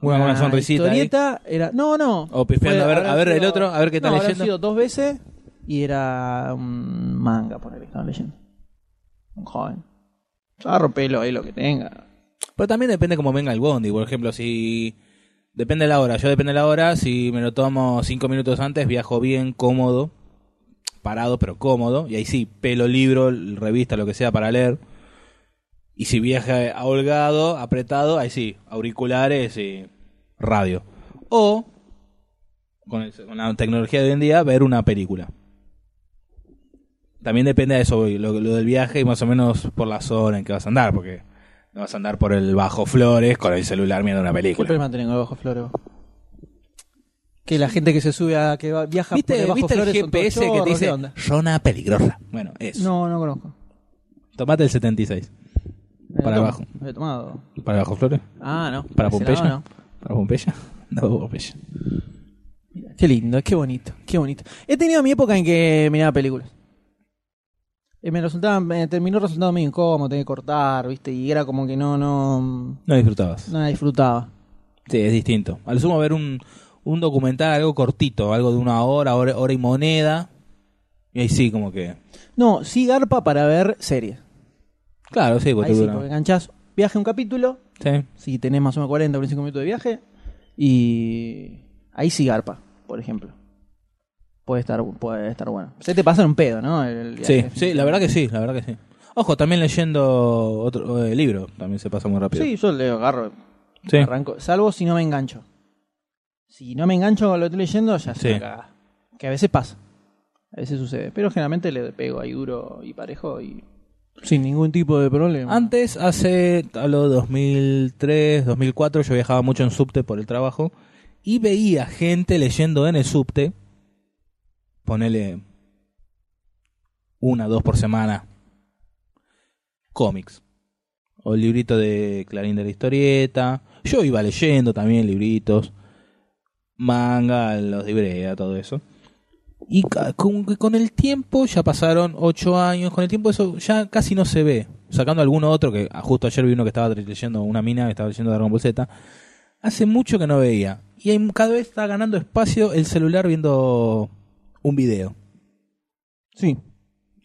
B: una, una sonrisita. ahí.
A: historieta era... No, no.
B: O pifiando, a ver-
A: habrá
B: a ver el otro, a ver qué está
A: no, habrá
B: leyendo.
A: sido dos veces y era un manga, por el que estaba leyendo. Un joven. Yo agarro pelo ahí lo que tenga.
B: Pero también depende cómo venga el bondi. Por ejemplo, si. Depende de la hora. Yo depende de la hora. Si me lo tomo cinco minutos antes, viajo bien, cómodo. Parado, pero cómodo. Y ahí sí, pelo, libro, revista, lo que sea para leer. Y si viaja holgado, apretado, ahí sí, auriculares y radio. O, con, el- con la tecnología de hoy en día, ver una película. También depende de eso, voy, lo, lo del viaje y más o menos por la zona en que vas a andar, porque no vas a andar por el Bajo Flores con el celular mirando una
A: ¿Qué
B: película.
A: problema tengo bajo flores? vos? Que la gente que se sube a... que va- viaja por
B: ¿Viste,
A: el bajo
B: ¿viste el
A: flores son todos
B: GPS que
A: chorros,
B: te
A: ¿qué
B: dice
A: onda?
B: zona peligrosa? Bueno, eso.
A: No, no conozco.
B: Tomate el 76.
A: Me lo
B: Para
A: tomo,
B: abajo.
A: me lo he tomado.
B: ¿Para Bajo Flores?
A: Ah, no.
B: ¿Para
A: ese lado
B: Pompeya?
A: no.
B: ¿Para Pompeya? No, Pompeya.
A: Qué lindo, qué bonito, qué bonito. He tenido mi época en que miraba películas. eh, me resultaba, me terminó resultando medio incómodo, tenía que cortar, ¿viste? Y era como que no, no,
B: No disfrutabas.
A: no la disfrutaba.
B: Sí, es distinto. Al sumo ver un, un documental, algo cortito, algo de una hora, hora, hora y moneda. Y ahí sí, como que...
A: No, sí garpa para ver series.
B: Claro, sí, porque
A: Ahí sí,
B: dura.
A: porque enganchás viaje un capítulo,
B: Sí.
A: si tenés más o menos 40 o 45 minutos de viaje, y ahí sí garpa, por ejemplo. Puede estar, puede estar bueno. Se te pasa un pedo, ¿no? El
B: Sí,
A: viaje.
B: sí, la verdad que sí, la verdad que sí. Ojo, también leyendo otro eh, libro, también se pasa muy rápido.
A: Sí, yo le agarro,
B: Sí.
A: arranco, salvo si no me engancho. Si no me engancho con lo que estoy leyendo, ya
B: Sí.
A: se Que a veces pasa. A veces sucede. Pero generalmente le pego ahí duro y parejo y. Sin ningún tipo de problema.
B: Antes, hace, te hablo de 2003, 2004, yo viajaba mucho en subte por el trabajo y veía gente leyendo en el subte, ponele una, dos por semana, cómics o el librito de Clarín de la Historieta. Yo iba leyendo también libritos, manga, los de Ibrea, todo eso. Y ca- con, con el tiempo, ya pasaron ocho años, con el tiempo eso ya casi no se ve. Sacando alguno otro, que ah, justo ayer vi uno que estaba leyendo, una mina que estaba leyendo Dragon Ball Z, hace mucho que no veía. Y hay- cada vez está ganando espacio el celular viendo un video.
A: Sí.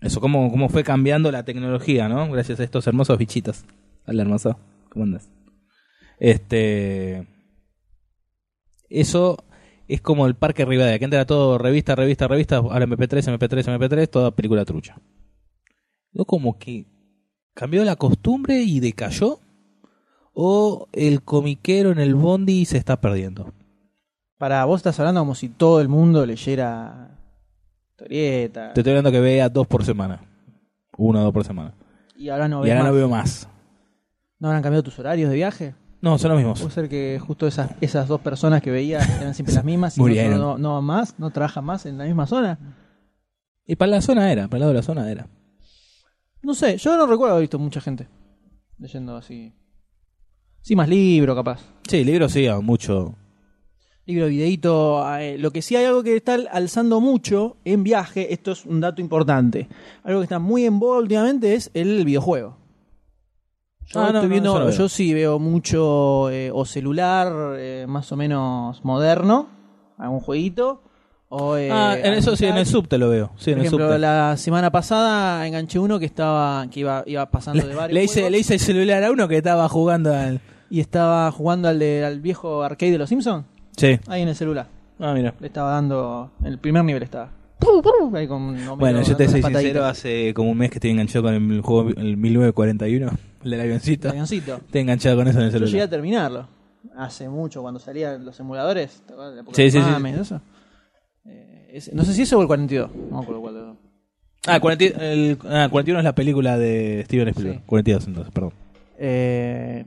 B: Eso, cómo, cómo fue cambiando la tecnología, ¿no? Gracias a estos hermosos bichitos. Hola, hermoso. ¿Cómo andas? Este. Eso es como el parque Rivadavia, que antes era todo revista, revista, revista, ahora MP3, MP3, MP3, toda película trucha. Yo como que cambió la costumbre y decayó, o el comiquero en el bondi se está perdiendo.
A: Para vos estás hablando como si todo el mundo leyera historieta.
B: Te estoy hablando que vea dos por semana. Una o dos por semana.
A: Y ahora no
B: y
A: ves
B: ahora no
A: más.
B: veo más.
A: ¿No habrán cambiado tus horarios de viaje?
B: No, son los mismos.
A: Puede ser que justo esas, esas dos personas que veías eran siempre las mismas y no-
B: Murieron.
A: no, no, no van más, no trabajan más en la misma zona.
B: Y para la zona era, para el lado de la zona era.
A: No sé, yo no recuerdo haber visto mucha gente leyendo así. Sí, más libro, capaz.
B: Sí, libros sí, a mucho.
A: Libro, videíto. eh, Lo que sí hay algo que está alzando mucho en viaje, esto es un dato importante. Algo que está muy en boga últimamente es el videojuego. Yo,
B: Ah, no,
A: estoy
B: no,
A: viendo-
B: eso lo veo.
A: yo sí veo mucho eh, o celular eh, más o menos moderno, algún jueguito. O, eh,
B: ah, en eso sí, en el
A: algún
B: subte lo veo. Sí, en
A: Por
B: el
A: ejemplo,
B: subte.
A: la semana pasada enganché uno que estaba que iba, iba pasando de varios
B: Le hice,
A: juegos
B: le hice el celular a uno que estaba jugando al.
A: y estaba jugando al, de- al viejo arcade de los Simpsons,
B: Sí.
A: ahí en el celular.
B: Ah, mira.
A: Le estaba dando. En el primer nivel estaba. Ahí con Homero
B: Bueno, yo te
A: dando
B: soy
A: las
B: sincero,
A: pataditas.
B: hace como un mes que estoy enganchado con el juego el 1941, el del avioncito.
A: El avioncito.
B: Estoy enganchado con eso en el
A: Yo llegué a
B: celular.
A: terminarlo. Hace mucho, cuando salían los emuladores. ¿te acuerdas de la época
B: Sí,
A: de
B: sí, sí.
A: Mames, eso? Eh, ese- no sé si ese o el 42. No me acuerdo cuál de los dos.
B: Ah, 40 el, ah, 41 es la película de Steven Spielberg.
A: Sí.
B: 42, entonces, perdón.
A: Eh,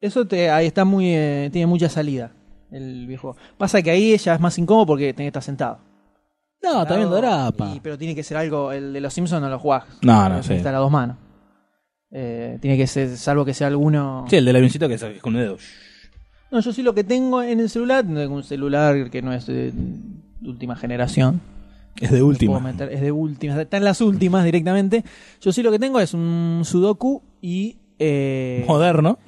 A: eso te, ahí está muy. eh, tiene mucha salida. El viejo. Pasa que ahí ya es más incómodo porque tenés que estar sentado.
B: No, está viendo
A: Y-
B: grapa.
A: pero tiene que ser algo. El de los Simpsons no lo jugás.
B: No, no,
A: Tenés que
B: sí.
A: estar a dos manos. Eh, tiene que ser, salvo que sea alguno.
B: Sí, el del avioncito que es con un dedo.
A: No, yo sí lo que tengo en el celular, tengo un celular que no es de de última generación.
B: Es de
A: Puedo
B: última.
A: meter- es de última, está en las últimas directamente. Yo sí lo que tengo es un Sudoku y. Eh,
B: Moderno.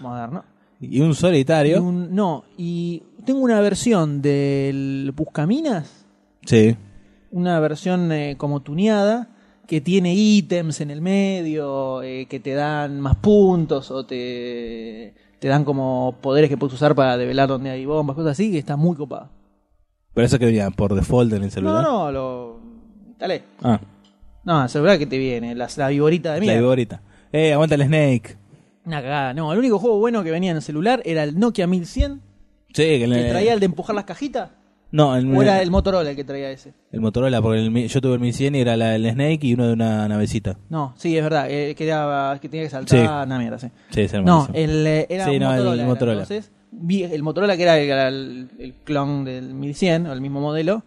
A: moderno.
B: Y un
A: Y
B: solitario.
A: un- no, y tengo una versión del Buscaminas,
B: Sí.
A: una versión eh, como tuneada, que tiene ítems en el medio, eh, que te dan más puntos o te, te dan como poderes que puedes usar para develar dónde hay bombas, cosas así, que está muy copada.
B: Pero eso que venía por default en el celular.
A: No, no, lo. Dale.
B: Ah,
A: No, el celular que te viene, la, la viborita de
B: la
A: mierda.
B: viborita. Eh, aguanta el Snake.
A: Una cagada, no. El único juego bueno que venía en el celular era el Nokia 1100,
B: Sí, que,
A: que
B: le-
A: traía el de empujar las cajitas,
B: No, el,
A: o era el Motorola el que traía ese.
B: el Motorola, porque el mi- yo tuve el 1100 y era la, el Snake y uno de una navecita.
A: No, sí, es verdad, eh, que, era- que tenía que saltar,
B: Sí.
A: una mierda, sí.
B: Sí, ese
A: No,
B: hermoso.
A: el, eh, era
B: Sí,
A: un
B: no, el
A: Motorola. era,
B: Motorola.
A: Entonces, vi- el Motorola, que era el, era el- el clon del 1100, o el mismo modelo,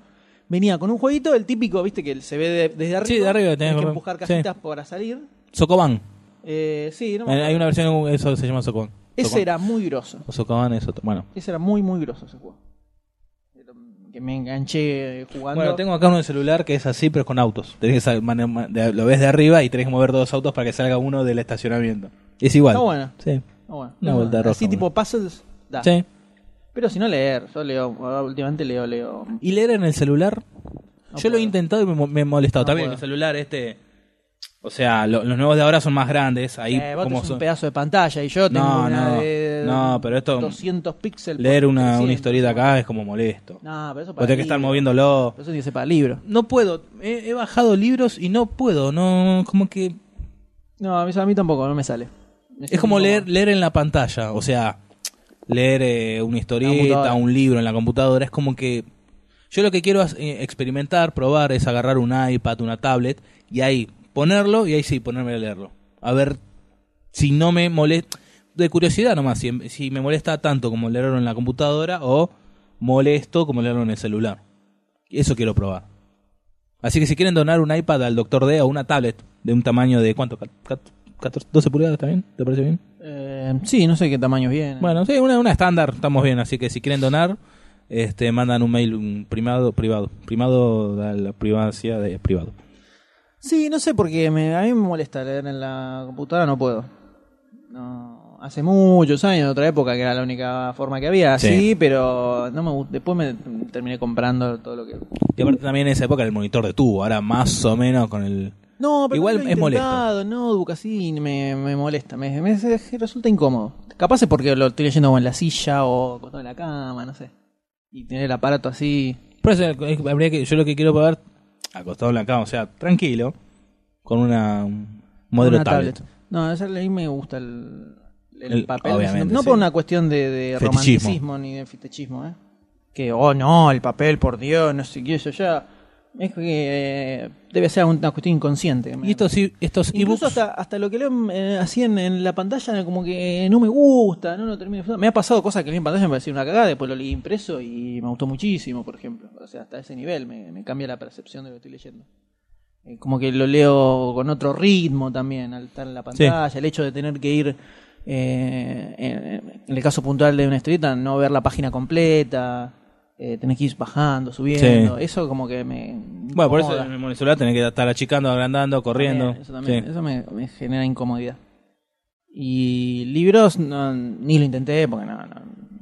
A: venía con un jueguito, el típico, viste, que se ve de- desde arriba.
B: Sí, de arriba, tenés
A: tenés que
B: que-
A: empujar
B: sí.
A: cajitas para salir.
B: Socoban.
A: Eh, sí, no me
B: Hay
A: acuerdo.
B: una versión, eso se llama Socoban.
A: Ese
B: Socoban.
A: era muy grosso.
B: O Socoban es otro. Bueno,
A: Ese era muy, muy grosso ese juego. que me enganché eh, jugando.
B: Bueno, tengo acá uno de celular que es así, pero es con autos. Tenés que sal- mane- ma- de- lo ves de arriba y tenés que mover dos autos para que salga uno del estacionamiento. Es igual.
A: Está bueno.
B: Sí.
A: Ah, bueno.
B: Una vuelta roja,
A: Así
B: bueno.
A: tipo puzzles, da.
B: Sí.
A: Pero si no leer, yo leo, ahora últimamente leo, leo.
B: ¿Y leer en el celular?
A: No
B: Yo
A: puedo.
B: lo he intentado y me, mo- me he molestado.
A: No
B: También
A: puedo.
B: el celular este... O sea, lo- los nuevos de ahora son más grandes. Ahí
A: Eh, vos
B: como
A: tenés
B: son-
A: un pedazo de pantalla y yo tengo
B: No,
A: una
B: no.
A: de
B: No, pero esto-
A: 200 píxeles. por
B: leer una, una
A: 300.
B: historieta acá es como molesto.
A: No, pero eso
B: Vos tenés que estar
A: libro.
B: moviéndolo.
A: Pero Eso dice para libro.
B: No puedo. He, he bajado libros y no puedo. No, como que
A: No, a mí, a mí tampoco, no me sale.
B: es como leer leer en la pantalla. O sea, leer eh, una historieta,
A: computadora.
B: un libro en la computadora es como que yo lo que quiero es, eh, experimentar, probar es agarrar un iPad, una tablet y ahí ponerlo y ahí sí ponerme a leerlo. A ver si no me molesta de curiosidad nomás si, si me molesta tanto como leerlo en la computadora o molesto como leerlo en el celular. Eso quiero probar. Así que si quieren donar un iPad al Dr. D o una tablet de un tamaño de cuánto, Cat- cat- 14, 12 pulgadas, ¿está bien? ¿Te parece bien?
A: Eh, sí, no sé qué tamaño viene.
B: Bueno, sí, una, una estándar, estamos bien. Así que si quieren donar, este, mandan un mail un primado, privado, primado da la privacidad de privado.
A: Sí, no sé porque me, a mí me molesta leer en la computadora, no puedo. No, hace muchos años, otra época que era la única forma que había,
B: Sí.
A: sí, pero no me gu- después me terminé comprando todo lo que
B: Y aparte también en esa época era el monitor de tubo, ahora más o menos con el...
A: No, pero
B: Igual
A: no lo he
B: es molesto.
A: intentado, No, Ducasín, me, me molesta, me, me- me resulta incómodo. Capaz es porque lo estoy leyendo o en la silla o acostado en la cama, no sé. Y tener el aparato así.
B: Por eso, eh, habría que, yo lo que quiero probar, acostado en la cama, o sea, tranquilo, con una un modelo
A: una
B: tablet.
A: No, esa- a mí me gusta el, el
B: El-
A: papel.
B: obviamente,
A: no
B: sí.
A: por una cuestión de, de
B: Fetichismo.
A: romanticismo ni de fetichismo, ¿eh? Que, oh no, el papel, por Dios, no sé qué, eso ya. Es que eh, debe ser una cuestión inconsciente.
B: Y estos, i- estos ebooks...
A: Incluso hasta, hasta lo que leo eh, así en, en la pantalla, como que no me gusta, no lo termino. de disfrutar. Me ha pasado cosas que leí en pantalla me parecieron una cagada, después lo leí impreso y me gustó muchísimo, por ejemplo. O sea, hasta ese nivel me, me cambia la percepción de lo que estoy leyendo. Eh, como que lo leo con otro ritmo también al estar en la pantalla, el hecho de tener que ir. eh, en, en el caso puntual de una historieta, no ver la página completa, eh, tenés que ir bajando, subiendo,
B: Sí.
A: eso como que me.
B: Bueno, por eso
A: incomoda.
B: en el celular tenés que estar achicando, agrandando, corriendo.
A: También, eso también,
B: Sí.
A: eso me, me genera incomodidad. Y libros no, ni lo intenté porque no, no,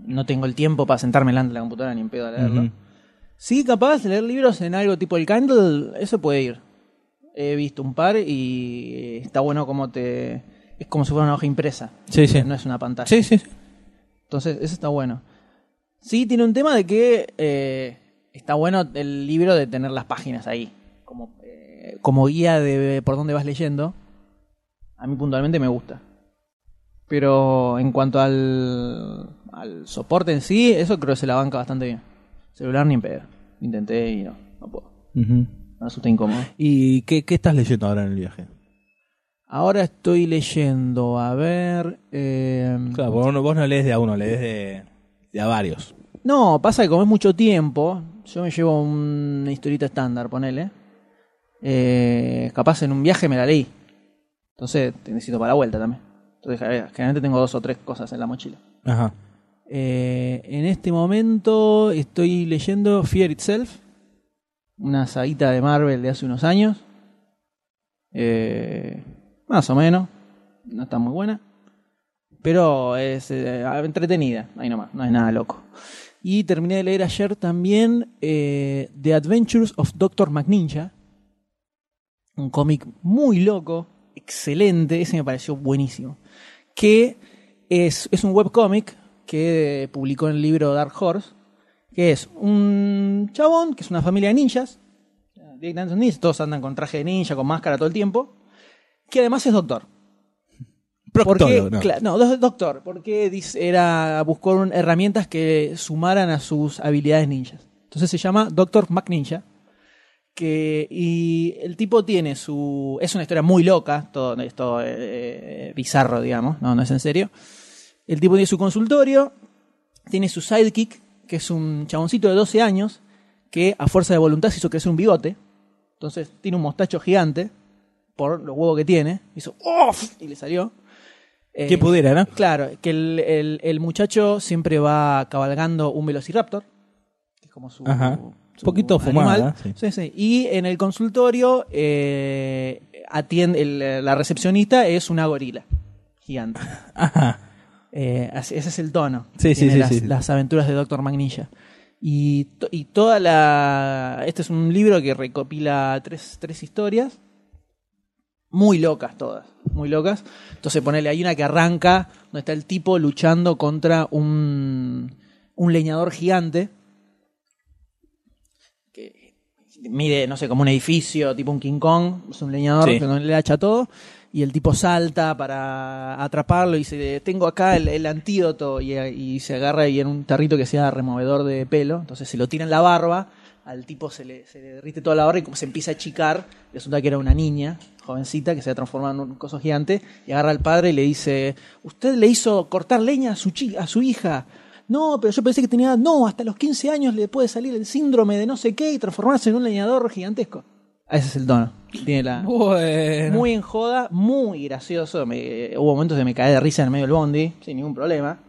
A: no tengo el tiempo para sentarme delante de la computadora ni en pedo a leerlo.
B: Ujú.
A: Sí, capaz leer libros en algo tipo el Kindle, eso puede ir. He visto un par y eh, está bueno como te... Es como si fuera una hoja impresa,
B: Sí, sí.
A: no es una pantalla.
B: Sí, sí. sí.
A: Entonces, eso está bueno. Sí, tiene un tema de que eh, está bueno el libro de tener las páginas ahí, como, eh, como guía de por dónde vas leyendo. A mí puntualmente me gusta. Pero en cuanto al, al soporte en sí, eso creo que se la banca bastante bien. Celular ni en pedo. Intenté y no, no puedo.
B: Ujú.
A: Me resulta incómodo.
B: ¿Y qué, qué estás leyendo ahora en el viaje?
A: Ahora estoy leyendo, a ver... eh,
B: Claro, vos no, vos no lees de a uno, lees de, de a varios.
A: No, pasa que como es mucho tiempo, yo me llevo una historieta estándar, ponele. Eh, capaz en un viaje me la leí. Entonces te necesito para la vuelta también. Entonces eh, generalmente tengo dos o tres cosas en la mochila.
B: Ajá.
A: Eh, en este momento estoy leyendo Fear Itself, una saguita de Marvel de hace unos años. Eh, más o menos, no está muy buena, pero es eh, entretenida, ahí nomás, no es nada loco. Y terminé de leer ayer también eh, The Adventures of Dr. McNinja, un cómic muy loco, excelente, ese me pareció buenísimo, que es, es un webcómic que publicó en el libro Dark Horse, que es un chabón, que es una familia de ninjas, directamente son ninjas, todos andan con traje de ninja, con máscara todo el tiempo, que además es doctor.
B: Proctólogo,
A: Porque-
B: no.
A: cla- no, do- doctor, porque dice, era, buscó un- herramientas que sumaran a sus habilidades ninjas. Entonces se llama Doctor McNinja. Que, y el tipo tiene su. Es una historia muy loca, todo esto eh, bizarro, digamos, no, no es en serio. El tipo tiene su consultorio, tiene su sidekick, que es un chaboncito de 12 años, que a fuerza de voluntad se hizo crecer un bigote. Entonces tiene un mostacho gigante, por los huevos que tiene. Hizo ¡Uf! Y le salió. Eh,
B: Que pudiera, ¿no?
A: Claro, que el, el- el muchacho siempre va cabalgando un velociraptor, que es como su.
B: Ajá.
A: su
B: Poquito fumada, sí.
A: Sí, sí. Y en el consultorio, eh, atiende, el- la recepcionista es una gorila gigante.
B: Ajá.
A: Eh, así- ese es el tono.
B: Sí, sí,
A: Tiene
B: sí,
A: las,
B: sí.
A: las aventuras de Doctor Magnilla. Y, to- y toda la. Este es un libro que recopila tres, tres historias. Muy locas todas. Muy locas. Entonces, ponele, hay una que arranca donde está el tipo luchando contra un, un leñador gigante. Que mide, no sé, como un edificio, tipo un King Kong. Es un leñador
B: Sí.
A: que no le hacha todo. Y el tipo salta para atraparlo y dice, tengo acá el, el antídoto y, y se agarra y en un tarrito que sea removedor de pelo, entonces se lo tira en la barba, al tipo se le, se le derrite toda la barba y como se empieza a achicar, resulta que era una niña, jovencita, que se ha transformado en un coso gigante, y agarra al padre y le dice, usted le hizo cortar leña a su, chi- a su hija. No, pero yo pensé que tenía, no, hasta los 15 años le puede salir el síndrome de no sé qué y transformarse en un leñador gigantesco. Ese es el tono. Tiene la,
B: Bueno.
A: muy en joda, muy gracioso. Me- hubo momentos que me caí de risa en el medio del bondi, sin ningún problema.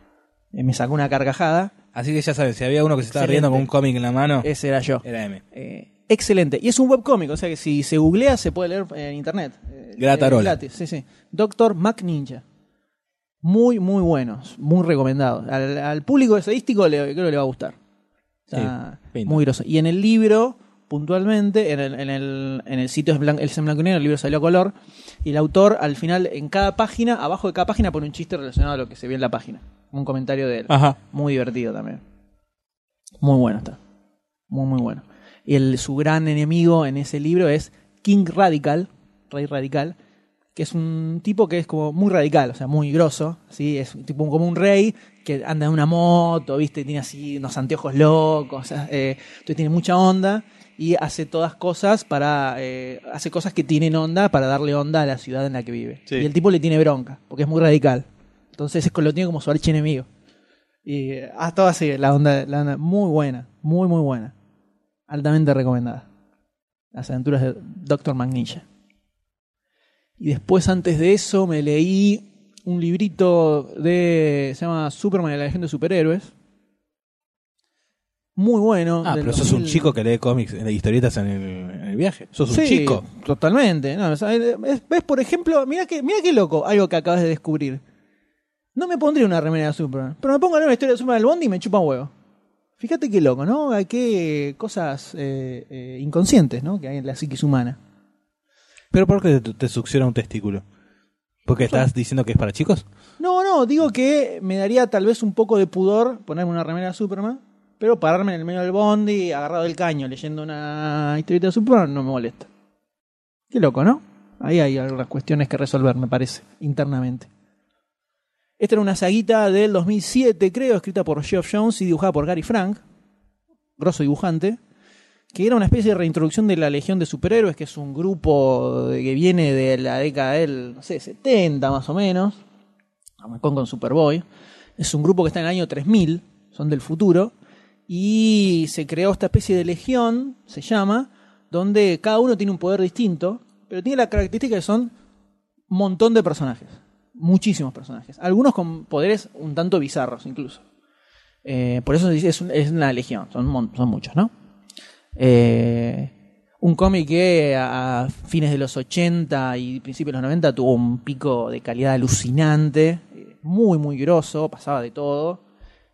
A: Eh, me sacó una carcajada.
B: Así que ya sabes, si había uno que se estaba
A: Excelente.
B: riendo con un cómic en la mano,
A: Ese era yo.
B: era M.
A: Eh, excelente. Y es un webcómic, o sea que si se googlea se puede leer en internet. Eh,
B: Gratarola.
A: eh, gratis, sí, sí. Doctor Mac Ninja. Muy, muy buenos, muy recomendados. Al, al público estadístico le, creo que le va a gustar. Está
B: Sí, pinta.
A: muy groso. Y en el libro, puntualmente, en el, en el, en el sitio es, blan- es en blanco y negro, el libro salió a color. Y el autor, al final, en cada página, abajo de cada página, pone un chiste relacionado a lo que se vio en la página. Un comentario de él.
B: Ajá.
A: Muy divertido también. Muy bueno está. Muy, muy bueno. Y el, su gran enemigo en ese libro es King Radical, Rey Radical, que es un tipo que es como muy radical, o sea, muy grosso, ¿sí? Es un tipo como un rey que anda en una moto, ¿viste? Tiene así unos anteojos locos, o sea, eh, entonces tiene mucha onda y hace todas cosas para... eh, hace cosas que tienen onda para darle onda a la ciudad en la que vive.
C: Sí.
A: Y el tipo le tiene bronca, porque es muy radical. Entonces es, co- lo tiene como su archienemigo. Y eh, ha estado así, la onda, la onda muy buena, muy, muy buena. Altamente recomendada. Las aventuras de Doctor Magninja. Y después, antes de eso, me leí un librito de. se llama Superman y la Legión de Superhéroes. Muy bueno.
B: Ah,
A: del
B: pero sos un
A: 2000.
B: chico que lee cómics, lee historietas en el, en el viaje. Sos un
A: Sí,
B: chico.
A: Totalmente. No, o sea, es- ves, por ejemplo, mira que, mira qué loco algo que acabas de descubrir. No me pondría una remera de Superman, pero me pongo a leer una historia de Superman del Bondi y me chupa un huevo. Fíjate qué loco, ¿no? Hay qué cosas eh, eh, inconscientes, ¿no? Que hay en la psiquis humana.
B: ¿Pero por qué te, te succiona un testículo? ¿Porque estás diciendo que es para chicos?
A: No, no, digo que me daría tal vez un poco de pudor ponerme una remera de Superman, pero pararme en el medio del Bondi, agarrado del caño, leyendo una historieta de Superman, no me molesta. Qué loco, ¿no? Ahí hay algunas cuestiones que resolver, me parece, internamente. Esta era una saguita del 2007, creo, escrita por Geoff Jones y dibujada por Gary Frank, grosso dibujante, que era una especie de reintroducción de la Legión de Superhéroes, que es un grupo de- que viene de la década del, no sé, 70 más o menos, Amacón con Superboy. Es un grupo que está en el año 3000, son del futuro, y se creó esta especie de legión, se llama, donde cada uno tiene un poder distinto, pero tiene la característica que son un montón de personajes, muchísimos personajes, algunos con poderes un tanto bizarros incluso. Eh, por eso se dice, es, un- es una legión, son, mon- son muchos, ¿no? Eh, un cómic que a a fines de los 80 y principios de los 90 tuvo un pico de calidad alucinante, eh, muy, muy grosso, pasaba de todo.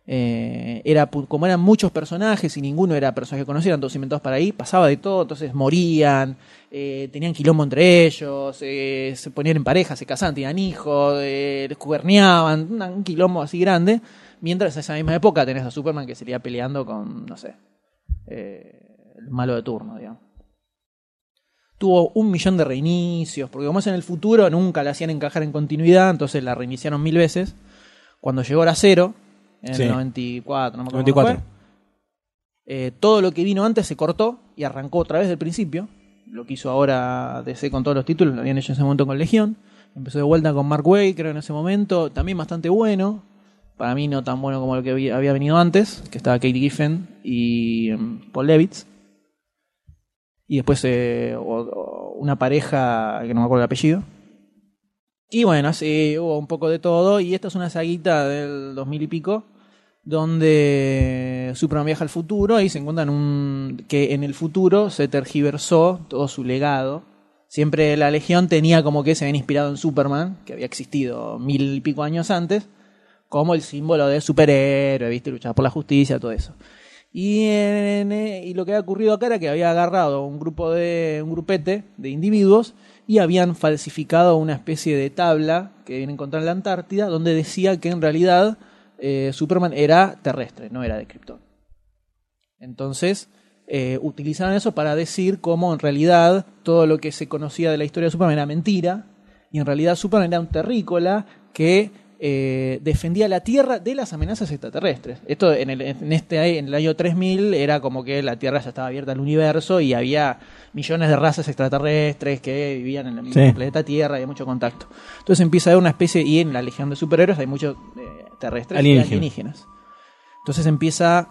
A: Eh, era pu- como eran muchos personajes y ninguno era personaje conocido, eran todos inventados para ahí, pasaba de todo, entonces morían, eh, tenían quilombo entre ellos, eh, se ponían en pareja, se casaban, tenían hijos, eh, descuberneaban, una- un quilombo así grande. Mientras en esa misma época tenés a Superman que sería peleando con, no sé, eh, el malo de turno, digamos. Tuvo un millón de reinicios, porque como es en el futuro, nunca la hacían encajar en continuidad, entonces la reiniciaron mil veces. Cuando llegó la cero, en
B: Sí.
A: el 94, no me acuerdo.
B: 94.
A: cuándo fue, eh, todo lo que vino antes se cortó y arrancó otra vez del principio. Lo que hizo ahora DC con todos los títulos, lo habían hecho en ese momento con Legión. Empezó de vuelta con Mark Way, creo en ese momento, también bastante bueno. Para mí no tan bueno como lo que había había venido antes, que estaba Kate Giffen y em, Paul Levitz. Y después eh, o- o una pareja, que no me acuerdo el apellido. Y bueno, sí, hubo un poco de todo. Y esta es una saguita del 2000 y pico, donde Superman viaja al futuro y se encuentran un que en el futuro se tergiversó todo su legado. Siempre la Legión tenía como que se habían inspirado en Superman, que había existido mil y pico años antes, como el símbolo de superhéroe, ¿viste? Luchaba por la justicia, todo eso. Y, en- en- y lo que había ocurrido acá era que había agarrado un grupo de un grupete de individuos y habían falsificado una especie de tabla que viene a encontrar en la Antártida donde decía que en realidad eh, Superman era terrestre, no era de Krypton. Entonces eh, utilizaron eso para decir cómo en realidad todo lo que se conocía de la historia de Superman era mentira y en realidad Superman era un terrícola que eh, defendía la Tierra de las amenazas extraterrestres. Esto en el, en este, en el año 3000 era como que la Tierra ya estaba abierta al universo y había millones de razas extraterrestres que vivían en el mismo
C: Sí.
A: planeta Tierra y había mucho contacto. Entonces empieza a haber una especie, y en la Legión de Superhéroes hay muchos eh, terrestres
C: Alienígenas.
A: y alienígenas. Entonces empieza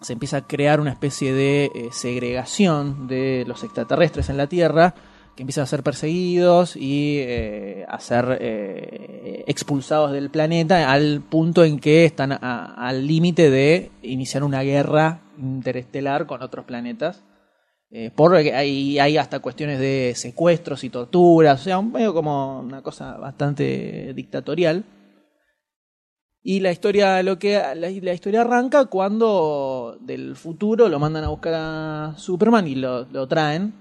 A: se empieza a crear una especie de eh, segregación de los extraterrestres en la Tierra, que empiezan a ser perseguidos y eh, a ser eh, expulsados del planeta al punto en que están a- al límite de iniciar una guerra interestelar con otros planetas. Eh, por, hay, hay hasta cuestiones de secuestros y torturas, o sea, un medio como una cosa bastante dictatorial. Y la historia, lo que, la, la historia arranca cuando del futuro lo mandan a buscar a Superman y lo, lo traen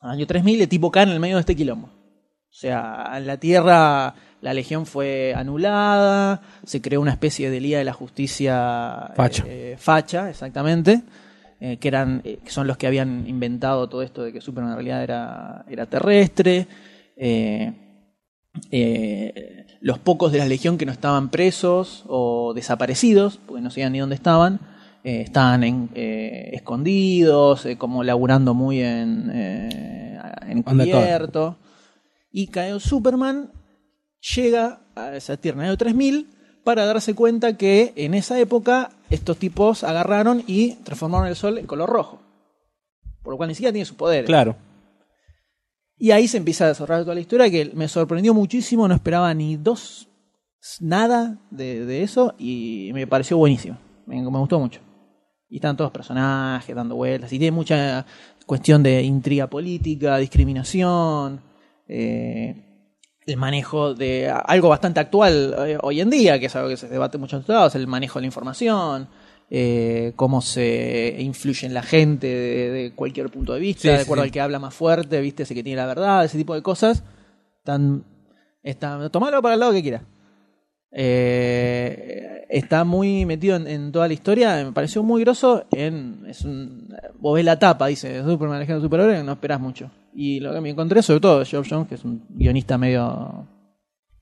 A: al año 3000 y el tipo cae en el medio de este quilombo. O sea, en la Tierra la Legión fue anulada, se creó una especie de Liga de la Justicia
C: Facha.
A: eh, facha, exactamente, eh, que eran eh, que son los que habían inventado todo esto de que Superman en realidad era, era terrestre. eh, eh, los pocos de la legión que no estaban presos o desaparecidos, porque no sabían ni dónde estaban, eh, estaban en- eh, escondidos, eh, como laburando muy en, eh, en
B: Undercover.
A: cubierto. Y cae Superman, llega a esa tierra en el año 3000 para darse cuenta que en esa época estos tipos agarraron y transformaron el sol en color rojo. Por lo cual ni siquiera tiene sus poderes.
C: Claro.
A: Y ahí se empieza a desarrollar toda la historia que me sorprendió muchísimo, no esperaba ni dos nada de, de eso y me pareció buenísimo, me, me gustó mucho. Y están todos personajes dando vueltas y tiene mucha cuestión de intriga política, discriminación, eh, el manejo de a- algo bastante actual eh, hoy en día, que es algo que se debate mucho en todos lados, el manejo de la información. eh, cómo se influye en la gente de, de cualquier punto de vista,
B: Sí,
A: de
B: sí,
A: acuerdo
B: sí.
A: al que habla más fuerte, viste, ese que tiene la verdad, ese tipo de cosas. Tan, está, tomalo para el lado que quiera. Eh, está muy metido en, en toda la historia. Me pareció muy groso. En, es un, vos ves la tapa, dice Superman, Alejandro Superhéroe, no esperás mucho. Y lo que me encontré, sobre todo, Geoff Jones, que es un guionista medio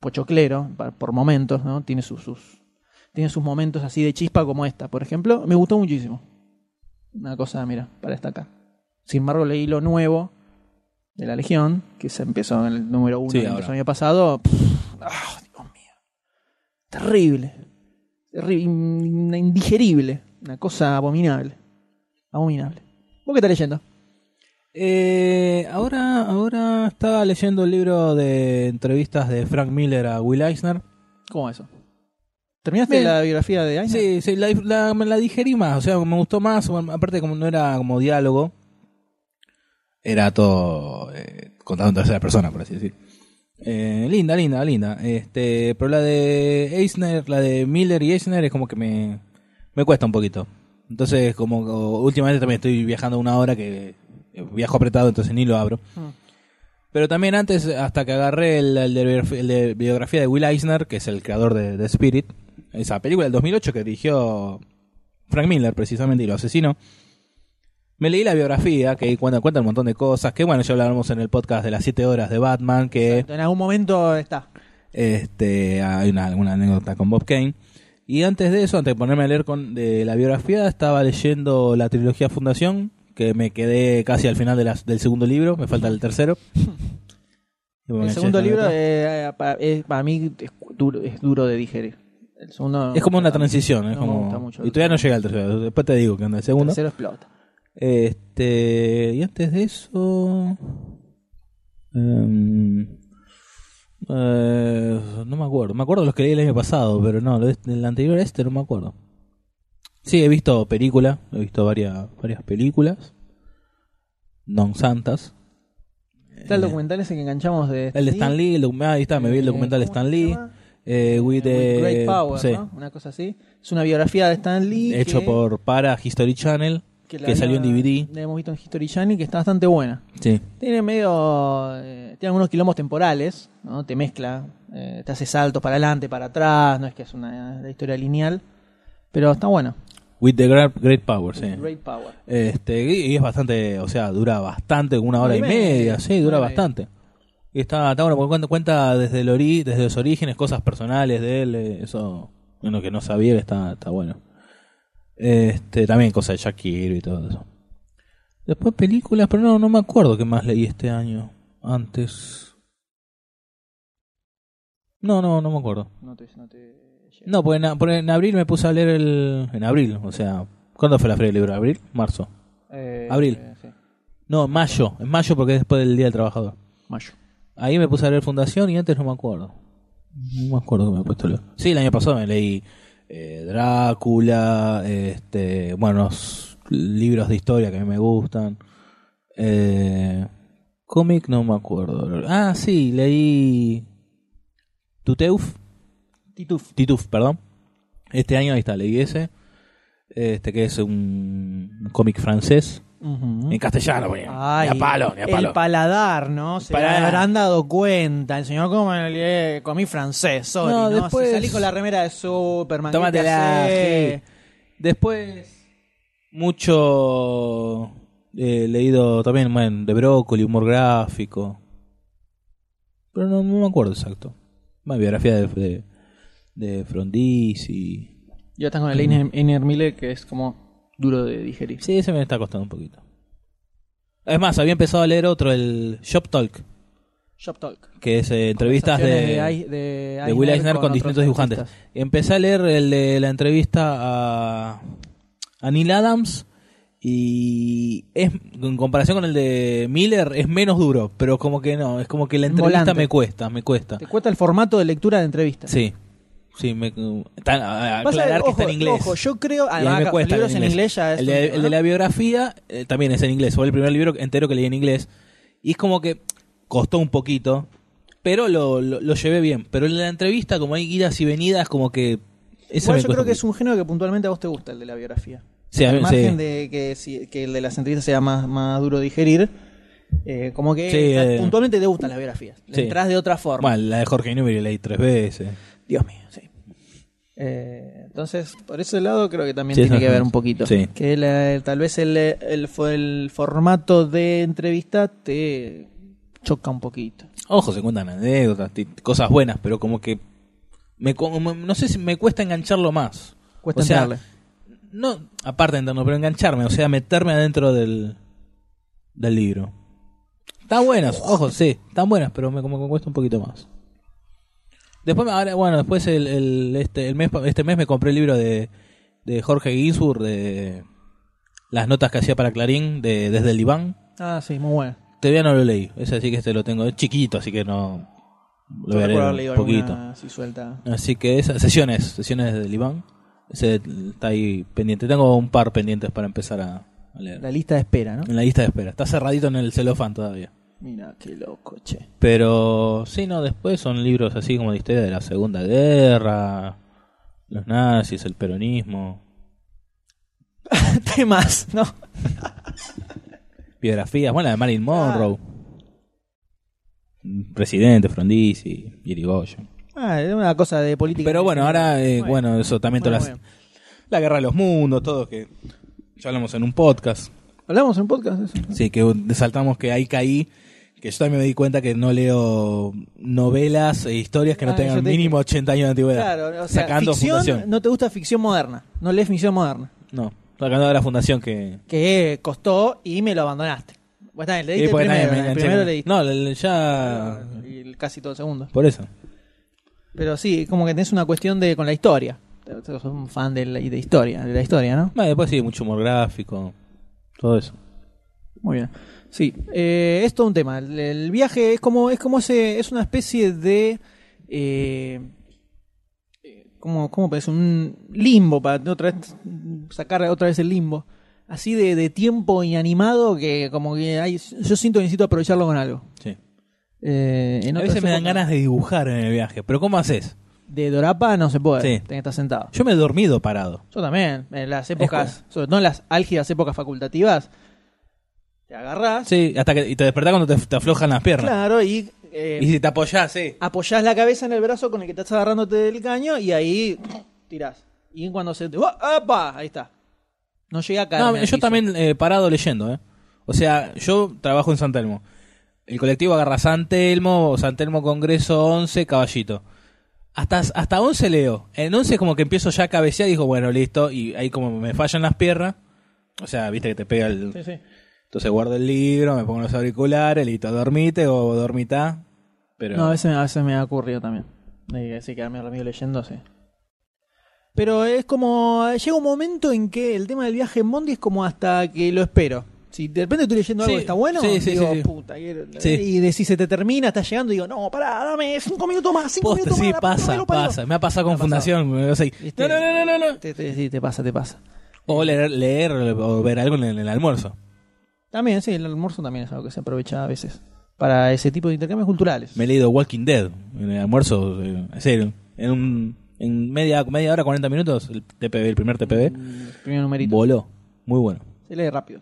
A: pochoclero pa- por momentos, ¿no? Tiene sus, sus, tiene sus momentos así de chispa como esta, por ejemplo. Me gustó muchísimo. Una cosa, mira, para destacar. Sin embargo, leí lo nuevo de la Legión, que se empezó en el número uno,
B: Sí,
A: que
B: ahora.
A: empezó el año pasado. Pff, ah, Dios mío. Terrible. Terrible. in- Indigerible. Una cosa abominable. Abominable. ¿Vos qué estás leyendo?
B: Eh, ahora, ahora estaba leyendo el libro de entrevistas de Frank Miller a Will Eisner.
A: ¿Cómo eso? ¿Terminaste
B: Bien.
A: la biografía de Aina?
B: Sí, sí, la, la- me la digerí más, o sea, me gustó más, bueno, aparte como no era como diálogo, era todo eh, contado en tercera persona, por así decir. Eh, linda, linda, linda. Este, pero la de Eisner, la de Miller y Eisner es como que me, me cuesta un poquito. Entonces, como o- últimamente también estoy viajando una hora que eh, viajo apretado, entonces ni lo abro.
A: Mm.
B: Pero también antes, hasta que agarré el, el de, biografi- el de biografía de Will Eisner, que es el creador de, de Spirit, esa película del 2008 que dirigió Frank Miller precisamente y lo asesinó, me leí la biografía que cuenta, cuenta un montón de cosas, que bueno, ya hablábamos en el podcast de las 7 horas de Batman, que
A: En algún momento está.
B: este, hay una, alguna anécdota con Bob Kane. Y antes de eso, antes de ponerme a leer con, de la biografía, estaba leyendo la trilogía Fundación, que me quedé casi al final de las- del segundo libro, me falta el tercero. Y bueno,
A: El
B: ya
A: segundo
B: está
A: libro
B: otro.
A: eh, pa- es- para mí es duro, es duro de digerir. El segundo
B: es como una transición, es
A: no me
B: como-
A: gusta mucho.
B: y todavía no llega al tercero, después te digo que anda el
A: el
B: segundo.
A: tercero explota.
B: Este, y antes de eso. em, eh, no me acuerdo. Me acuerdo los que leí el año pasado, pero no, lo de- del anterior a este no me acuerdo. Sí, he visto películas, he visto varias, varias películas. Non santas.
A: Está el documental ese que enganchamos de.
B: Eh. El de Stan Lee, el docu- ah, ahí está, me vi el
A: Eh,
B: documental de
A: ¿cómo
B: Stan
A: se
B: Lee.
A: llama?
B: Eh, with,
A: With
B: eh,
A: Great Power,
B: sí,
A: ¿no? Una cosa así. Es una biografía de Stan Lee.
B: Hecho
A: que-
B: por para History Channel, que,
A: la
B: salió en
A: había-
B: DVD.
A: La hemos visto en History Channel que está bastante buena.
B: Sí.
A: Tiene medio. eh, tiene algunos quilombos temporales, ¿no? Te mezcla, eh, te hace saltos para adelante, para atrás, no es que es una, una historia lineal, pero está bueno.
B: With the Great, great Power, sí.
A: Great Power.
B: Este, y y es bastante, o sea, dura bastante, una hora
A: Hora
B: y
A: y media,
B: media, sí, dura
A: hora y-
B: bastante. Y está, está bueno, porque cuenta, cuenta desde, el ori- desde los orígenes, cosas personales de él, eh, eso, bueno, que no sabía, está, está bueno. Este, también cosas de Jack Kirby y todo eso. Después películas, pero no, no me acuerdo qué más leí este año, antes. No, no, no me acuerdo.
A: No te, no te llega.
B: No, porque en, a- porque en abril me puse a leer el... En abril, o sea, ¿cuándo fue la feria del libro? ¿Abril? ¿Marzo?
A: Eh,
B: Abril.
A: eh, sí.
B: No, en mayo. En mayo porque es después del Día del Trabajador.
A: Mayo.
B: Ahí me puse a leer Fundación y antes no me acuerdo. No me acuerdo que me he puesto a leer. Sí, el año pasado me leí eh, Drácula, este, buenos libros de historia que a mí me gustan. Eh, cómic no me acuerdo. Ah, sí, leí Tuteuf.
A: Tituf.
B: Tituf, perdón. Este año ahí está, leí ese. Este que es un cómic francés. En castellano, güey. Ni
A: Ay,
B: a palo, ni a palo.
A: El paladar, ¿no? Se
B: Paladar.
A: habrán dado cuenta. El señor como eh, comí francés, sorry, ¿no?
B: No, después-
A: Si salí con la remera de Superman. ¿qué
B: Tómatela,
A: te
B: sí.
A: hace?
B: Después, mucho he leído también bueno, de brócoli, humor gráfico. Pero no, no me acuerdo exacto. Más biografía de, de, de Frondizi.
A: Yo están con el Einer, Einer Mile, que es como duro de digerir.
B: Sí, ese me está costando un poquito. Es más, había empezado a leer otro, el Shop Talk,
A: Shop Talk.
B: que es eh, entrevistas de,
A: Conversaciones de, de
B: de Will Eisner con,
A: otros
B: distintos dibujantes.
A: artistas.
B: Empecé a leer el de la entrevista a, a Neil Adams y es, en comparación con el de Miller es menos duro, pero como que no, es como que la entrevista
A: Volante.
B: me cuesta, me cuesta.
A: Te cuesta el formato de lectura de entrevistas.
B: Sí, sí, me, tan- a- a
A: Pasa
B: aclarar
A: ojo,
B: que está en inglés.
A: Ojo, yo creo.
B: Y a mí
A: Además,
B: me
A: acá,
B: cuesta
A: libros
B: en inglés.
A: ya es
B: el, de,
A: un- Ah,
B: el de la biografía eh, también es en inglés. Fue el primer libro entero que leí en inglés. Y es como que costó un poquito, pero lo, lo- lo llevé bien. Pero en la entrevista, como hay idas y venidas, como que...
A: Igual
B: Eso me
A: yo
B: cuesta
A: creo que
B: un
A: es un género que puntualmente a vos te gusta, el de la biografía.
B: Sí, a
A: Al
B: mí-
A: margen
B: sí.
A: de que, si- que el de las entrevistas sea más, más duro de digerir, eh, como que
B: Sí,
A: está-
B: eh.
A: puntualmente te gustan las biografías. Le
B: Sí.
A: entras de otra forma.
B: Bueno, la de Jorge Newbery leí tres veces.
A: Dios mío, sí. Eh, entonces, por ese lado creo que también
B: Sí,
A: tiene
B: eso
A: que ver
B: es.
A: un poquito.
B: Sí.
A: Que la- tal vez el, el, fo- el formato de entrevista te choca un poquito.
B: Ojo, se cuentan anécdotas, ti- cosas buenas, pero como que... Me, co- me- no sé si me cuesta engancharlo más.
A: Cuesta
B: o sea,
A: entrarle.
B: No, aparte de entrarlo, pero engancharme, o sea, meterme adentro del, del libro. Están buenas, ojo, sí, están buenas, pero me, como que me cuesta un poquito más. Después, me- ahora, bueno, después el, el- este, el mes, pa- este mes me compré el libro de, de Jorge Ginsburg, de las notas que hacía para Clarín, de Desde el Diván.
A: Ah, sí, muy bueno.
B: Todavía no lo leí, ese así que este lo tengo, es chiquito, así que no lo
A: Yo
B: voy
A: recuerdo
B: a leer
A: haber
B: un
A: leído
B: poquito.
A: alguna así suelta.
B: Así que esas sesiones, sesiones del Iván, ese está ahí pendiente. Tengo un par pendientes para empezar a, a leer.
A: La lista de espera, ¿no?
B: En la lista de espera. Está cerradito en el celofán todavía.
A: Mira, qué loco, che.
B: Pero sí, no, después son libros así como de historia de la Segunda Guerra, los nazis, el peronismo,
A: Temas, ¿no?
B: biografías, bueno, la de Marilyn
A: Ah.
B: Monroe, presidente, Frondizi, Irigoyen.
A: Ah, es una cosa de política.
B: Pero bueno, ahora, eh,
A: Bueno.
B: bueno, eso también
A: Bueno,
B: todas las- la guerra de los mundos, todo que ya hablamos en un podcast.
A: Hablamos en podcast de eso.
B: Sí, que saltamos que ahí caí. Que yo también me di cuenta que no leo novelas e historias que no
A: Ah,
B: tengan
A: yo te
B: mínimo 80 años de antigüedad.
A: Claro, o sea,
B: sacando
A: ficción,
B: Fundación.
A: no te gusta ficción moderna. No lees ficción moderna.
B: No, sacando de la Fundación que.
A: Que costó y me lo abandonaste. Pues Vos también leíste
B: Sí,
A: el
B: porque
A: primero,
B: nadie me
A: el
B: enganché
A: primero
B: con-
A: leíste.
B: No, le- le- ya.
A: Y el- casi todo el segundo.
B: Por eso.
A: Pero sí, como que tenés una cuestión de con la historia. Sos un fan de, la, de historia, de la historia, ¿no?
B: Bueno, después sí, mucho humor gráfico. Todo eso.
A: Muy bien. Sí, eh, es todo un tema. El, el viaje es como es como ese, es una especie de eh, eh, ¿Cómo, cómo parece? Un limbo, para otra vez sacar otra vez el limbo. Así de, de tiempo inanimado que como que hay, yo siento que necesito aprovecharlo con algo.
B: Sí.
A: Eh, en
B: A
A: otras
B: veces me dan
A: épocas-
B: ganas de dibujar en el viaje, pero ¿cómo haces?
A: De Dorapa no se puede,
B: Sí.
A: tenés que estar sentado.
B: Yo me he dormido parado.
A: Yo también, en las épocas, sobre todo en las álgidas épocas facultativas, te agarrás,
B: Sí, hasta que y te despertás cuando te, te aflojan las piernas.
A: claro, y, eh,
B: Y si te apoyás, sí.
A: apoyás la cabeza en el brazo con el que estás agarrándote del caño y ahí tirás. Y cuando se te... ¡Oh! ¡Apa! Ahí está. No llega a caer.
B: No, yo también eh, parado leyendo, ¿eh? O sea, yo trabajo en San Telmo. El colectivo agarra San Telmo, San Telmo Congreso 11, Caballito. Hasta, hasta 11 leo. En 11 como que empiezo ya a cabecear y digo, bueno, listo. Y ahí como me fallan las piernas. O sea, viste que te pega el...
A: Sí, sí.
B: Entonces guardo el libro, me pongo los auriculares, listo, dormite o dormita. Pero...
A: No, a veces, a veces me ha ocurrido también. Eh, Así quedarme dormido leyendo, sí. Pero es como. Llega un momento en que el tema del viaje en Bondi es como hasta que lo espero. Si de repente estoy leyendo algo
B: Sí,
A: que está bueno,
B: sí, sí,
A: digo,
B: sí, sí.
A: puta, quiero-
B: Sí.
A: y decís se te termina, estás llegando, y digo, no, pará, dame cinco minutos más, cinco
B: Posta,
A: minutos
B: sí,
A: más. la puta que
B: pasa,
A: lo parió".
B: pasa. Me ha pasado con
A: Me ha pasado.
B: Fundación. o sea,
A: Viste,
B: No, no, no, no, no.
A: Te, te- sí, te pasa, te pasa.
B: O leer, leer o ver algo en el- en el almuerzo.
A: También, sí, el almuerzo también es algo que se aprovecha a veces para ese tipo de intercambios culturales.
B: Me he leído Walking Dead en el almuerzo, eh, en serio. En, un- en media, media hora, 40 minutos, el TPB, el primer TPB,
A: El Mm, primer numerito.
B: voló. Muy bueno.
A: Se lee rápido.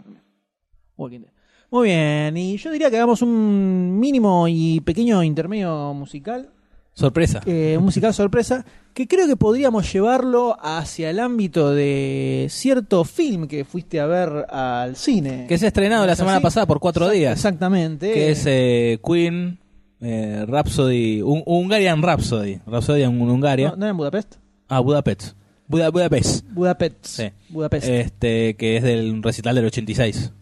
A: Walking Dead. Muy bien, y yo diría que hagamos un mínimo y pequeño intermedio musical,
B: Sorpresa.
A: eh, un musical sorpresa, que creo que podríamos llevarlo hacia el ámbito de cierto film que fuiste a ver al cine.
B: Que se ha estrenado
A: ¿No
B: la
A: es
B: semana
A: así?
B: pasada por cuatro
A: Exact-
B: días.
A: Exactamente.
B: Que es eh, Queen, eh, Rhapsody, un, Hungarian Rhapsody. Rhapsody en Hungaria.
A: ¿No, no era en Budapest?
B: Ah, Budapest. Buda- Budapest.
A: Budapest.
B: Sí.
A: Budapest.
B: Este, que es del recital del 86.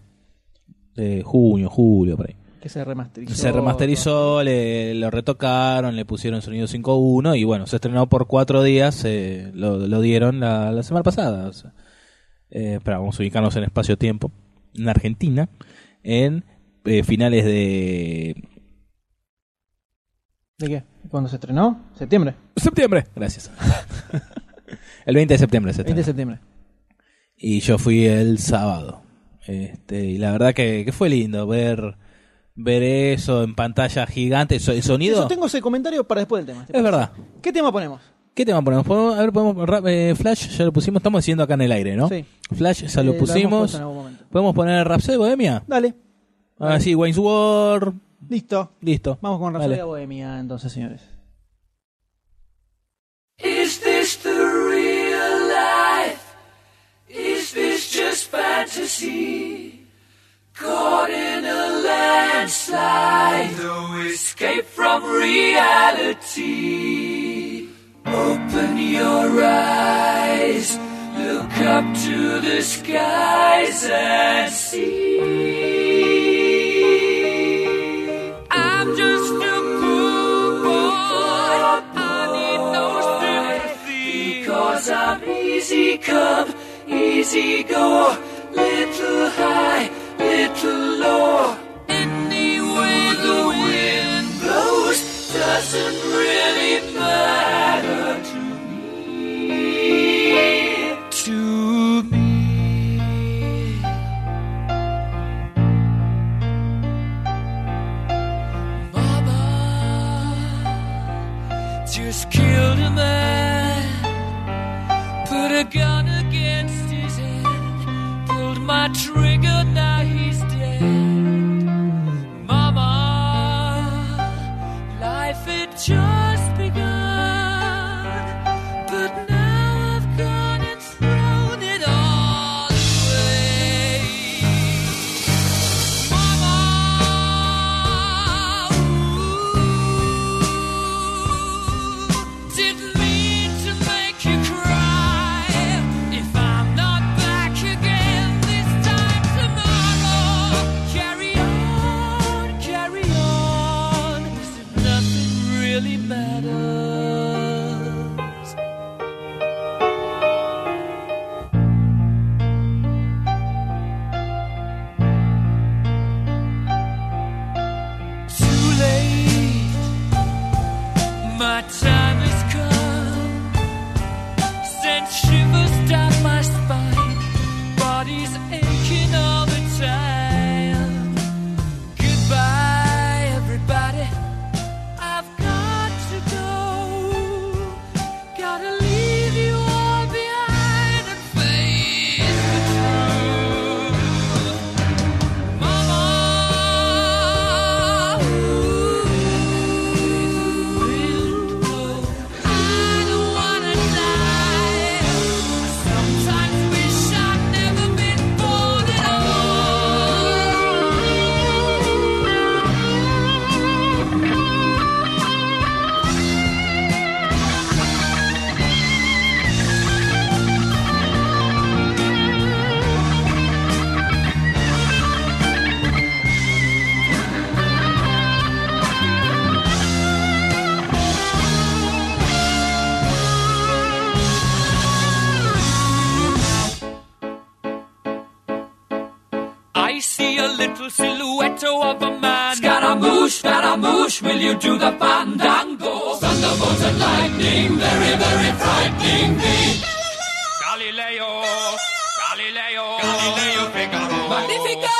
B: De junio, julio, por ahí.
A: que se remasterizó.
B: Se remasterizó, le, lo retocaron, le pusieron sonido 5.1 y bueno, se estrenó por cuatro días, eh, lo, lo dieron la, la semana pasada. o sea. Eh, espera, vamos a ubicarnos en espacio-tiempo, en Argentina, en eh, finales de
A: ¿De qué? ¿Cuándo se estrenó? ¿Septiembre?
B: septiembre. Gracias. el 20 de septiembre se
A: 20 de
B: estrenó.
A: septiembre.
B: Y yo fui el sábado. Este, y la verdad que, que fue lindo ver, ver eso en pantalla gigante, so- el sonido.
A: Yo tengo ese comentario para después del tema. este,
B: Es verdad.
A: ¿Qué tema ponemos?
B: ¿Qué tema ponemos? Podemos- A ver, podemos, ra- eh, Flash ya lo pusimos, estamos diciendo acá en el aire, ¿no?
A: Sí.
B: Flash ya
A: Eh,
B: lo
A: hemos puesto
B: pusimos.
A: en algún momento.
B: ¿Podemos poner Rhapsody Bohemia?
A: Dale,
B: Ah, sí, Wayne's World.
A: listo.
B: Listo.
A: Vamos con
B: Dale.
A: Rhapsody Bohemia entonces, señores.
C: Is this the real life? Is this just fantasy? Caught in a landslide, no escape from reality. Open your eyes, look up to the skies and see. I'm just a poor boy. I need no sympathy. Because I'm easy come, easy go. Little high, little low. Any way the wind blows doesn't really matter to me. To me. Mama just killed a man, put a gun against his head, pulled my trigger, now he's dead. Mama, life had just begun, but now I've gone and thrown it all away. Mama, ooh, didn't mean to make you cry. If I'm not back again this time tomorrow. I see a little silhouette of a man.
E: Scaramouche, Scaramouche, will you do the fandango? Thunderbolt and lightning, very, very frightening me.
C: Galileo, Galileo, Galileo Figaro.
E: Magnifico!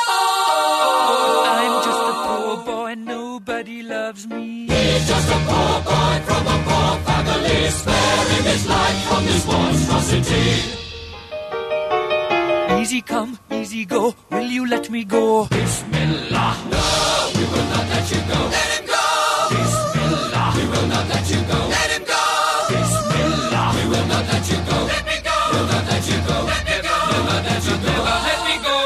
C: I'm just a poor boy, and nobody loves me.
E: He's just a poor boy from a poor family, sparing his life from this monstrosity.
C: Easy come, easy go. Will you let me go?
E: Bismillah, no, we will not let you go. Let him go! Bismillah, we will not let you go. Let him go! Bismillah, we will not let you go. Let me go! We'll not let you go. Let me go! We'll not let you go. Never let me go!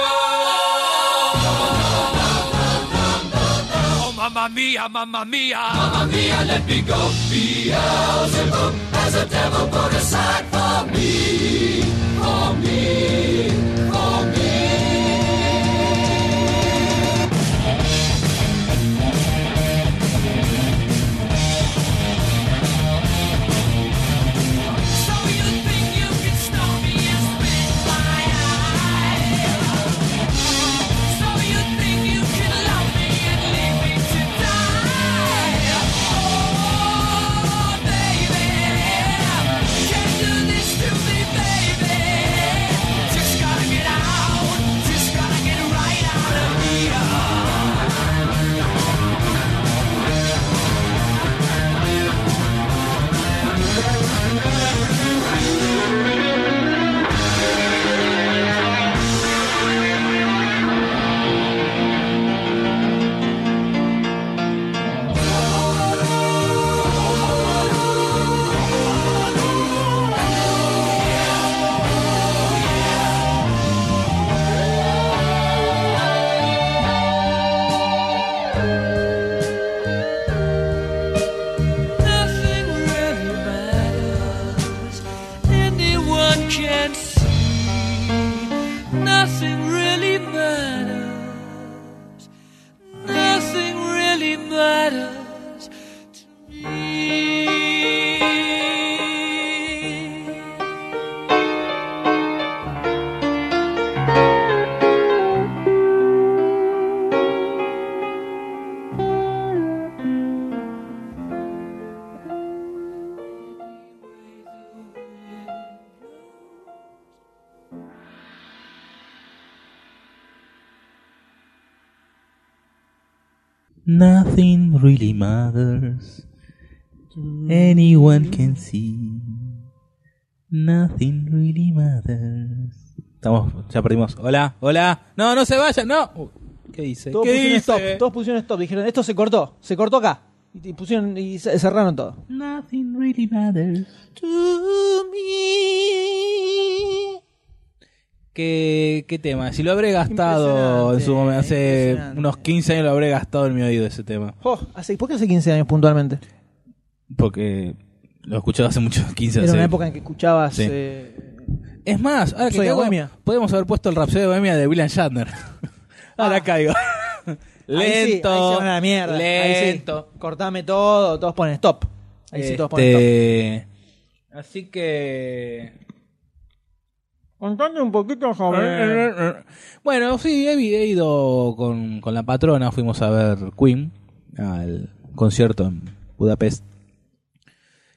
C: Oh, mamma mia, mamma mia.
E: Mamma mia, let me go. Beelzebub has a devil put aside for me, for me, for me.
C: So you think you can stop me and spit my eye? So you think you can love me and leave me to die? Oh, baby, can't do this to me, baby. Just gotta get out, just gotta get right out of here. Nothing really matters. Anyone can see. Nothing really matters. Nothing really matters to me.
B: Nothing really matters. Anyone can see. Nothing really matters. Estamos, ya perdimos. Hola, hola. No, no se vayan, no. Uh, ¿Qué dice?
A: Todos
B: ¿Qué
A: pusieron
B: dice?
A: stop, todos pusieron stop. Dijeron, esto se cortó, se cortó acá. Y, y pusieron y ce- cerraron todo.
B: Nothing really matters. ¿Qué, qué tema? Si lo habré gastado en su momento, hace
A: impresionante.
B: unos 15 años lo habré gastado en mi oído ese tema.
A: Oh, hace, ¿Por qué hace 15 años puntualmente?
B: Porque lo escuché hace muchos 15
A: Era
B: años.
A: una época en que escuchabas...
B: Sí.
A: eh,
B: Es más, ahora que
A: Soy
B: caigo,
A: bohemia.
B: podemos haber puesto el rapsodio de bohemia de William Shatner. ahora
A: Ah.
B: caigo. lento,
A: ahí se van a la mierda. Ahí sí.
B: lento.
A: Cortame todo, todos ponen stop. Ahí sí todos ponen stop.
B: Este, Así que.
A: Contame un poquito
B: Eh, Bueno, sí, he he ido con, con la patrona, fuimos a ver Queen al concierto en Budapest.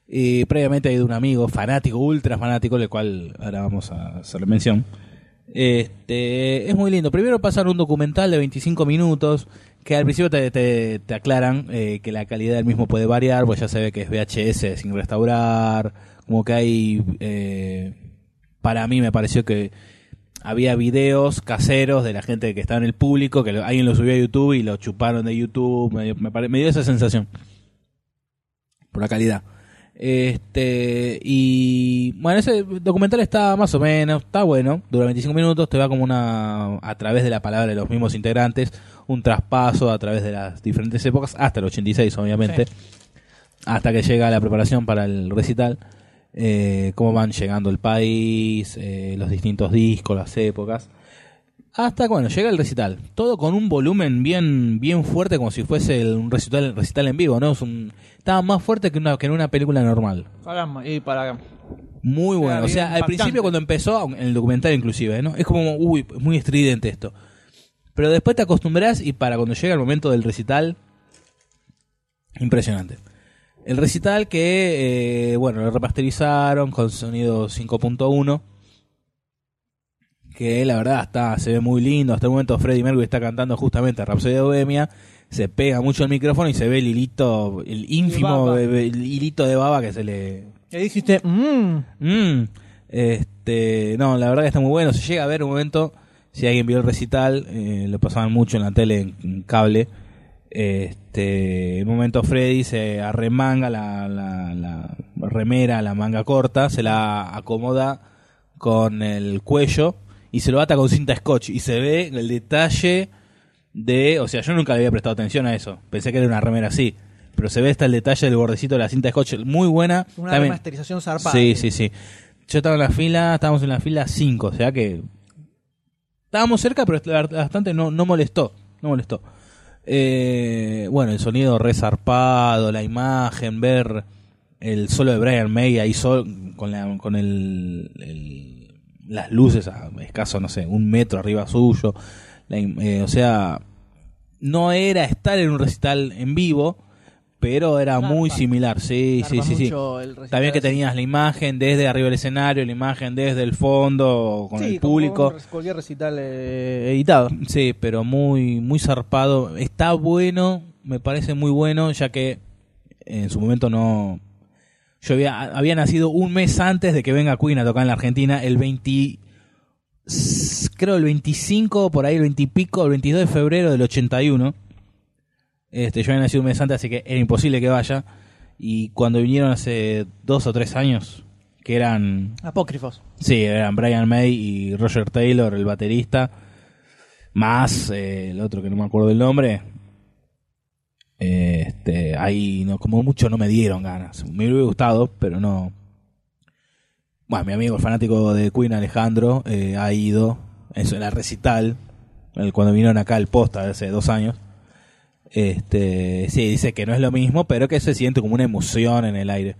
B: Y previamente ha ido un amigo fanático, ultra fanático, del cual ahora vamos a hacerle mención. Este, es muy lindo. Primero pasan un documental de 25 minutos que al principio te, te- te aclaran eh, que la calidad del mismo puede variar, pues ya se ve que es VHS sin restaurar, como que hay... eh, para mí me pareció que había videos caseros de la gente que estaba en el público, que lo- alguien lo subió a YouTube y lo chuparon de YouTube, me dio, me pare- me dio esa sensación por la calidad. Este, y bueno, ese documental está más o menos, está bueno, dura 25 minutos, te va como una, a través de la palabra de los mismos integrantes, un traspaso a través de las diferentes épocas, hasta el 86 obviamente, hasta que llega la preparación para el recital, eh, cómo van llegando el país, eh, los distintos discos, las épocas. Hasta cuando llega el recital. Todo con un volumen bien, bien fuerte, como si fuese el- un recital, recital en vivo, ¿no? Es un, estaba más fuerte que, una, que en una película normal.
A: Caramba, y para
B: Muy bueno.
A: Era
B: o sea,
A: bien
B: al
A: impactante.
B: principio cuando empezó, en el documental inclusive, ¿no? Es como, uy, muy estridente esto. Pero después te acostumbras y para cuando llega el momento del recital, impresionante. El recital que, eh, bueno, lo remasterizaron con sonido 5.1. Que la verdad está, se ve muy lindo. Hasta el momento Freddie Mercury está cantando justamente Rhapsody de Bohemia. Se pega mucho el micrófono y se ve el hilito, el ínfimo
A: baba.
B: eh, el hilito de baba que se le,
A: Y ahí dijiste, mmm,
B: Mm, este, no, la verdad que está muy bueno. Se llega a ver un momento, si alguien vio el recital, eh, lo pasaban mucho en la tele, en, en cable. Este, en un momento Freddy se arremanga la, la- la remera, la manga corta, se la acomoda con el cuello y se lo ata con cinta scotch. Y se ve el detalle de. O sea, yo nunca le había prestado atención a eso. Pensé que era una remera así. Pero se ve hasta el detalle del bordecito de la cinta scotch. Muy buena.
A: una
B: También-
A: remasterización zarpada.
B: Sí, sí, sí. Yo estaba en la fila, estábamos en la fila 5, o sea que estábamos cerca, pero la- bastante no, no molestó, no molestó. Eh, bueno, el sonido resarpado, la imagen, ver el solo de Brian May ahí sol, con, la- con el- el- las luces a escaso, no sé, un metro arriba suyo. La im- eh, o sea, no era estar en un recital en vivo, pero era muy
A: Zarpa.
B: similar, sí, sí,
A: Zarpa
B: sí, sí.
A: mucho el recital
B: También que
A: así.
B: tenías la imagen desde arriba del escenario, la imagen desde el fondo, con
A: Sí,
B: el
A: como
B: público.
A: un res- cualquier recital eh, editado.
B: Sí, pero muy, muy zarpado. Está bueno, me parece muy bueno, ya que en su momento no. Yo había, había nacido un mes antes de que venga Queen a tocar en la Argentina, el 20. Creo el 25, por ahí el 20 y pico, el 22 de febrero del 81. Este, yo había nacido un mes antes, así que era imposible que vaya. Y cuando vinieron hace dos o tres años, que eran
A: Apócrifos.
B: Sí, eran Brian May y Roger Taylor, el baterista, más eh, el otro que no me acuerdo el nombre. Eh, Este, ahí no, como mucho no me dieron ganas. Me hubiera gustado, pero no. Bueno, mi amigo, el fanático de Queen, Alejandro, eh, ha ido eso, en la recital, el- cuando vinieron acá al posta hace dos años. Este, sí, dice que no es lo mismo, pero que se siente como una emoción en el aire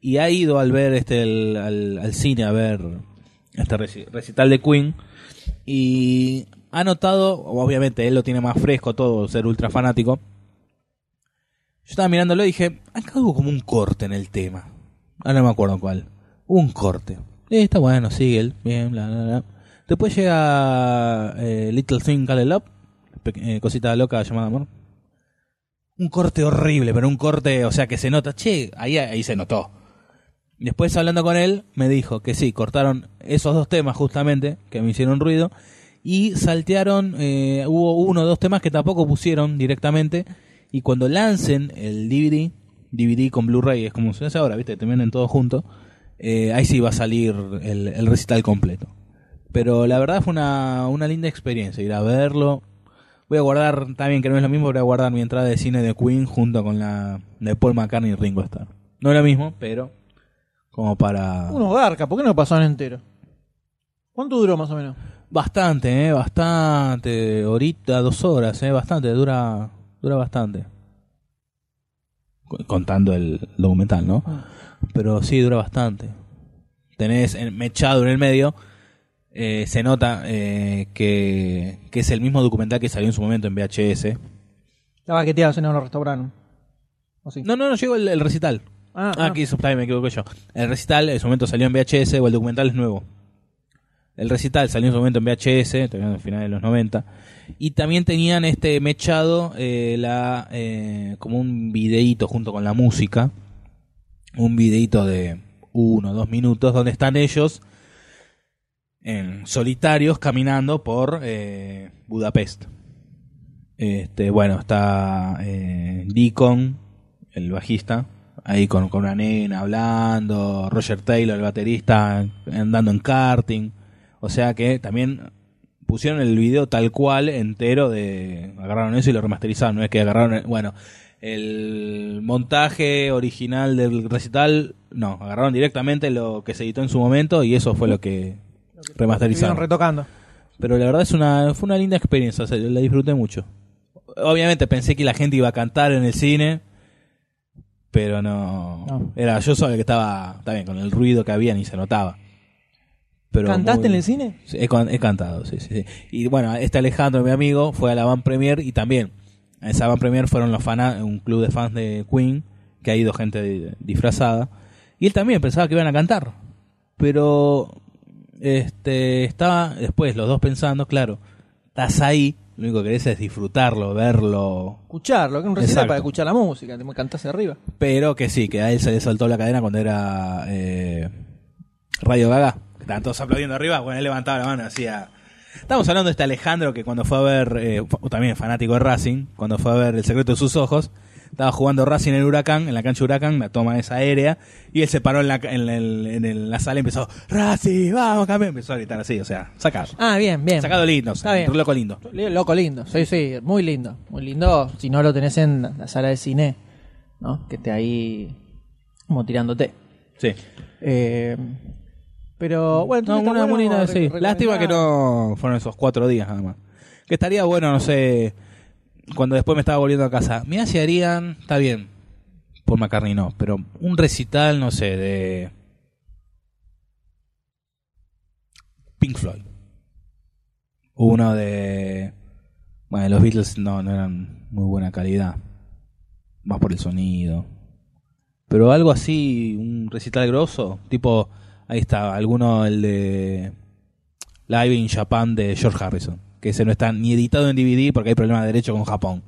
B: y ha ido al ver este el- al, al cine a ver este reci- recital de Queen y ha notado, obviamente él lo tiene más fresco todo, ser ultra fanático. Yo estaba mirándolo y dije, acá hubo como un corte en el tema. Ahora no me acuerdo cuál. Hubo un corte. Eh, está bueno, sigue él, bien, bla, bla, bla. Después llega eh, Little Thing Called Love, pe- eh, cosita loca llamada amor. Un corte horrible, pero un corte, o sea, que se nota. Che, ahí, ahí se notó. Después hablando con él, me dijo que sí, cortaron esos dos temas justamente, que me hicieron ruido, y saltearon, eh, hubo uno o dos temas que tampoco pusieron directamente, y cuando lancen el DVD, DVD con Blu-ray, es como se hace ahora, viste, te vienen todos juntos, eh, ahí sí va a salir el, el recital completo. Pero la verdad fue una, una linda experiencia, ir a verlo. Voy a guardar, también que no es lo mismo, voy a guardar mi entrada de cine de Queen junto con la de Paul McCartney y Ringo Starr. No es lo mismo, pero como para
A: Uno garca, ¿por qué no lo pasaron entero? ¿Cuánto duró más o menos?
B: bastante eh bastante ahorita dos horas eh bastante dura dura bastante Co- contando el documental no pero sí dura bastante tenés en- mechado en el medio eh, se nota eh, que, que es el mismo documental que salió en su momento en VHS
A: La baqueteada, si no lo restauraron. ¿O sí?
B: no no no llegó el, el recital
A: Ah,
B: Ah,
A: ah.
B: aquí está, me equivoco yo. El recital en su momento salió en VHS o el documental es nuevo. El recital salió en su momento en VHS, todavía en finales de los 90. Y también tenían este mechado eh, la, eh, como un videíto junto con la música. Un videíto de uno o dos minutos donde están ellos en solitarios caminando por eh, Budapest. Este, bueno, está eh, Deacon, el bajista, ahí con, con una nena hablando, Roger Taylor, el baterista, andando en karting. O sea que también pusieron el video tal cual, entero, de agarraron eso y lo remasterizaron. No es que agarraron, el- bueno, el montaje original del recital, no, agarraron directamente lo que se editó en su momento y eso fue lo que
A: Estuvieron
B: remasterizaron.
A: retocando.
B: Pero la verdad es una, fue una linda experiencia, o sea, la disfruté mucho. Obviamente pensé que la gente iba a cantar en el cine, pero no.
A: No.
B: Era yo solo el que estaba, está bien, con el ruido que había ni se notaba. Pero
A: ¿Cantaste
B: muy-
A: en el cine?
B: Sí, He, can- he cantado, sí, sí, sí. Y bueno, este Alejandro, mi amigo, fue a la Van Premier y también a esa Van Premier fueron los fana, un club de fans de Queen, que ha ido gente di- disfrazada. Y él también pensaba que iban a cantar. Pero este estaba después los dos pensando, claro, estás ahí, lo único que querés es disfrutartarlo, verlo.
A: Escucharlo, que es un recital
B: Exacto.
A: para escuchar la música, te cantás arriba.
B: Pero que sí, que a él se le saltó la cadena cuando era eh, Radio Gaga. que Estaban todos aplaudiendo arriba. Bueno, él levantaba la mano, hacía. Estamos hablando de este Alejandro que cuando fue a ver, eh, fu- también fanático de Racing, cuando fue a ver El secreto de sus ojos, estaba jugando Racing en el Huracán, en la cancha Huracán, la toma esa aérea, y él se paró en la, ca- en el- en el- la sala y empezó, Racing, vamos, campeón. Empezó a gritar así, o sea, sacado.
A: Ah, bien, bien.
B: Sacado lindo,
A: Está bien.
B: un loco lindo.
A: Loco lindo, sí, sí, muy lindo. Muy lindo si no lo tenés en la sala de cine, ¿no? Que esté ahí como tirándote.
B: Sí.
A: Eh, pero bueno,
B: No,
A: entonces está
B: una
A: bueno
B: buena idea,
A: re-
B: sí.
A: recomendar.
B: Lástima que no fueron esos cuatro días nada más. Que estaría bueno, no sé, cuando después me estaba volviendo a casa. Mira si harían, está bien, por McCartney no, pero un recital, no sé, de Pink Floyd. Uno de... Bueno, los Beatles no, no eran muy buena calidad. Más por el sonido. Pero algo así, un recital grosso, tipo, ahí está, alguno, el de Live in Japan de George Harrison, que ese no está ni editado en DVD porque hay problemas de derecho con Japón.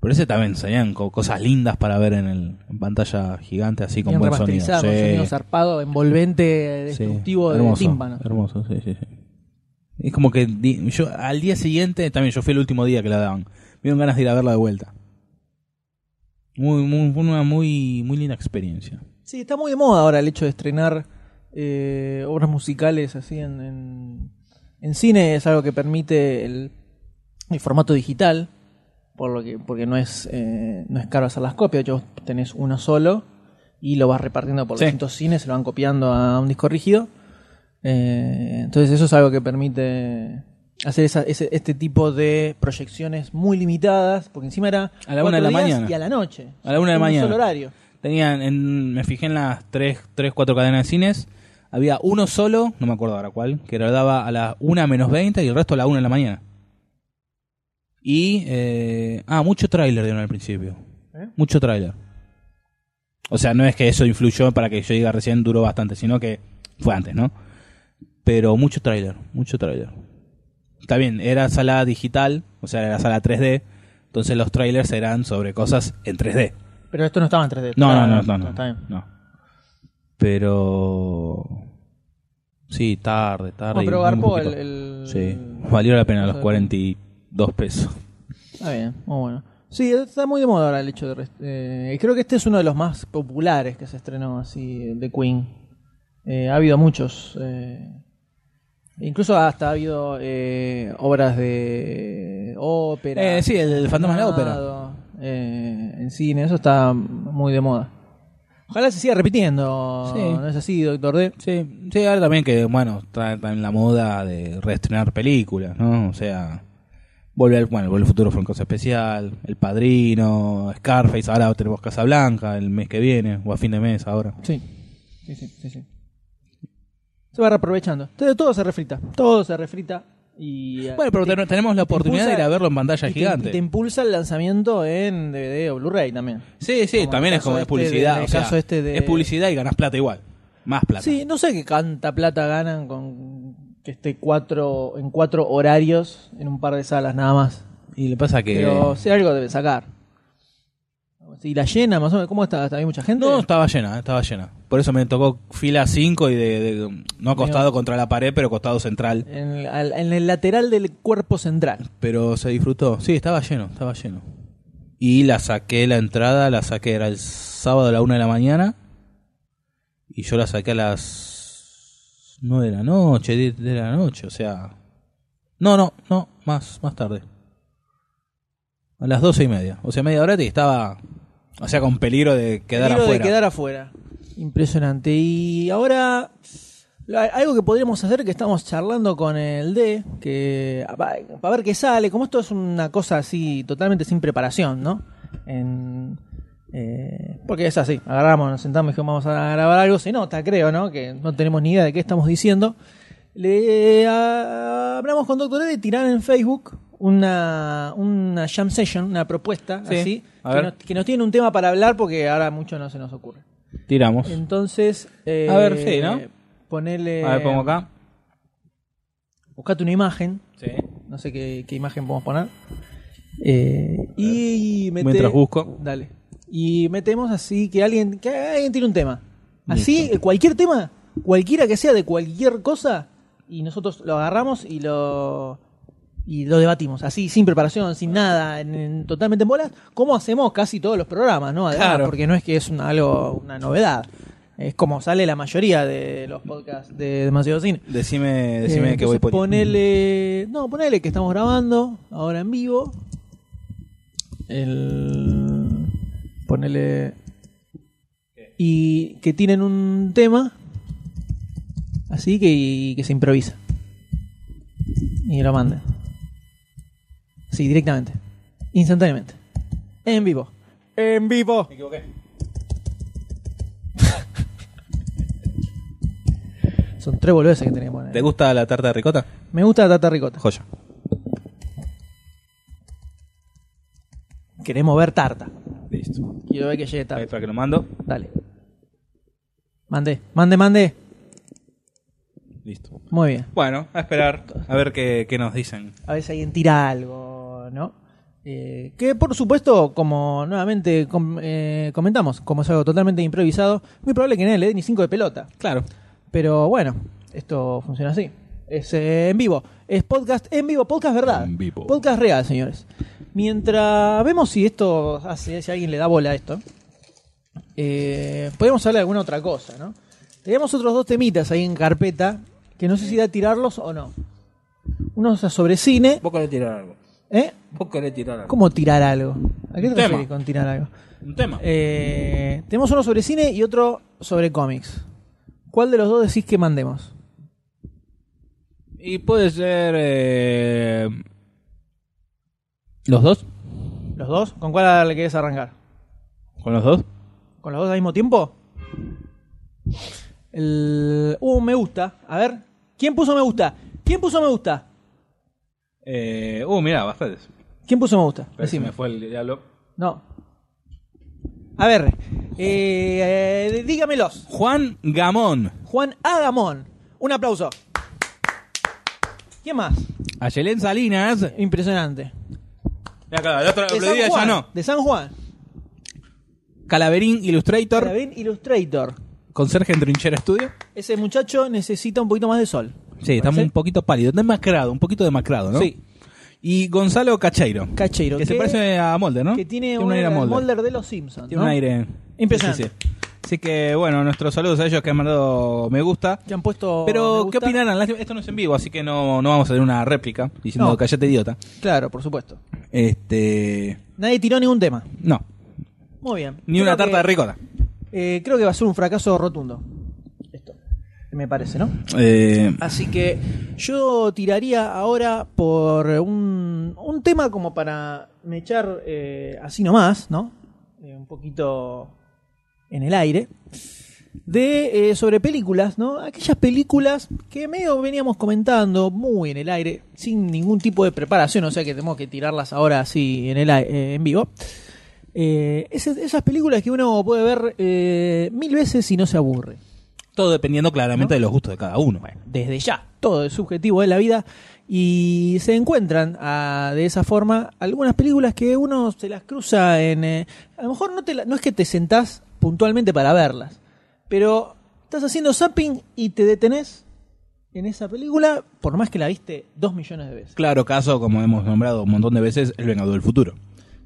B: Pero ese también enseñan co- cosas lindas para ver en, el, en pantalla gigante, así con
A: Bien
B: buen sonido.
A: remasterizado, con
B: Sí.
A: sonido zarpado, envolvente,
B: Sí,
A: destructivo de
B: hermoso,
A: tímpano.
B: Hermoso, sí, sí, sí. Es como que di- yo al día siguiente, también yo fui el último día que la daban. Me dieron ganas de ir a verla de vuelta. Muy, muy, fue una muy, muy linda experiencia.
A: Sí, está muy de moda ahora el hecho de estrenar eh, obras musicales así en, en, en cine. Es algo que permite el, el formato digital, por lo que, porque no es, eh, no es caro hacer las copias. De hecho, vos tenés uno solo y lo vas repartiendo por
B: Sí.
A: distintos cines, se lo van copiando a un disco rígido. Eh, entonces eso es algo que permite hacer esa- ese- este tipo de proyecciones muy limitadas, porque encima era
B: A la una de la
A: cuatro días
B: mañana.
A: y a la noche.
B: A la una de la
A: Un
B: mañana.
A: solo horario.
B: Tenían, en- me fijé en las 3, tres 4 cadenas de cines. Había uno solo, no me acuerdo ahora cuál, que lo daba a las 1 menos 20 y el resto a la 1 de la mañana. Y, eh, ah, mucho tráiler dieron al principio. Mucho tráiler. O sea, no es que eso influyó para que yo diga recién duró bastante, sino que fue antes, ¿no? Pero mucho tráiler, mucho tráiler. Está bien, era sala digital, o sea, era sala 3D, entonces los trailers eran sobre cosas en 3D.
A: Pero esto no estaba en 3D.
B: No,
A: estaba-
B: no, Ah, no, no, no,
A: Está bien.
B: no. Pero sí, tarde, tarde.
A: Bueno, pero
B: un
A: garpó
B: poquito.
A: el, el-
B: Sí, valió la pena los
A: Cosa-
B: 42 pesos.
A: Está bien, muy bueno. Sí, está muy de moda ahora el hecho de... rest- eh, creo que este es uno de los más populares que se estrenó así de Queen. Eh, ha habido muchos. eh, incluso hasta ha habido eh, obras de ópera.
B: Eh, sí, el, fantasma de la ópera.
A: animado, eh, en cine, eso está muy de moda. Ojalá se siga repitiendo.
B: Sí.
A: ¿No es así, Doctor D?
B: Sí, sí, ahora también que, bueno, está también la moda de reestrenar películas, ¿no? O sea, vuelve al, bueno, vuelve al futuro fue una cosa especial, El Padrino, Scarface, ahora tenemos Casablanca el mes que viene, o a fin de mes ahora.
A: Sí. Sí, sí, sí, sí. Se va reaprovechando. Entonces todo se refrita. Todo se refrita. Y,
B: Bueno, pero ten- tenemos la oportunidad de
A: impulsa-
B: ir a verlo en pantalla
A: y te-
B: gigante.
A: y Te, impulsa el lanzamiento en DVD o Blu-ray también.
B: Sí, sí,
A: Como
B: también
A: el
B: es como
A: caso
B: es
A: este
B: publicidad.
A: de-
B: o
A: el
B: sea,
A: caso este de-
B: Es publicidad y ganas plata igual. Más plata.
A: Sí, no sé qué canta plata ganan con que esté cuatro, en cuatro horarios en un par de salas nada más.
B: Y le pasa que.
A: Pero si algo debe sacar. Si la llena, más o menos, ¿cómo está? ¿Está bien mucha gente?
B: No, estaba llena, eh, estaba llena. Por eso me tocó fila 5 y de, de- mm, No acostado contra la pared, pero costado central.
A: en, el, al- en el lateral del cuerpo central.
B: Pero se disfrutó. Sí, estaba lleno, estaba lleno. Y la saqué la entrada, la saqué, era el sábado a la 1 de la mañana. Y yo la saqué a las 9 de la noche, 10 de la noche, o sea. No, no, no, más, más tarde. A las 12 y media. O sea, media hora y estaba. O sea, con peligro de quedar
A: Peligro
B: afuera.
A: de quedar afuera. Impresionante. Y ahora, la- algo que podríamos hacer, que estamos charlando con el D, que para ver qué sale, como esto es una cosa así totalmente sin preparación, ¿no? En, eh, porque es así, agarramos, nos sentamos y dijimos vamos a grabar algo, se nota, creo, ¿no? Que no tenemos ni idea de qué estamos diciendo. Le ah, hablamos con Doctor E de tirar en Facebook una, una jam session, una propuesta
B: Sí,
A: así,
B: a
A: que
B: ver.
A: nos, que nos tiene un tema para hablar porque ahora mucho no se nos ocurre.
B: Tiramos.
A: Entonces, eh,
B: A ver, sí, ¿no?
A: Ponele.
B: A ver, pongo acá.
A: Buscate una imagen.
B: Sí.
A: No sé qué, qué imagen podemos poner. Eh, y mete-
B: Mientras busco.
A: Dale. Y metemos así que alguien, que alguien tiene un tema. Así, eh, cualquier tema, cualquiera que sea de cualquier cosa, y nosotros lo agarramos y lo y lo debatimos. Así, sin preparación, sin nada, en- en- totalmente en bolas, como hacemos casi todos los programas, ¿no? Además,
B: Claro.
A: porque no es que es una, algo, una novedad. Es como sale la mayoría de los podcasts de Demasiado Cine.
B: Decime,
A: Eh,
B: decime que voy Mm.
A: entonces Ponele. No, ponele que estamos grabando ahora en vivo. El. Ponele. Y que tienen un tema. Así que, y que se improvisa. Y lo manden. Sí, directamente. Instantáneamente. En vivo. En vivo.
B: Me equivoqué.
A: Son tres boludeces que tenía que poner.
B: ¿Te gusta la tarta de ricota?
A: Me gusta la tarta ricota.
B: Joya.
A: Queremos ver tarta.
B: Listo.
A: Quiero ver que llegue tarta.
B: Ahí para que lo mando.
A: Dale. Mande, mande, mande.
B: Listo.
A: Muy bien.
B: Bueno, a esperar. A ver qué, qué nos dicen.
A: A ver si alguien tira algo, ¿no? Eh, que por supuesto, como nuevamente com- eh, comentamos, como es algo totalmente improvisado, muy probable que nadie le dé ni 5 de pelota.
B: Claro.
A: Pero bueno, esto funciona así. Es eh, en vivo. Es podcast en vivo, podcast verdad.
F: En vivo.
A: Podcast real, señores. Mientras vemos si esto hace, si alguien le da bola a esto, eh, podemos hablar de alguna otra cosa, ¿no? Teníamos otros dos temitas ahí en carpeta, que no sé si da tirarlos o no. Uno es sobre cine,
B: Vos querés tirar algo.
A: ¿eh?
B: Vos querés tirar algo.
A: ¿Cómo tirar algo? ¿A qué te
B: Tema.
A: refieres con tirar algo?
B: Un tema.
A: Eh, tenemos uno sobre cine y otro sobre cómics. ¿Cuál de los dos decís que mandemos?
B: Y puede ser. eh, ¿Los dos?
A: ¿Los dos? ¿Con cuál le querés arrancar?
B: ¿Con los dos?
A: ¿Con los dos al mismo tiempo? El... Hubo un me gusta. A ver. ¿Quién puso me gusta? ¿Quién puso me gusta?
B: Eh, uh, mirá, bastantes.
A: ¿Quién puso me gusta?
B: Pero se
A: Decime.
B: me fue el diablo.
A: No. A ver. eh, eh, dígamelos.
B: Juan Gamón.
A: Juan Agamón. Un aplauso. ¿Quién más?
B: A Yelén Salinas.
A: Impresionante.
B: Mirá, claro, el otro
A: De
B: lo
A: San
B: diga, ya
A: Juan.
B: no.
A: De San Juan.
B: Calaverín Illustrator.
A: Calaverín Illustrator.
B: Conserje en Trinchera Studio.
A: Ese muchacho necesita un poquito más de sol.
B: Sí, estamos
A: ¿Parece?
B: un poquito pálidos. Demacrado, un poquito demacrado, ¿no?
A: Sí.
B: Y Gonzalo Cacheiro.
A: Cacheiro.
B: que se
A: que-
B: parece a Molder, ¿no?
A: Que tiene,
B: un aire a
A: al
B: Mulder.
A: Mulder de los Simpsons.
B: Tiene
A: ¿no?
B: un aire.
A: Impresionante.
B: Sí, sí, sí. Así que, bueno, nuestros saludos a ellos que han mandado me gusta.
A: Que han puesto. me
B: Pero, ¿qué
A: gusta.
B: opinarán? Lástima- Esto no es en vivo, así que no, no vamos a hacer una réplica diciendo
A: No.
B: callate idiota.
A: Claro, por supuesto.
B: Este.
A: Nadie tiró ningún tema.
B: No,
A: Muy bien.
B: ni una tarta de ricota.
A: Eh, creo que va a ser un fracaso rotundo. Esto. Me parece, ¿no?
B: Eh,
A: Así que yo tiraría ahora por un, un tema como para me echar eh, así nomás, ¿no? Eh, un poquito en el aire. De eh, sobre películas, ¿no? Aquellas películas que medio veníamos comentando muy en el aire, sin ningún tipo de preparación, o sea que tenemos que tirarlas ahora así en el ai- eh, en vivo. Eh, ese- esas películas que uno puede ver eh, mil veces y no se aburre
B: todo dependiendo claramente de los gustos de cada uno.
A: desde ya. Todo es subjetivo de la vida. Y se encuentran ah, de esa forma algunas películas que uno se las cruza en... eh, a lo mejor no, te la- no es que te sentás puntualmente para verlas, pero estás haciendo zapping y te detenés en esa película, por más que la viste dos millones de veces.
B: Claro caso, como hemos nombrado un montón de veces, El Vengador del Futuro.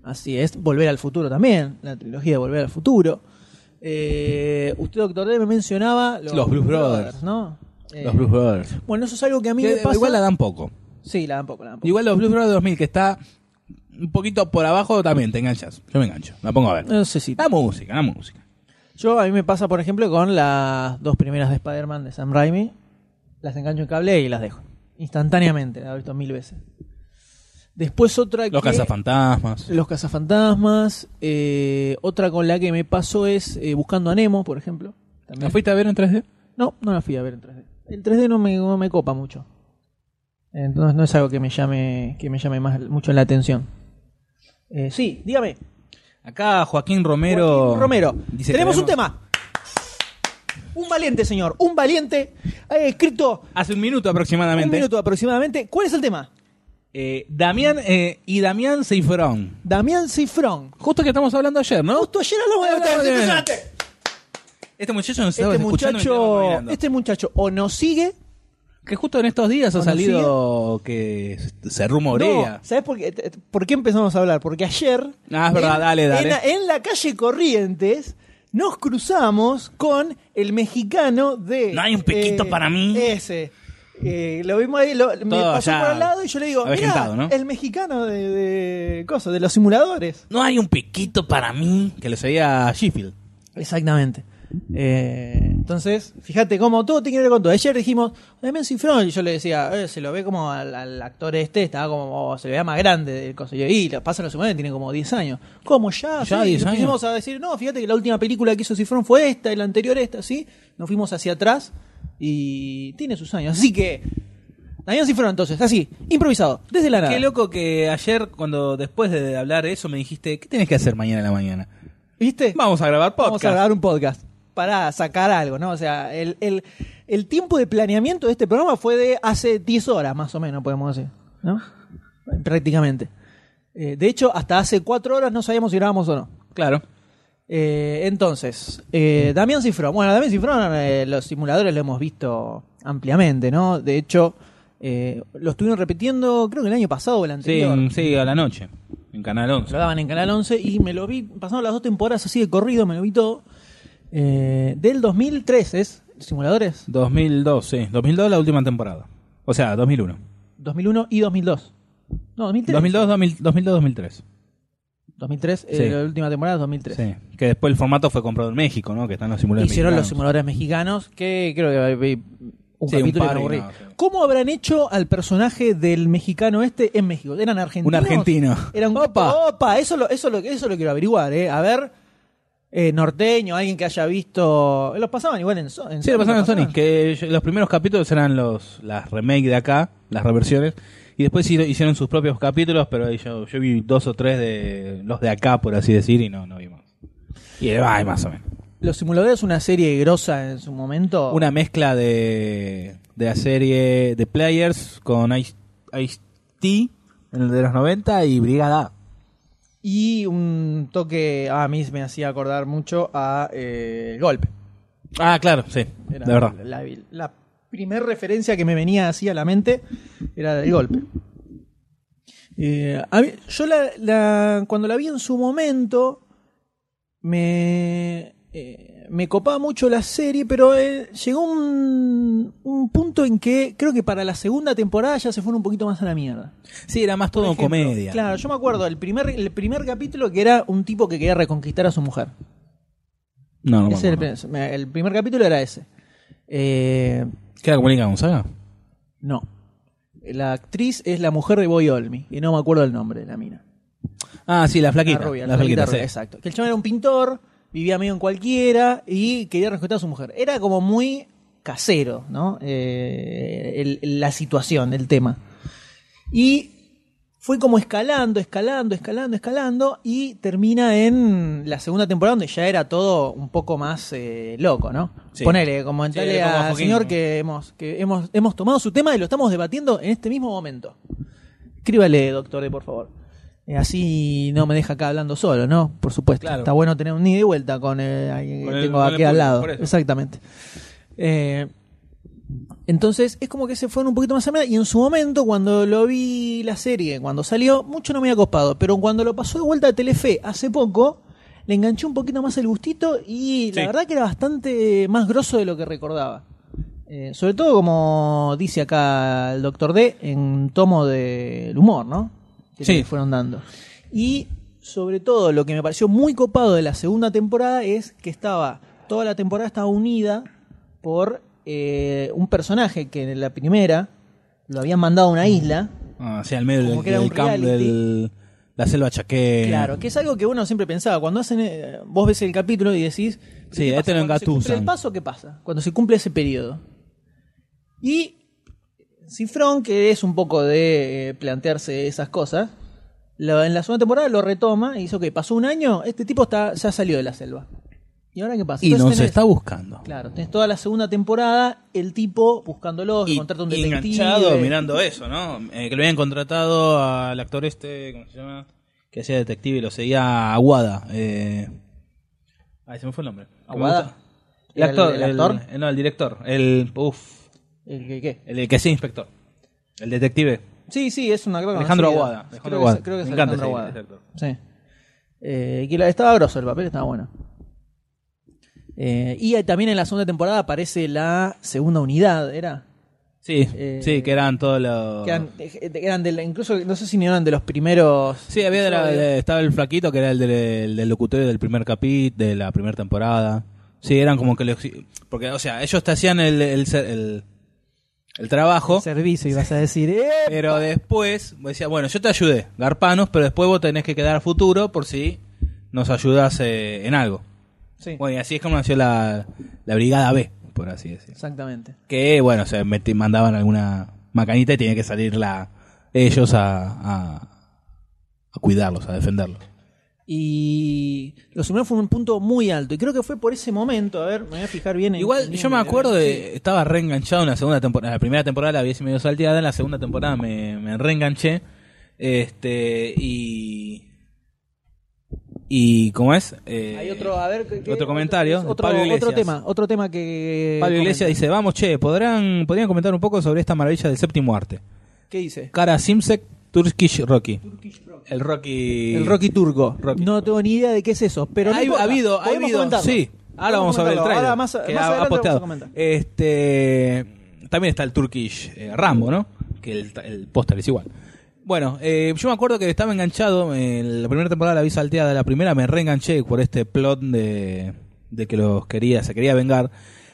A: Así es, Volver al Futuro también, la trilogía de Volver al Futuro. Eh, usted, doctor D, me mencionaba los,
B: Los Blues Brothers.
A: ¿no? Eh,
B: los Blues Brothers.
A: Bueno, eso es algo que a mí me
B: Que
A: pasa...
B: Igual la dan poco.
A: Sí, la dan poco, la dan poco.
B: Igual los Blues Brothers 2000, que está un poquito por abajo, también te enganchas. Yo me engancho, la pongo a ver.
A: No sé si.
B: La música, la música.
A: Ah, Yo a mí me pasa, por ejemplo, con las dos primeras de Spider-Man de Sam Raimi. Las engancho en cable y las dejo. Instantáneamente, las he visto mil veces. Después otra
B: Los
A: que.
B: Cazafantasmas.
A: Los cazafantasmas. eh, otra con la que me pasó es eh, Buscando a Nemo, por ejemplo.
B: ¿La fuiste a ver en 3D?
A: No, no la fui a ver en 3D. el 3D no me, no me copa mucho. Entonces no es algo que me llame, que me llame más, mucho la atención. Eh, sí, dígame.
B: Acá Joaquín Romero.
A: Joaquín Romero.
B: dice que
A: tenemos un
B: debemos-
A: tema. Un valiente, señor. Un valiente. Ha escrito
B: Hace un minuto aproximadamente.
A: un minuto aproximadamente. ¿Cuál es el tema?
B: Eh, Damián eh, y Damián Seifrón.
A: Damián Cifrón.
B: Justo que estamos hablando ayer, ¿no?
A: Justo ayer hablamos de
B: Hablamos de-
A: Impresionante.
B: Este muchacho nos estaba
A: Este
B: escuchando mientras íbamos
A: muchacho,
B: caminando.
A: este muchacho o nos sigue
B: Que justo en estos días ha
A: ¿Conocía?
B: salido que se rumorea.
A: No, ¿Sabes por qué, t- t- por qué empezamos a hablar? Porque ayer.
B: Ah, es verdad,
A: en,
B: dale, dale.
A: En la, en la calle Corrientes nos cruzamos con el mexicano de. eh,
B: ¿No hay un piquito para mí?
A: Ese. Eh, lo vimos ahí, lo- me
B: Todo
A: pasó
B: ya
A: por al lado y yo le digo,
B: avejentado,
A: mirá,
B: ¿no?
A: el mexicano de, de cosas, de los simuladores.
B: No hay un piquito para mí. Que lo seguía Sheffield.
A: Exactamente. Eh, entonces, fíjate cómo todo tiene que ver con todo. Ayer dijimos, "Eh, Damián Cifrón, y yo le decía, eh, se lo ve como al, al actor este, estaba como, oh, se le vea más grande. el coso. Y, y lo pasan los humanos, tiene como 10 años. ¿Cómo ya?
B: Ya,
A: Sí,
B: 10
A: y
B: años.
A: Empezamos a decir, no, fíjate que la última película que hizo Cifrón fue esta, y la anterior esta, ¿sí? Nos fuimos hacia atrás y tiene sus años. Así que, Damián Cifrón, entonces, así, improvisado, desde la nada.
B: Qué loco que ayer, cuando después de hablar eso, me dijiste, ¿qué tenés que hacer mañana a la mañana?
A: ¿Viste?
B: Vamos a grabar podcast.
A: Vamos a grabar un podcast para sacar algo, ¿no? O sea, el, el- el tiempo de planeamiento de este programa fue de hace 10 horas, más o menos, podemos decir, ¿no? Prácticamente. Eh, de hecho, hasta hace 4 horas no sabíamos si grabamos o no.
B: Claro.
A: Eh, entonces, eh, Damián Cifrón. Bueno, Damián Cifrón, eh, los simuladores lo hemos visto ampliamente, ¿no? De hecho, eh, lo estuvieron repitiendo, creo que el año pasado o el
B: Sí,
A: anterior.
B: en- sí, a la noche. En Canal 11.
A: Lo daban en Canal 11 y me lo vi, pasaron las dos temporadas así de corrido, me lo vi todo. Eh, del 2003 es, simuladores,
B: 2002, sí. 2002 la última temporada. O sea, 2001.
A: 2001 y 2002. No, 2003.
B: 2002, 2000 2002, 2003.
A: 2003, eh,
B: Sí.
A: la última temporada 2003.
B: Sí. Que después el formato fue comprado en México, ¿no? Que están los simuladores.
A: Hicieron los
B: mexicanos.
A: simuladores mexicanos que creo que vi un
B: Sí, un
A: capítulo y
B: par
A: me
B: y
A: aburrí.
B: no, sí.
A: ¿Cómo habrán hecho al personaje del mexicano este en México? ¿Eran argentinos?
B: Un argentino.
A: Era un
B: Opa.
A: Opa, eso lo, eso lo, eso lo quiero averiguar, eh. A ver, eh, norteño, alguien que haya visto. Los pasaban igual en, So- en
B: Sí, lo pasaron en
A: pasaban.
B: Sony. Que yo- los primeros capítulos eran los las remake de acá, las reversiones. Y después hizo- hicieron sus propios capítulos, pero ahí yo, yo vi dos o tres de los de acá, por así decir, y no, no vi más. Y eh, va, más o menos.
A: Los simuladores una serie grosa en su momento.
B: Una mezcla de, de la serie de Players con Ice- Ice-T, en el de los 90, y Brigada.
A: Y un toque a mí me hacía acordar mucho a eh, Golpe.
B: A. Ah, claro, sí,
A: Era
B: de verdad.
A: La, primera referencia que me venía así a la mente era del golpe. Eh, a mí- yo la, la- cuando la vi en su momento, me, eh, me copaba mucho la serie, pero eh, llegó un, un punto en que creo que para la segunda temporada ya se fueron un poquito más a la mierda.
B: Sí, era más
A: Por
B: todo
A: ejemplo,
B: comedia.
A: Claro, yo me acuerdo el primer, el primer capítulo que era un tipo que quería reconquistar a su mujer.
B: No, no, me
A: Ese era el,
B: acuerdo.
A: primer- el primer capítulo era ese. Eh,
B: ¿Qué era Comunica Gonzaga?
A: no. La actriz es la mujer de Boy Olmi, y no me acuerdo el nombre de la mina.
B: Ah, sí, la flaquita.
A: la
B: La,
A: rubia, la
B: flaquita,
A: flaquita rubia,
B: sí.
A: exacto. Que el chaval era un pintor, vivía medio en cualquiera y quería rescatar a su mujer. Era como muy casero, ¿no? Eh, el- el- la situación, el tema. Y fue como escalando, escalando, escalando, escalando y termina en la segunda temporada donde ya era todo un poco más eh, loco, ¿no?
B: Sí.
A: Ponele, como en
B: Sí,
A: tal
B: como
A: al
B: Joaquín.
A: señor que hemos, que hemos, hemos tomado su tema y lo estamos debatiendo en este mismo momento. Escríbale, doctor, D, por favor. Eh, así no me deja acá hablando solo, ¿no? Por supuesto.
B: Claro.
A: Está bueno tener un ida y vuelta con eh, alguien
B: Con
A: que
B: el-
A: tengo
B: con el
A: aquí al
B: público,
A: lado.
B: por eso.
A: Exactamente. Eh, entonces es como que se fueron un poquito más a media y en su momento cuando lo vi la serie, cuando salió, mucho no me había copado, pero cuando lo pasó de vuelta a Telefe hace poco, le enganché un poquito más el gustito y la
B: Sí.
A: verdad que era bastante más grosso de lo que recordaba. Eh, sobre todo como dice acá el doctor D, en tomo del humor, ¿no? Que
B: Sí.
A: le fueron dando. Y sobre todo lo que me pareció muy copado de la segunda temporada es que estaba, toda la temporada estaba unida por eh, un personaje que en la primera lo habían mandado a una isla.
B: Ah, sí, al medio
A: Como
B: del,
A: que era
B: del
A: un
B: campo
A: reality.
B: del- la selva chaqueña.
A: Claro, que es algo que uno siempre pensaba. Cuando hacen, eh, vos ves el capítulo y decís,
B: Sí,
A: ¿qué
B: a este
A: pasa
B: lo
A: cuando se cumple
B: engatusan.
A: el paso, ¿qué pasa? Cuando se cumple ese periodo. Y Cifrón, que es un poco de eh, plantearse esas cosas, lo- en la segunda temporada lo retoma y dice, ok, pasó un año, este tipo está, ya salió de la selva. ¿Y ahora qué pasa?
B: Y
A: Entonces
B: nos
A: tenés-
B: está buscando.
A: Claro, tenés toda la segunda temporada, el tipo buscándolo,
B: Y-
A: contrata un
B: y
A: detective.
B: enganchado mirando eso, ¿no? Eh, que lo habían contratado al actor este, ¿cómo se llama? Que hacía detective y lo seguía Aguada. Eh... Ay, se me fue el nombre. Que me
A: ¿Aguada?
B: gusta. El
A: ¿Era el-
B: actor.
A: el actor?
B: el- eh, no, el director. El, uf,
A: Eh, ¿qué- qué?
B: el, que hacía inspector. El detective.
A: Sí, sí, es una actor
B: Alejandro
A: conocida. Creo
B: Aguada.
A: que
B: Alejandro
A: es-
B: Aguada.
A: Creo que es
B: Me encanta
A: Alejandro
B: ese-
A: Aguada.
B: ese actor.
A: Sí. Eh, que la- estaba grosso el papel, estaba bueno. Eh, y ahí también en la segunda temporada aparece la segunda unidad, ¿era?
B: Sí,
A: Eh,
B: sí, que eran todos los...
A: Que eran, eh, eran del- incluso, no sé si ni eran de los primeros.
B: Sí, había de la- de- estaba el flaquito que era el del, el del locutorio del primer capítulo, de la primera temporada. Sí, eran como que los- Porque, o sea, ellos te hacían el, el, el- el trabajo,
A: Servicio, ibas a decir. ¡eh!
B: pero después vos decías, bueno, yo te ayudé, garpanos, pero después vos tenés que quedar a futuro por si nos ayudas eh, en algo.
A: Sí,
B: Bueno, y así es como nació la, la Brigada B, por así decirlo.
A: exactamente.
B: Que, bueno, se meti- mandaban alguna macanita y tenía que salir la, ellos a- a- a cuidarlos, a defenderlos.
A: Y los humanos fue un punto muy alto. Y creo que fue por ese momento. A ver, me voy a fijar bien. en-
B: Igual
A: en-
B: yo me acuerdo de estaba reenganchado en la segunda temporada, en la primera temporada la había sido medio salteada, en la segunda temporada me, me reenganché. Este y y ¿cómo es? Eh,
A: Hay otro, a ver, que- que-
B: otro comentario de
A: Otro,
B: Pablo
A: otro,
B: Iglesias.
A: tema, otro tema que.
B: Pablo Iglesias
A: comenta.
B: dice, "Vamos, che, podrán podrían comentar un poco sobre esta maravilla del séptimo arte."
A: ¿Qué dice?
B: Cara Simsek, Turkish Rocky. El Rocky
A: El Rocky Turco.
B: Rocky
A: no tengo ni idea de qué es eso, pero no
B: ha,
A: importa,
B: ha habido, ha
A: podemos
B: habido.
A: comentarlo.
B: Sí, ahora
A: Podemos
B: vamos a ver el
A: comentarlo,
B: trailer.
A: ahora más-
B: que
A: más
B: ha- ha,
A: adelante lo
B: posteado.
A: vamos a comentar.
B: Este, también está el Turkish eh, Rambo, ¿no? Que el, el póster es igual. Bueno, eh, yo me acuerdo que estaba enganchado. en la primera temporada la vi salteada. La primera me reenganché por este plot de, de que los quería, se quería vengar.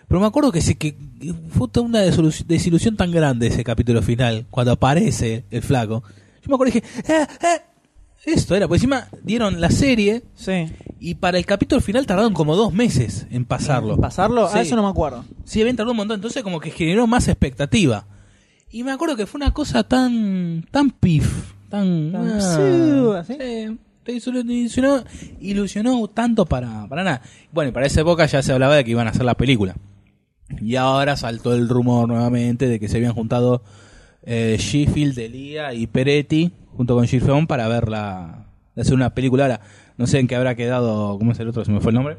B: Pero me acuerdo que, se, que que fue toda una desilu- desilusión tan grande ese capítulo final, cuando aparece el flaco. Yo me acuerdo y dije, "Eh, eh, esto era, porque encima dieron la serie,
A: Sí.
B: y para el capítulo final tardaron como dos meses en pasarlo.
A: ¿Pasarlo?
B: Sí.
A: Ah, eso no me acuerdo.
B: Sí, habían tardado un montón. Entonces como que generó más expectativa. Y me acuerdo que fue una cosa tan... Tan pif. Tan...
A: Tan
B: ah,
A: psiu, así.
B: sí, te ilusionó, te ilusionó, ilusionó tanto para, para nada. Bueno, y para esa época ya se hablaba de que iban a hacer la película. Y ahora saltó el rumor nuevamente de que se habían juntado eh, Sheffield, Elia y Peretti junto con Shirfeón para ver la, hacer una película. Ahora, no sé en qué habrá quedado, ¿cómo es el otro? Se me fue el nombre.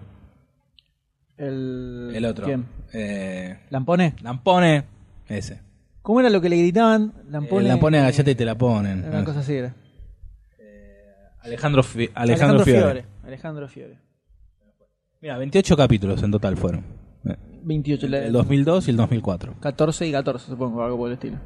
A: El,
B: El otro.
A: ¿Quién?
B: Eh,
A: ¿Lampone?
B: Lampone, ese.
A: ¿Cómo era lo que le gritaban?
B: Eh,
A: Lampone.
B: Lampone a galleta y
A: eh,
B: te la ponen.
A: Una cosa así era.
B: Alejandro, Fi- Alejandro, Fiore.
A: Alejandro Fiore.
B: Mira, 28 capítulos en total fueron. Eh,
A: 28. la-
B: El 2002 y el 2004.
A: 14 y 14, supongo, algo por el estilo.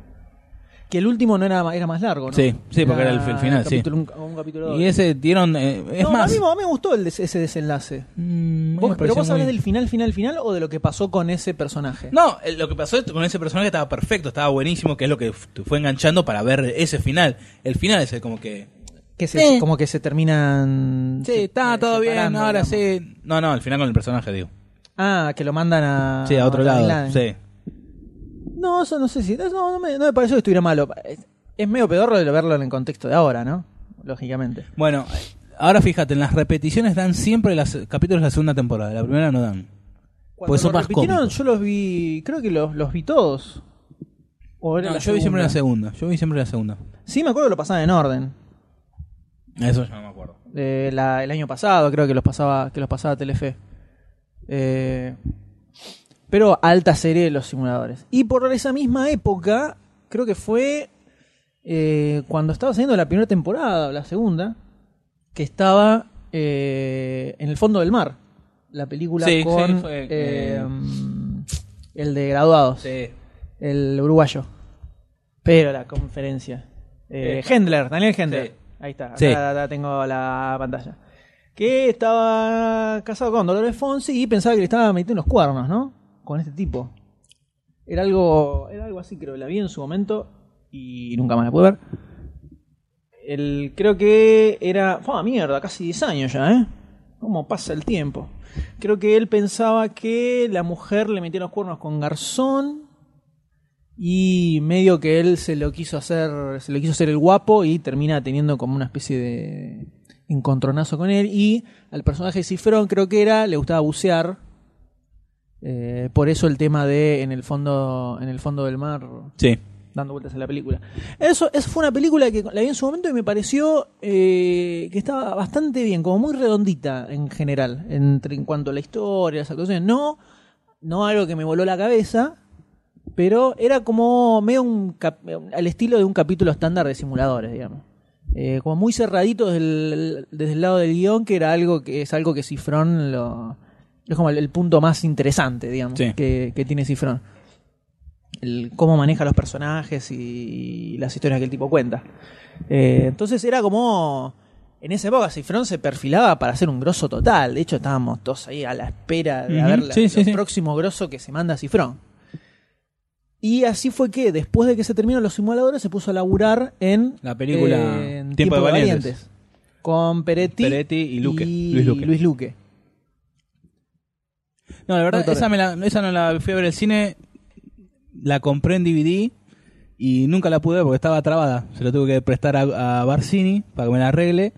A: Que el último no era, ma- era más largo, ¿no?
B: Sí, sí, porque era el- el final, sí.
A: capítulo un- un capítulo
B: Y
A: doble.
B: ese dieron. eh, es
A: No,
B: más.
A: A mí, a mí me gustó el des- ese desenlace.
B: mm, me
A: Vos-
B: pareció
A: ¿Pero vos
B: muy-
A: hablas del final, final, final o de lo que pasó con ese personaje?
B: No, eh, lo que pasó con ese personaje estaba perfecto, estaba buenísimo, que es lo que f- te fue enganchando para ver ese final. El final es el como que.
A: Que se,
B: Sí.
A: como que se terminan.
B: eh. Sí, está
A: eh,
B: todo bien,
A: separando,
B: ahora
A: digamos.
B: sí. No, no, el final con el personaje, digo.
A: Ah, que lo mandan a.
B: Sí, a otro
A: Bin
B: lado.
A: Laden.
B: Sí.
A: No, eso no sé si. No, no me, no me pareció que estuviera malo. Es, es medio pedorro de verlo en el contexto de ahora, ¿no? Lógicamente.
B: Bueno, ahora fíjate, en las repeticiones dan siempre los capítulos de la segunda temporada, la primera no dan. Pues son
A: lo
B: más
A: repitieron,
B: cómicos.
A: yo los vi. Creo que los, los vi todos. O era
B: No,
A: la
B: yo vi siempre
A: segunda.
B: la segunda, yo vi siempre la segunda.
A: Sí, me acuerdo que lo pasaban en orden.
B: Eso ya no me acuerdo.
A: Eh, la- el año pasado creo que los pasaba que los pasaba Telefe Eh, pero alta serie de los simuladores y por esa misma época creo que fue eh, cuando estaba saliendo la primera temporada o la segunda que estaba eh, en el fondo del mar la película
B: Sí, sí,
A: con
B: fue,
A: eh,
B: eh,
A: mm, el de graduados
B: Sí.
A: el uruguayo pero la conferencia eh, Hendler Daniel Hendler
B: Sí.
A: ahí está acá,
B: Sí.
A: acá tengo la pantalla. Que estaba casado con Dolores Fonsi y pensaba que le estaba metiendo unos cuernos, ¿no? Con este tipo. Era algo, era algo así, creo. La vi en su momento y nunca más la pude ver. El, creo que era. ¡Fua, mierda! Casi 10 años ya, ¿eh? ¿Cómo pasa el tiempo? Creo que él pensaba que la mujer le metía los cuernos con Garzón y medio que él se lo quiso hacer, se lo quiso hacer el guapo y termina teniendo como una especie de encontronazo con él y al personaje de Cifrón creo que era le gustaba bucear eh, por eso el tema de en el fondo en el fondo del mar
B: Sí.
A: dando vueltas a la película. Eso, eso fue una película que la vi en su momento y me pareció eh, que estaba bastante bien, como muy redondita en general, entre, en cuanto a la historia, las actuaciones. No, no algo que me voló la cabeza, pero era como medio un cap- al estilo de un capítulo estándar de simuladores, digamos. Eh, como muy cerradito desde el, desde el lado del guión, que era algo que es algo que Cifrón lo. Es como el, el punto más interesante, digamos,
B: Sí.
A: que, que tiene Cifrón el cómo maneja los personajes y las historias que el tipo cuenta. Eh, entonces era como. En esa época Cifrón se perfilaba para hacer un grosso total. De hecho, estábamos todos ahí a la espera de a
B: Ujú,
A: ver la-
B: sí, sí,
A: lo
B: sí.
A: próximo grosso que se manda Cifrón. Y así fue que, después de que se terminaron los simuladores, se puso a laburar en
B: La película
A: eh, en
B: Tiempo de Valientes.
A: Con Peretti,
B: Peretti y Luque, Luis Luque.
A: Luis Luque.
B: No, la verdad,
A: Doctor.
B: esa, me la- esa no la fui a ver al cine. La compré en DVD y nunca la pude ver porque estaba trabada. Se la tuve que prestar a, a Barcini para que me la arregle.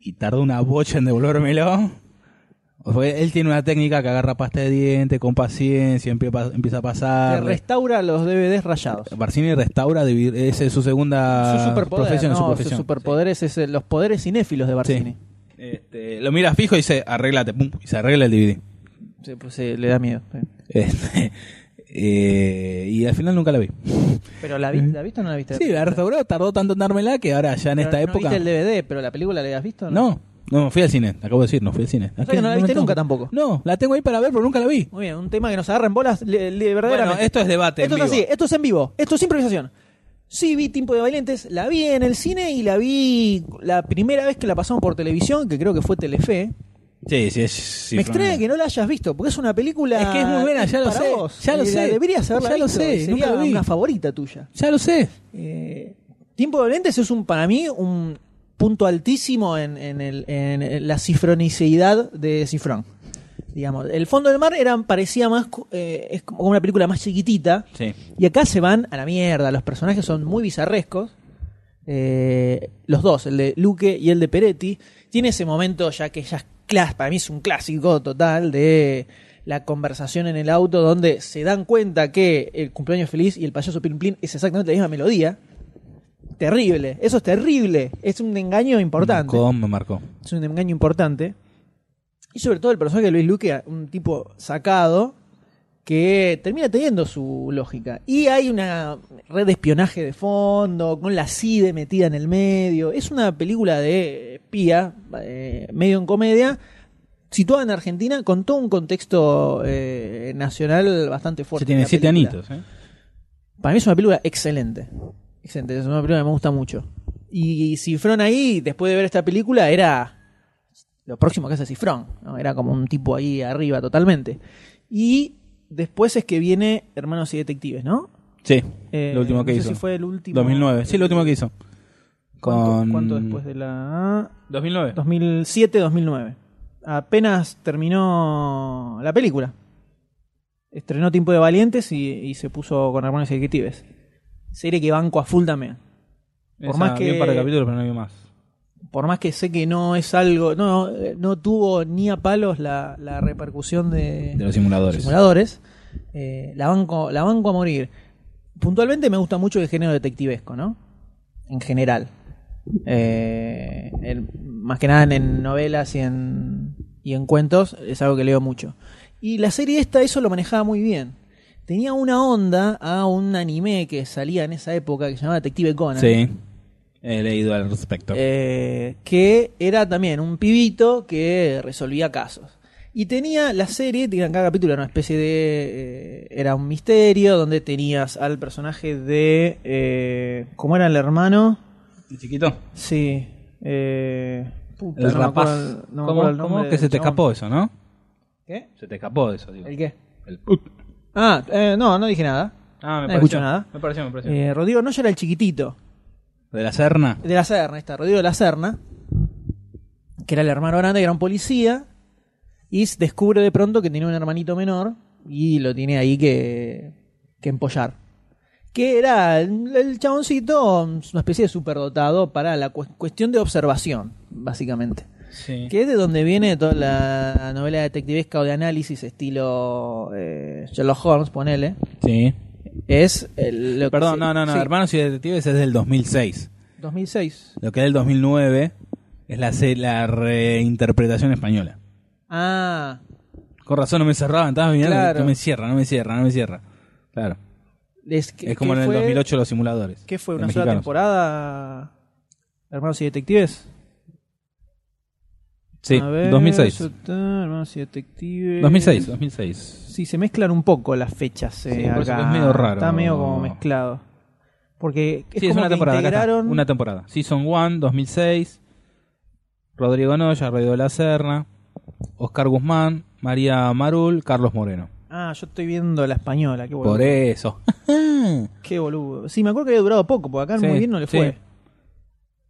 B: Y tardó una bocha en devolvérmelo. Porque él tiene una técnica que agarra pasta de diente con paciencia, empie- pa- empieza a
A: Que
B: pasar.
A: restaura los DVDs rayados.
B: Barcini restaura, divi- esa es su segunda
A: su superpoder,
B: Ah, profesión.
A: ¿no?
B: su
A: Sus
B: profesión.
A: superpoderes es el- los poderes cinéfilos de Barcini.
B: Este, lo mira fijo y dice, arreglate, pum, y se arregla el DVD.
A: Sí, pues, sí, le da miedo. sí.
B: Este, eh, y al final nunca la vi.
A: Pero la, vi- la viste o no la viste?
B: Sí, la restauró, tardó tanto en dármela que ahora ya en
A: Pero
B: esta
A: no
B: época.
A: viste el DVD, pero la película la habías visto? o
B: No, no, fui al cine, acabo de decir, no fui al cine.
A: O sea que no la viste nunca tampoco.
B: No, la tengo ahí para ver, pero nunca la vi.
A: Muy bien, un tema que nos agarra en bolas, le- le- verdaderamente.
B: Bueno, esto es debate
A: Esto
B: en
A: es
B: vivo.
A: así, esto es en vivo, esto es improvisación. Sí, vi Tiempo de Valientes, la vi en el cine y la vi la primera vez que la pasamos por televisión, que creo que fue Telefe.
B: Sí, sí, es- sí.
A: Me
B: fue
A: extraña
B: una-
A: que no la hayas visto, porque es una película.
B: Es que es muy buena, ya lo
A: para
B: sé,
A: vos.
B: ya lo
A: Y la
B: sé,
A: Deberías haberla
B: ya lo
A: visto,
B: sé,
A: y
B: nunca
A: sería
B: la vi.
A: una favorita tuya.
B: Ya lo sé.
A: Eh, Tiempo de Valientes es un, para mí, un punto altísimo en, en el- en la cifronicidad de Cifrón. Digamos, el fondo del mar era, parecía más co- eh, es como una película más chiquitita.
B: Sí.
A: Y acá se van a la mierda, los personajes son muy bizarrescos. Eh, los dos, el de Luque y el de Peretti, tiene ese momento ya que ya es clas, para mí es un clásico total de la conversación en el auto donde se dan cuenta que el cumpleaños feliz y el payaso Pirin Plin es exactamente la misma melodía. Terrible, eso es terrible, es un engaño importante
B: Marcó, me marcó.
A: es un engaño importante. Y sobre todo el personaje de Luis Luque, un tipo sacado, que termina teniendo su lógica. Y hay una red de espionaje de fondo, con la CIDE metida en el medio. Es una película de espía, eh, medio en comedia, situada en Argentina, con todo un contexto eh, nacional bastante fuerte.
B: Se tiene
A: La
B: siete
A: película.
B: anitos. ¿eh?
A: Para mí es una película excelente. Excelente, es una película que me gusta mucho. Y Cifrón ahí, después de ver esta película, era lo próximo que hace Cifrón. ¿no? Era como un tipo ahí arriba totalmente. Y después es que viene Hermanos y Detectives, ¿no?
B: Sí,
A: Eh,
B: lo último que
A: no sé
B: hizo.
A: si fue el último.
B: 2009, sí, lo último que hizo.
A: ¿Cuánto,
B: Con-
A: cuánto después de la...
B: 2009.
A: 2007-2009. Apenas terminó la película. Estrenó Tiempo de Valientes y, y se puso con Hermanos Ejecutives. Serie que banco a full también. Por
B: Esa,
A: más
B: vi un par de
A: que
B: capítulos, pero no vi más.
A: por más que sé que no es algo, no, eh, no tuvo ni a palos la, la repercusión de,
B: De los simuladores.
A: simuladores, eh, la, banco, la banco a morir. Puntualmente me gusta mucho el género detectivesco, ¿no? En general. Eh, el- más que nada en novelas y en, y en cuentos es algo que leo mucho. Y la serie esta eso lo manejaba muy bien. Tenía una onda a un anime que salía en esa época que se llamaba Detective Conan.
B: Sí, he leído al respecto.
A: Eh, que era también un pibito que resolvía casos. Y tenía la serie, tenía en cada capítulo era una especie de. eh, era un misterio donde tenías al personaje de. eh, ¿Cómo era el hermano?
B: ¿El chiquito?
A: Sí. eh, puta,
B: El
A: no me
B: rapaz.
A: acuerdo el- no me
B: ¿Cómo,
A: acuerdo el
B: cómo
A: nombre
B: que se
A: del
B: te
A: chabón.
B: escapó eso, no?
A: ¿Qué?
B: Se te escapó eso, digo.
A: ¿El qué?
B: El-
A: Ah, eh, no, no dije nada. No
B: Ah, me pareció.
A: escucho nada.
B: Me pareció, me pareció.
A: Eh, Rodrigo Noya era el chiquitito.
B: ¿De la Serna?
A: de la Serna, ahí está, Rodrigo de la Serna, que era el hermano grande, que era un policía, y s- descubre de pronto que tiene un hermanito menor y lo tiene ahí que, que empollar. que era el, el chaboncito, mm, una especie de superdotado para la cues- cuestión de observación, básicamente.
B: Sí.
A: Que es de donde viene toda la novela detectivesca o de análisis estilo eh, Sherlock Holmes, ponele.
B: Sí.
A: Es el, lo que
B: Perdón,
A: se-
B: no, no, no.
A: sí,
B: Hermanos y Detectives es del 2006.
A: 2006.
B: Lo que era el 2009 es la, se- la reinterpretación española.
A: Ah,
B: Con razón no me cerraban, estaba mirando.
A: Claro.
B: No me cierra, no me cierra, no me cierra. Claro.
A: es, que,
B: es como
A: que
B: en el
A: fue-
B: 2008 los simuladores.
A: ¿Qué fue?
B: los
A: ¿Una sola
B: mexicanos.
A: temporada? Hermanos y Detectives.
B: Sí,
A: A ver,
B: 2006.
A: Sotá, Hermanos y Detectives.
B: 2006, 2006.
A: Sí, se mezclan un poco las fechas. eh,
B: Sí, por eso
A: acá.
B: que es medio raro.
A: Está medio como mezclado. Porque es
B: sí, es
A: como
B: una
A: que
B: temporada. acá está,
A: integraron...
B: Una temporada. Season 1, 2006. Rodrigo Noya, Rodrigo de la Serna. Oscar Guzmán, María Marul, Carlos Moreno.
A: Ah, yo estoy viendo la española. Qué boludo.
B: Por e- eso.
A: Qué boludo. Sí, me acuerdo que había durado poco, porque acá
B: Sí,
A: muy bien no le fue.
B: sí.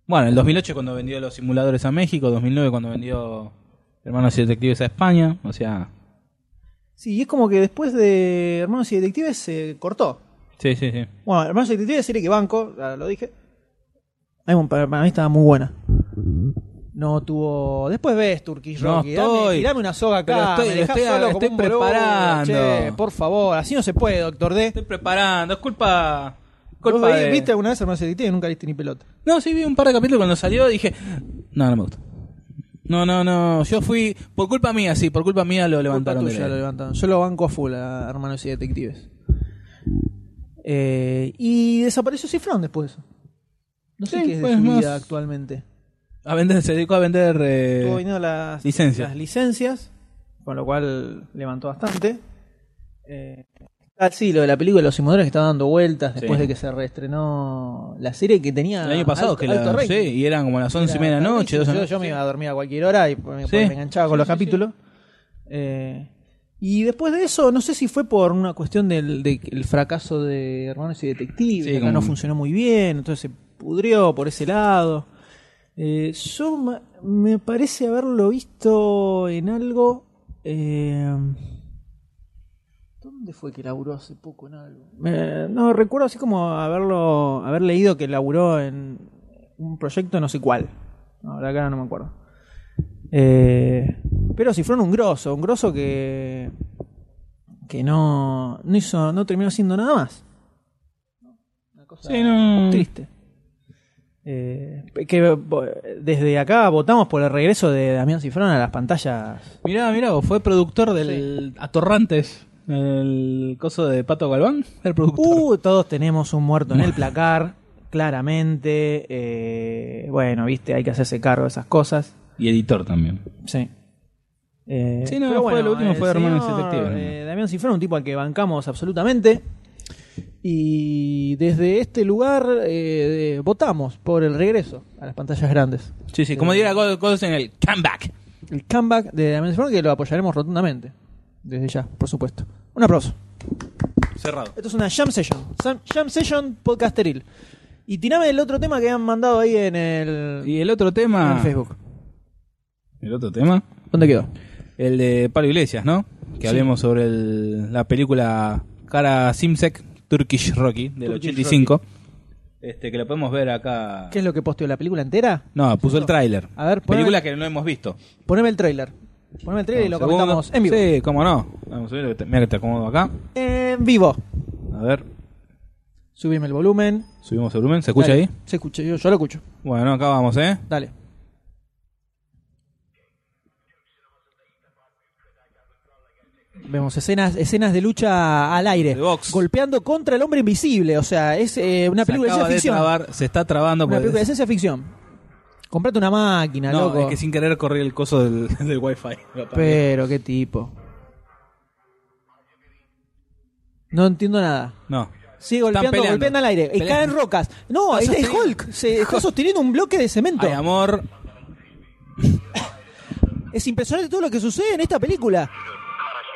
B: Bueno, el 2008 cuando vendió los simuladores a México, 2009 cuando vendió Hermanos y Detectives a España, o sea...
A: Sí, y es como que después de Hermanos y Detectives se cortó.
B: Sí, sí, sí.
A: Bueno, Hermanos y Detectives serie que banco, ya lo dije. Ay, bueno, Para para mí estaba muy buena. No tuvo. Después ves Turkish
B: No
A: Rocky.
B: estoy.
A: Dame, tirame una soga
B: Pero
A: acá.
B: estoy-
A: me
B: lo
A: dejás
B: estoy-
A: solo
B: lo
A: como
B: estoy
A: un boludo,
B: preparando.
A: che, por favor, así no se puede, doctor D.
B: Estoy preparando, es culpa...
A: ¿Vos
B: culpa
A: vi-
B: de-
A: ¿Viste alguna vez Hermanos y Detectives? Nunca viste ni pelota.
B: No, sí vi un par de capítulos cuando salió dije... No, no me gusta. No, no, no, yo fui... Por culpa mía, sí, por culpa mía lo levantaron.
A: Culpa tuya
B: de la-
A: lo levantaron. Yo lo banco a full a Hermanos y Detectives. Eh, y desapareció Cifrón después. No sé
B: Sí,
A: qué es de
B: pues,
A: su
B: más-
A: vida actualmente.
B: A vender, se dedicó a vender... eh,
A: Estuvo vendiendo las
B: licencias.
A: las licencias, con lo cual levantó bastante. Eh, ah, sí, lo de la película de Los Simuladores que estaba dando vueltas después
B: Sí.
A: de que se reestrenó la serie que tenía.
B: el año pasado
A: alto-
B: que la...
A: alto rating.
B: Sí, y eran como las once y media de la noche,
A: Yo,
B: dos de la
A: yo
B: noche.
A: me iba a dormir a cualquier hora y me, pues,
B: Sí.
A: me enganchaba con los capítulos. Eh, y después de eso, no sé si fue por una cuestión del, de- el fracaso de Hermanos y Detectives,
B: Sí,
A: que acá
B: como-
A: no funcionó muy bien, entonces se pudrió por ese lado. Eh, yo ma- me parece haberlo visto en algo. eh, ¿Dónde fue que laburó hace poco en algo? Me- no, recuerdo así como haberlo, haber leído que laburó en un proyecto no sé cuál. Ahora acá no me acuerdo. Eh, pero si fueron un grosso, un grosso que que no no hizo, no terminó siendo nada más. Una cosa
B: Sí, no.
A: triste. Eh, que bo- desde acá votamos por el regreso de Damián Cifrón a las pantallas.
B: Mirá, mirá, vos, fue productor del Atorrantes, el coso de Pato Galván, el productor.
A: Uh, todos tenemos un muerto en el placar, claramente. Eh, bueno, viste, hay que hacerse cargo de esas cosas.
B: Y editor también.
A: Sí. Eh,
B: Sí, no,
A: pero
B: fue lo último,
A: el
B: fue Hermanos
A: señor,
B: Detectives, ¿no?
A: eh, Damián Cifrón, un tipo al que bancamos absolutamente. Y desde este lugar eh, de- votamos por el regreso a las pantallas grandes.
B: Sí, sí, como diría cosas en el comeback.
A: El comeback de Damián Cifrón que lo apoyaremos rotundamente. Desde ya, por supuesto. Un aplauso.
B: Cerrado.
A: Esto es una jam session. Sam- Jam session podcasteril. Y tirame el otro tema que han mandado ahí en el,
B: Y el otro
A: en
B: tema.
A: el Facebook.
B: El otro tema.
A: ¿Dónde quedó?
B: El de Pablo Iglesias, ¿no? Que hablemos sobre el- la película Cara Simsek, Turkish Rocky, del
A: Turkish
B: 85. Este, que lo podemos ver acá.
A: ¿Qué Ah, es lo que posteó? ¿La película entera?
B: No, puso el tráiler.
A: A ver, poneme-
B: Película que no hemos visto.
A: Poneme el trailer. Poneme el trailer y lo
B: Segundo.
A: comentamos en vivo.
B: Sí, cómo no. Vamos a ver, mira que te acomodo acá.
A: En vivo.
B: A ver,
A: Subime el volumen.
B: subimos el volumen. ¿Se escucha
A: Dale.
B: ahí?
A: Se escucha, yo, yo lo escucho.
B: Bueno, acá vamos, ¿eh?
A: Dale. Vemos escenas, escenas de lucha al aire.
B: De box.
A: Golpeando contra el hombre invisible. O sea, es eh, una
B: Se
A: película de ciencia
B: acaba de
A: ficción.
B: trabar, se está trabando.
A: una
B: porque-
A: película de ciencia ficción. Comprate una máquina,
B: no,
A: loco.
B: es que sin querer corrí el coso del, del wifi.
A: Pero qué tipo. No entiendo nada.
B: No.
A: Sigue golpeando,
B: peleando.
A: golpeando al aire. Y
B: Pelean.
A: caen rocas. No,
B: Está
A: es de
B: sosteniendo.
A: Hulk. Se está sosteniendo un bloque de cemento.
B: Hay amor.
A: Es impresionante todo lo que sucede en esta película.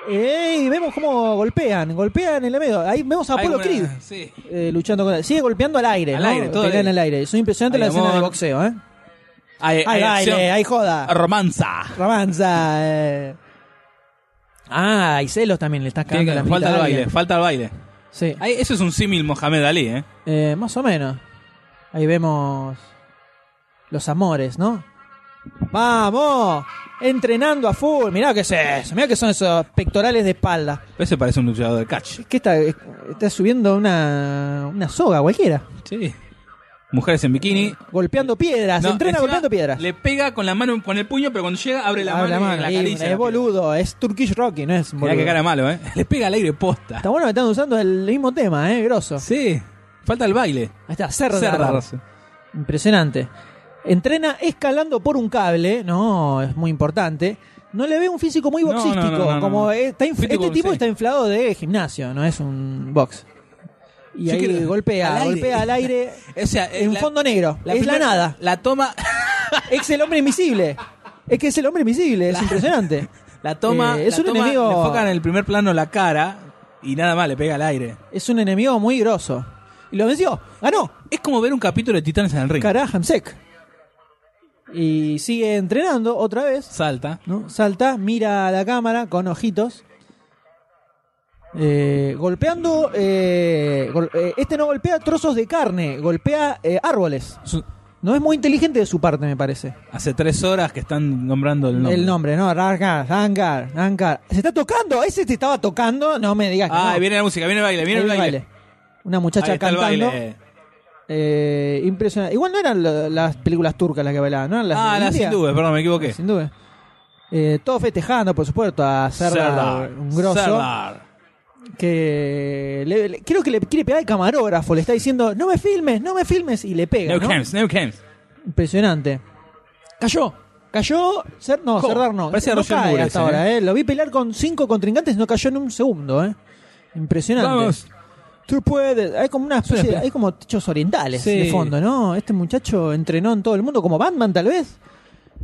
A: Ey, vemos cómo golpean, golpean en el medio. Ahí vemos a
B: hay
A: Apollo
B: una-
A: Creed
B: Sí.
A: eh, luchando con Sigue golpeando al aire,
B: Al
A: ¿no?
B: aire, todo
A: Pelean
B: aire.
A: al aire. Son impresionantes
B: Hay
A: las escenas de
B: amor.
A: boxeo, ¿eh?
B: Hay,
A: Hay
B: acción.
A: aire, hay joda.
B: Romanza.
A: Romanza. eh. Ah, y celos también le estás
B: Tiene
A: cagando
B: que-
A: la
B: falta
A: mitad
B: el
A: a
B: baile,
A: alguien.
B: falta el baile.
A: Sí.
B: Ahí- eso es un símil Mohamed Ali, ¿eh?
A: Eh, más o menos. Ahí vemos los amores, ¿no? ¡Vamos! Entrenando a full. Mirá qué es eso. Mirá qué son esos pectorales de espalda.
B: Ese parece un luchador de catch.
A: ¿Qué está, está subiendo una, una soga cualquiera.
B: Sí. Mujeres en bikini.
A: Golpeando piedras.
B: No,
A: Ah, Entrena
B: encima
A: golpeando piedras.
B: Le pega con la mano, con el puño, pero cuando llega abre la
A: Abre
B: mano, y la
A: ahí,
B: acaricia la
A: es boludo. Es Turkish Rocky, no es
B: piedra. Mirá
A: boludo.
B: que cara malo, ¿eh? Le pega al aire posta.
A: Está bueno que están usando el mismo tema, ¿eh? Grosso.
B: Sí. Falta el baile.
A: Ahí está, Serdar.
B: Cerrarse.
A: Impresionante. Entrena escalando por un cable, no, es muy importante. No le ve un físico muy
B: No, no,
A: boxístico,
B: no, no, no.
A: como está inf-
B: Físico
A: este tipo
B: boxeo.
A: está inflado de gimnasio, no es un box. Y
B: Yo
A: ahí
B: quiero-
A: golpea,
B: al aire.
A: golpea al aire
B: O sea, es
A: en
B: la-
A: fondo negro. es la
B: primera-
A: nada.
B: La toma.
A: Es el hombre invisible. Es que es el hombre invisible, es impresionante.
B: La toma.
A: Eh, es
B: la
A: un
B: toma,
A: enemigo-
B: Le enfoca en el primer plano la cara y nada más le pega al aire.
A: Es un enemigo muy grosso. Y lo venció, ganó.
B: Es como ver un capítulo de Titanes en el ring.
A: Cara Hamsek. Y sigue entrenando otra vez.
B: Salta.
A: ¿no? Salta, mira a la cámara con ojitos. Eh, golpeando. eh, gol- eh, este no golpea trozos de carne, golpea eh, árboles.
B: Su-
A: No es muy inteligente de su parte, me parece.
B: Hace tres horas que están nombrando el nombre.
A: El nombre, ¿no? Rangar, Rangar, Rangar. ¿Se está tocando? ¿Ese te estaba tocando? No me digas que
B: Ah,
A: no.
B: viene la música, viene el baile, viene
A: Ahí
B: el
A: viene
B: baile.
A: el baile. Una muchacha
B: Ahí está el
A: cantando.
B: baile.
A: eh, impresionante. Igual no eran la- las películas turcas las que bailaban, ¿no? Eran las
B: ah,
A: de
B: las
A: India.
B: hindúes, perdón, me equivoqué.
A: Sin duda. Eh, todo festejando, por supuesto, a Serdar,
B: Serdar,
A: un grosso.
B: Serdar.
A: que le- le- creo que le quiere pegar al camarógrafo, le está diciendo, no me filmes, no me filmes, y le pega.
B: No
A: ¿no?
B: camps, no camps.
A: Impresionante. Cayó. Cayó, Cer- no,
B: Jo,
A: Cerdar no.
B: parece
A: no
B: Roger
A: cae
B: Mures,
A: hasta
B: eh.
A: ahora, eh. Lo vi pelear con cinco contrincantes, no cayó en un segundo, eh. Impresionante.
B: Vamos.
A: Tú puedes. Hay como una especie de-
B: espe-
A: hay como techos orientales
B: Sí.
A: de fondo, ¿no? Este muchacho entrenó en todo el mundo, como Batman, tal vez.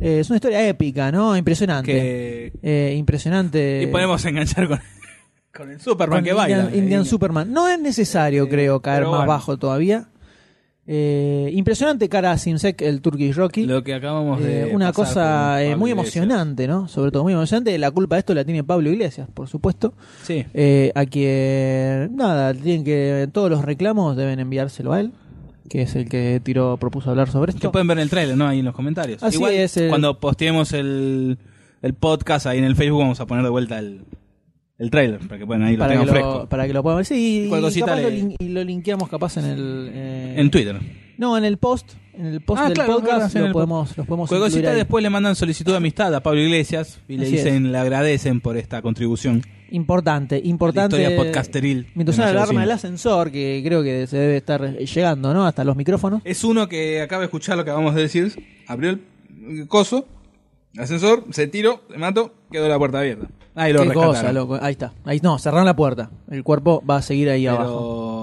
A: Eh, es una historia épica, ¿no? Impresionante.
B: Que...
A: Eh, impresionante.
B: Y podemos enganchar con, con el Superman
A: Con
B: que baila.
A: Indian, Indian Superman. No es necesario, creo, caer
B: pero
A: más
B: bueno.
A: bajo todavía. Eh, impresionante cara a Simsek, el Turkish Rocky.
B: Lo que acabamos de.
A: Eh, una
B: pasar con
A: cosa eh,
B: Pablo
A: muy
B: Iglesias.
A: emocionante, ¿no? Sobre todo muy emocionante. La culpa de esto la tiene Pablo Iglesias, por supuesto.
B: Sí.
A: Eh, a quien, nada, tienen que, todos los reclamos deben enviárselo a él, que es el que tiró, propuso hablar sobre
B: Que
A: esto.
B: pueden ver en el trailer, ¿no? Ahí en los comentarios.
A: Así
B: Igual,
A: es, eh. el-
B: cuando posteemos el, el podcast ahí en el Facebook, vamos a poner de vuelta el, el trailer para que puedan ahí lo
A: Para que
B: tengan
A: lo,
B: fresco.
A: para que lo puedan ver. Sí, y,
B: Cualquier cosita
A: capaz lo,
B: le-
A: lin- y lo linkeamos capaz en el... eh,
B: En Twitter.
A: No, en el post, en el post
B: Ah,
A: del
B: claro, claro,
A: podcast
B: sí, en
A: lo
B: el
A: podemos, los podemos
B: Cualquier
A: incluir
B: cosita
A: ahí.
B: después le mandan solicitud de amistad a Pablo Iglesias y le
A: Así
B: dicen, le agradecen por esta contribución.
A: Importante, importante.
B: La historia podcasteril
A: Mientras
B: de
A: suena la
B: Mayo
A: alarma del
B: Vecino.
A: ascensor, que creo que se debe estar llegando, ¿no? Hasta los micrófonos.
B: Es uno que acaba de escuchar lo que acabamos de decir. Abrió el coso, el ascensor, se tiró, se mató, quedó la puerta abierta. Ahí lo
A: Qué
B: rescataron.
A: cosa, loco. Ahí está. Ahí, no, cerraron la puerta. El cuerpo va a seguir ahí abajo.
B: Pero...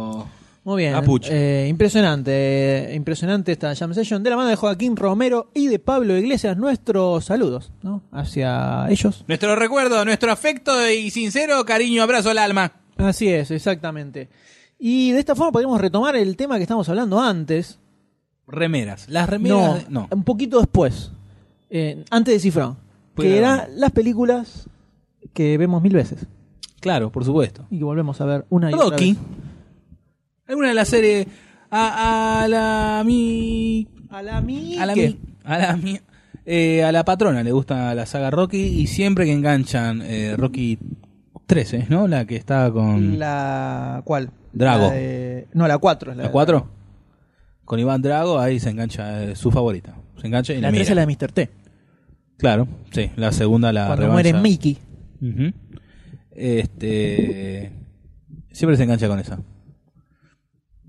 A: Muy bien.
B: a pucho.
A: Eh, impresionante. eh, impresionante esta jam session. De la mano de Joaquín Romero y de Pablo Iglesias, nuestros saludos, ¿no? Hacia ellos.
B: Nuestro recuerdo, nuestro afecto y sincero cariño, abrazo al alma.
A: Así es, exactamente. Y de esta forma podríamos retomar el tema que estábamos hablando antes,
B: Remeras. Las
A: No,
B: remeras. No.
A: un poquito después, eh, antes de Cifrón,
B: Pero-
A: que eran las películas que vemos mil veces
B: Claro, por supuesto.
A: y que volvemos a ver una y otra
B: Rocky.
A: vez.
B: Alguna de las series. A, a la mi.
A: A la mi...
B: A la mi. A la mi. eh, a la patrona le gusta la saga Rocky y siempre que enganchan eh, Rocky 13, ¿no? La que estaba con.
A: La... ¿Cuál?
B: Drago.
A: La de- No, la 4.
B: ¿La 4? Con Iván Drago, ahí se engancha eh, su favorita. Se engancha y
A: La
B: la,
A: 3
B: mira.
A: es la de Mr. T.
B: Claro, sí. La segunda, la
A: cuando
B: revancha.
A: muere Mickey.
B: Ujú. Este. Siempre se engancha con esa.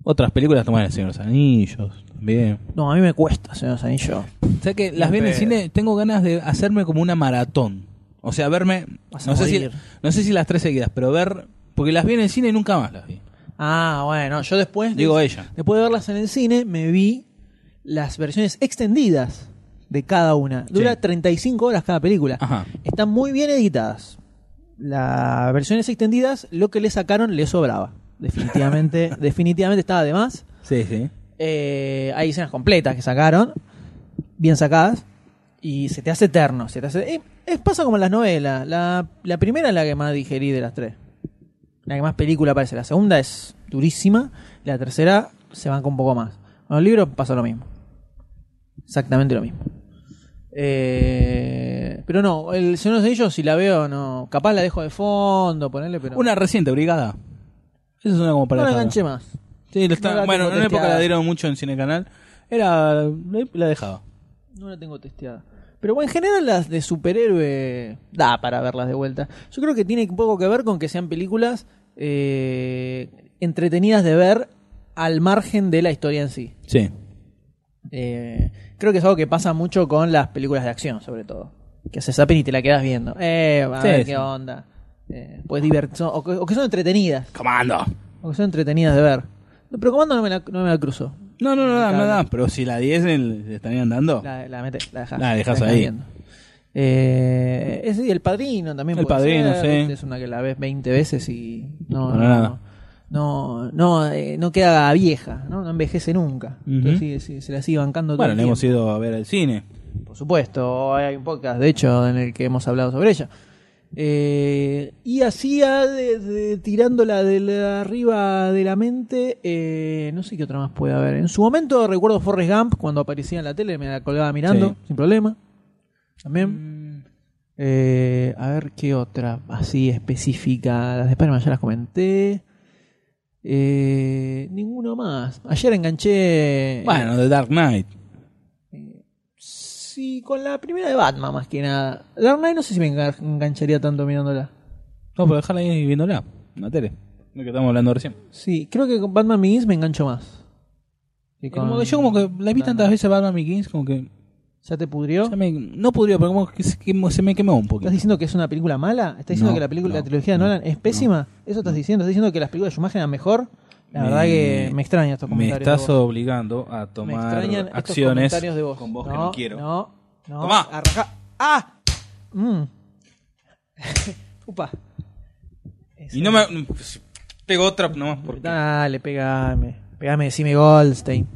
B: Otras películas toman el Señor de los Anillos también.
A: No, a mí me cuesta, señor Sanillo.
B: O sea que las vi en el cine, tengo ganas de hacerme como una maratón. O sea, verme.
A: Vas a
B: No sé, si,
A: morir.
B: no sé si las tres seguidas, pero ver. Porque las vi en el cine y nunca más las vi.
A: Ah, bueno, yo después... de-
B: Digo ella.
A: Después de verlas en el cine, me vi las versiones extendidas de cada una. Dura
B: Sí.
A: 35 horas cada película.
B: Ajá.
A: Están muy bien editadas. Las versiones extendidas, lo que le sacaron le sobraba. Definitivamente, definitivamente estaba de más.
B: Sí, sí.
A: Eh, hay escenas completas que sacaron, bien sacadas, y se te hace eterno. Se te hace, eh, es, pasa como en las novelas. La, la primera es la que más digerí de las tres. la que más película aparece. La segunda es durísima, la tercera se banca un poco más. Con los libros pasa lo mismo. Exactamente lo mismo. Eh, pero no, el Señor de los Anillos, si la veo, no. Capaz la dejo de fondo, ponerle, pero.
B: Una reciente, Brigada. Esa es una como para
A: no la
B: dejarla.
A: enganché más.
B: Sí, lo está-
A: No la
B: bueno,
A: tengo
B: en una época
A: testeada.
B: la dieron mucho en Cine Canal. Era. La dejaba.
A: No la tengo testeada. Pero bueno, en general las de superhéroe da para verlas de vuelta. Yo creo que tiene un poco que ver con que sean películas eh, entretenidas de ver al margen de la historia en sí.
B: Sí.
A: Eh, creo que es algo que pasa mucho con las películas de acción, sobre todo. Que se sapen y te la quedas viendo. Eh, a
B: Sí,
A: ver
B: sí.
A: qué onda. Eh, pues divert- son- o, que- o que son entretenidas.
B: Comando.
A: O que son entretenidas de ver. No, Pero Comando no me la, no me la cruzo.
B: No, no, no, no, no, no, pero si la 10 le estarían dando.
A: La, la, metes- la dejás,
B: La dejás ahí.
A: viendo. Eh, ese y el padrino también.
B: El
A: puede
B: Padrino,
A: ser,
B: sí.
A: ¿viste? Es una que la ves 20 veces y no.
B: Para
A: no,
B: nada.
A: No, no, eh, no queda vieja, ¿no? No envejece nunca. Entonces
B: Ujú.
A: sigue- sigue- se la sigue bancando todo
B: bueno,
A: el
B: le hemos
A: tiempo.
B: ido a ver al cine.
A: Por supuesto, hay un podcast, de hecho, en el que hemos hablado sobre ella. Eh, y hacía, de- de- tirándola de la- arriba de la mente, eh, no sé qué otra más puede haber. En su momento recuerdo Forrest Gump, cuando aparecía en la tele, me la colgaba mirando,
B: Sí. Mm.
A: sin problema. También. Eh, a ver qué otra, así específica. Las de Spider-Man ya las comenté. Eh, ninguno más. Ayer enganché...
B: Eh, Bueno, The Dark Knight.
A: Sí, con la primera de Batman más que nada. Dark Knight no sé si me engan- engancharía tanto mirándola.
B: No, pero dejarla ahí viéndola. En la tele. Lo que estamos hablando recién.
A: Sí, creo que con Batman Begins me engancho más. Y con-
B: Como que yo como que la vi
A: No,
B: tantas
A: no.
B: veces Batman Begins como que
A: ¿Ya te pudrió?
B: ya me- no podría, pero como que se, quemó- se me quemó un poquito.
A: ¿Estás diciendo que es una película mala? ¿Estás diciendo
B: No,
A: que la película la
B: no,
A: trilogía de
B: no,
A: Nolan es pésima? ¿Eso estás diciendo? ¿Estás diciendo que las películas de Schumacher eran mejor? La verdad que me extrañan estos
B: Me
A: comentarios. de
B: estás
A: vos.
B: obligando a
A: Me
B: tomar
A: extrañan estos
B: acciones
A: comentarios de vos.
B: con vos que no quiero.
A: No, no.
B: Tomá.
A: Arrajá. ¡Ah! Mm. Upa.
B: Y no me pues, pego otra nomás porque
A: Dale, pegame. Pegame, decime Goldstein.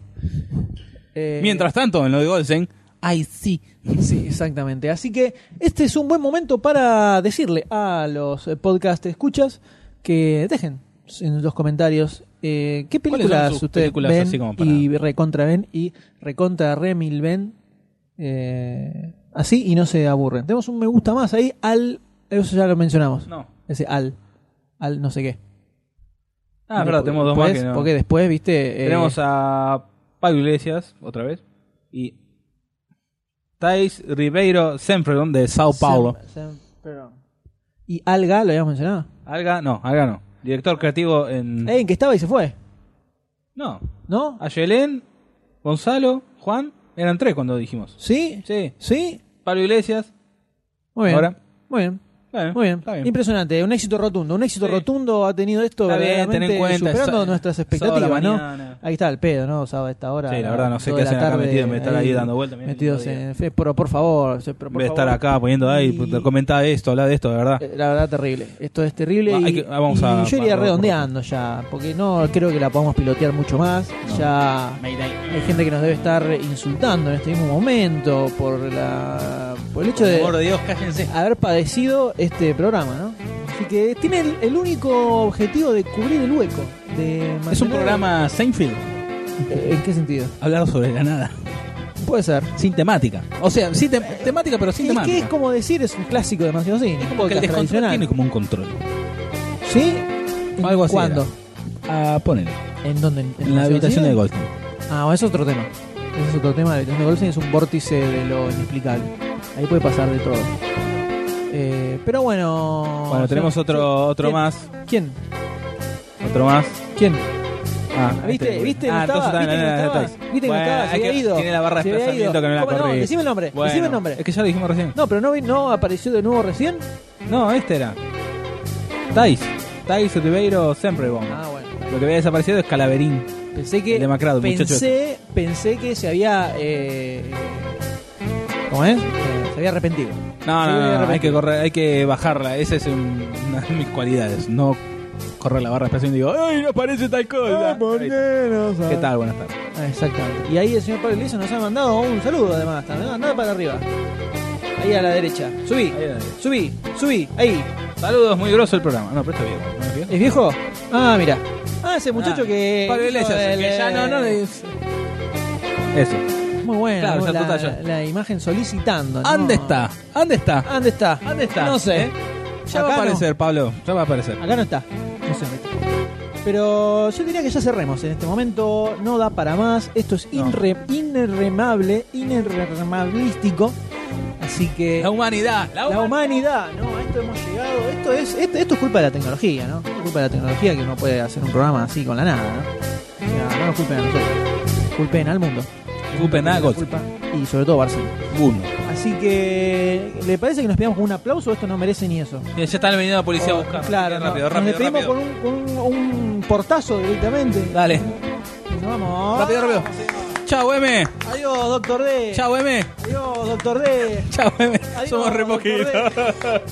A: Eh, Ah.
B: mientras tanto en lo de Golsen, ay sí.
A: Sí, exactamente. Así que este es un buen momento para decirle a los eh, podcast escuchas que dejen en los comentarios eh, qué
B: ¿Cuáles son
A: películas
B: sus
A: ustedes
B: películas
A: ven
B: así como para-
A: y recontra ven y recontra remil ven eh, así y no se aburren. Tenemos un me gusta más ahí al... Eso ya lo mencionamos.
B: No.
A: Ese al. Al no sé qué.
B: Ah, es verdad, tenemos dos más
A: Después-
B: que no.
A: Porque después, viste... eh,
B: Tenemos a Pablo Iglesias otra vez y Thais Ribeiro Senfredon de Sao Paulo.
A: Sem- Sem- perdón. Y Alga, lo habíamos mencionado.
B: Alga, no, Alga no. Director creativo en
A: Eh, en que estaba y se fue,
B: No,
A: ¿no?
B: a Yelén, Gonzalo, Juan, eran tres cuando dijimos.
A: ¿Sí?
B: Sí,
A: ¿Sí?
B: Pablo Iglesias.
A: Muy bien.
B: Ahora.
A: Muy bien.
B: Bueno,
A: Muy bien.
B: Está bien.
A: Impresionante. Un éxito rotundo. Un éxito
B: Sí.
A: rotundo ha tenido esto.
B: Está bien,
A: verdaderamente
B: ten en cuenta,
A: Superando
B: es-
A: nuestras
B: es sábado a la
A: expectativas, ¿no?
B: mañana.
A: Ahí está el pedo, ¿no? Sábado a esta hora.
B: Sí, la verdad, no sé
A: toda
B: qué
A: la
B: hacen acá
A: tarde,
B: metidos, me están ahí dando vueltas, miren,
A: Metidos
B: todo el día.
A: en. fe- Por, por favor. se- Por,
B: En
A: por
B: vez de estar
A: favor.
B: acá poniendo ahí,
A: Y-
B: comenta esto, habla de esto, de verdad.
A: Eh, La verdad, terrible. Esto es terrible.
B: Va,
A: y
B: hay que- ah, vamos
A: y
B: a-
A: yo iría
B: a-
A: redondeando ya, porque no creo que la podamos pilotear mucho más. Ya hay gente que nos debe estar insultando en este mismo momento por la por el hecho
B: Por
A: de
B: Dios, cállense.
A: haber padecido este programa, ¿no? Así que tiene el, el único objetivo de cubrir el hueco. de
B: Es un
A: mantener-
B: programa Seinfeld,
A: Eh, ¿En qué sentido?
B: hablar sobre la nada,
A: Puede ser.
B: sin temática. O sea, sí, tem- temática, pero sin
A: Es que es
B: temática.
A: como decir, es un clásico de Mansión Cine. Es
B: Porque el descontrol tiene como un control.
A: ¿Sí?
B: Algo así
A: ¿Cuándo?
B: Ah, ponele,
A: ¿En dónde?
B: en la
A: Mansión
B: habitación
A: Cine?
B: de Goldstein.
A: Ah, bueno, es otro tema. Ese es otro tema. La habitación de Goldstein es un vórtice de lo inexplicable. Ahí puede pasar de todo. Eh, pero bueno.
B: Bueno,
A: yo-
B: tenemos otro, otro
A: ¿Quién?
B: más,
A: ¿Quién?
B: otro más.
A: ¿quién?
B: Ah,
A: ¿Viste?
B: este.
A: ¿Viste?
B: Ah,
A: no estaba, ¿Viste que
B: entonces
A: no estaba?
B: también, está ahí.
A: ¿Viste que no
B: Bueno,
A: estaba? Se
B: hay
A: había
B: que-
A: ido.
B: Tiene la barra
A: Se
B: de
A: había
B: desplazamiento
A: ido.
B: que no la
A: ¿Cómo
B: corrí.
A: Decime el nombre.
B: Bueno,
A: Decime el nombre.
B: Es que ya lo dijimos recién.
A: No, pero no, vi- no apareció de nuevo recién.
B: No, este era. Thais. Thais Ribeiro Semprevon.
A: Ah, bueno.
B: Lo que había desaparecido es Calaverín.
A: Pensé que.
B: El demacrado, el muchacho este.
A: pensé, pensé que se había. Eh, eh, ¿Cómo es? Eh, se había arrepentido.
B: No,
A: Sí,
B: no, no,
A: de repente.
B: hay que correr, hay que bajarla. Esa es un- una de mis cualidades. No correr la barra de expresión y digo, ¡ay, no aparece tal cosa! Ahí está. ¿Qué tal? Buenas tardes.
A: Ah, exactamente. Y ahí el señor Pablo Iglesias nos ha mandado un saludo además. También. Andá para arriba. Ahí a la derecha. Subí.
B: Ahí a la derecha.
A: Subí. Subí. Ahí.
B: Saludos, muy grosso el programa. No, pero está bien.
A: ¿Es viejo? Ah, mira. Ah, ese muchacho
B: Ah,
A: que. eh,
B: Pablo
A: hizo
B: Iglesias,
A: el-
B: que ya no, no, es- Eso.
A: Muy bueno.
B: Claro,
A: muy-
B: ya,
A: la,
B: total, ya.
A: la imagen solicitando. ¿no?
B: ¿Dónde está? ¿Dónde está?
A: ¿Dónde está?
B: ¿Dónde está?
A: No sé.
B: ¿Eh? Ya va
A: Acá
B: a
A: no.
B: aparecer, Pablo. Ya va a aparecer.
A: Acá no está. No sé. Pero yo diría que ya cerremos en este momento. No da para más. Esto es
B: No.
A: inre- inerremable, inerremablístico. Así que.
B: La humanidad. La
A: La
B: humanidad.
A: humanidad, no, a esto hemos llegado, esto es, esto, esto es culpa de la tecnología, ¿no? Es culpa de la tecnología que uno puede hacer un programa así con la nada, ¿no? O sea, no nos culpen a nosotros, culpen al mundo.
B: Culpen a
A: La
B: Gold.
A: culpa, Y sobre todo a Barcelona.
B: Uno.
A: Así que, ¿le parece que nos pidamos con un aplauso? Esto no merece ni eso.
B: Mira, ya están veniendo la policía a
A: Oh,
B: buscar.
A: Claro, no,
B: rápido,
A: nos
B: rápido,
A: despedimos
B: rápido.
A: con un, con un- un portazo directamente.
B: Dale.
A: Y nos vamos.
B: Rápido, rápido. Chao, M.
A: Adiós, doctor D.
B: Chao, M.
A: Adiós, doctor D.
B: Chao, M.
A: Adiós,
B: Somos re
A: doctor D.
B: poquitos.
A: La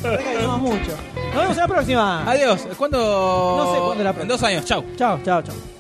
A: verdad que ayudamos mucho. Nos vemos en la próxima.
B: Adiós. ¿Cuándo?
A: No sé cuándo la-
B: En dos años. Chao.
A: Chao, chao, chao.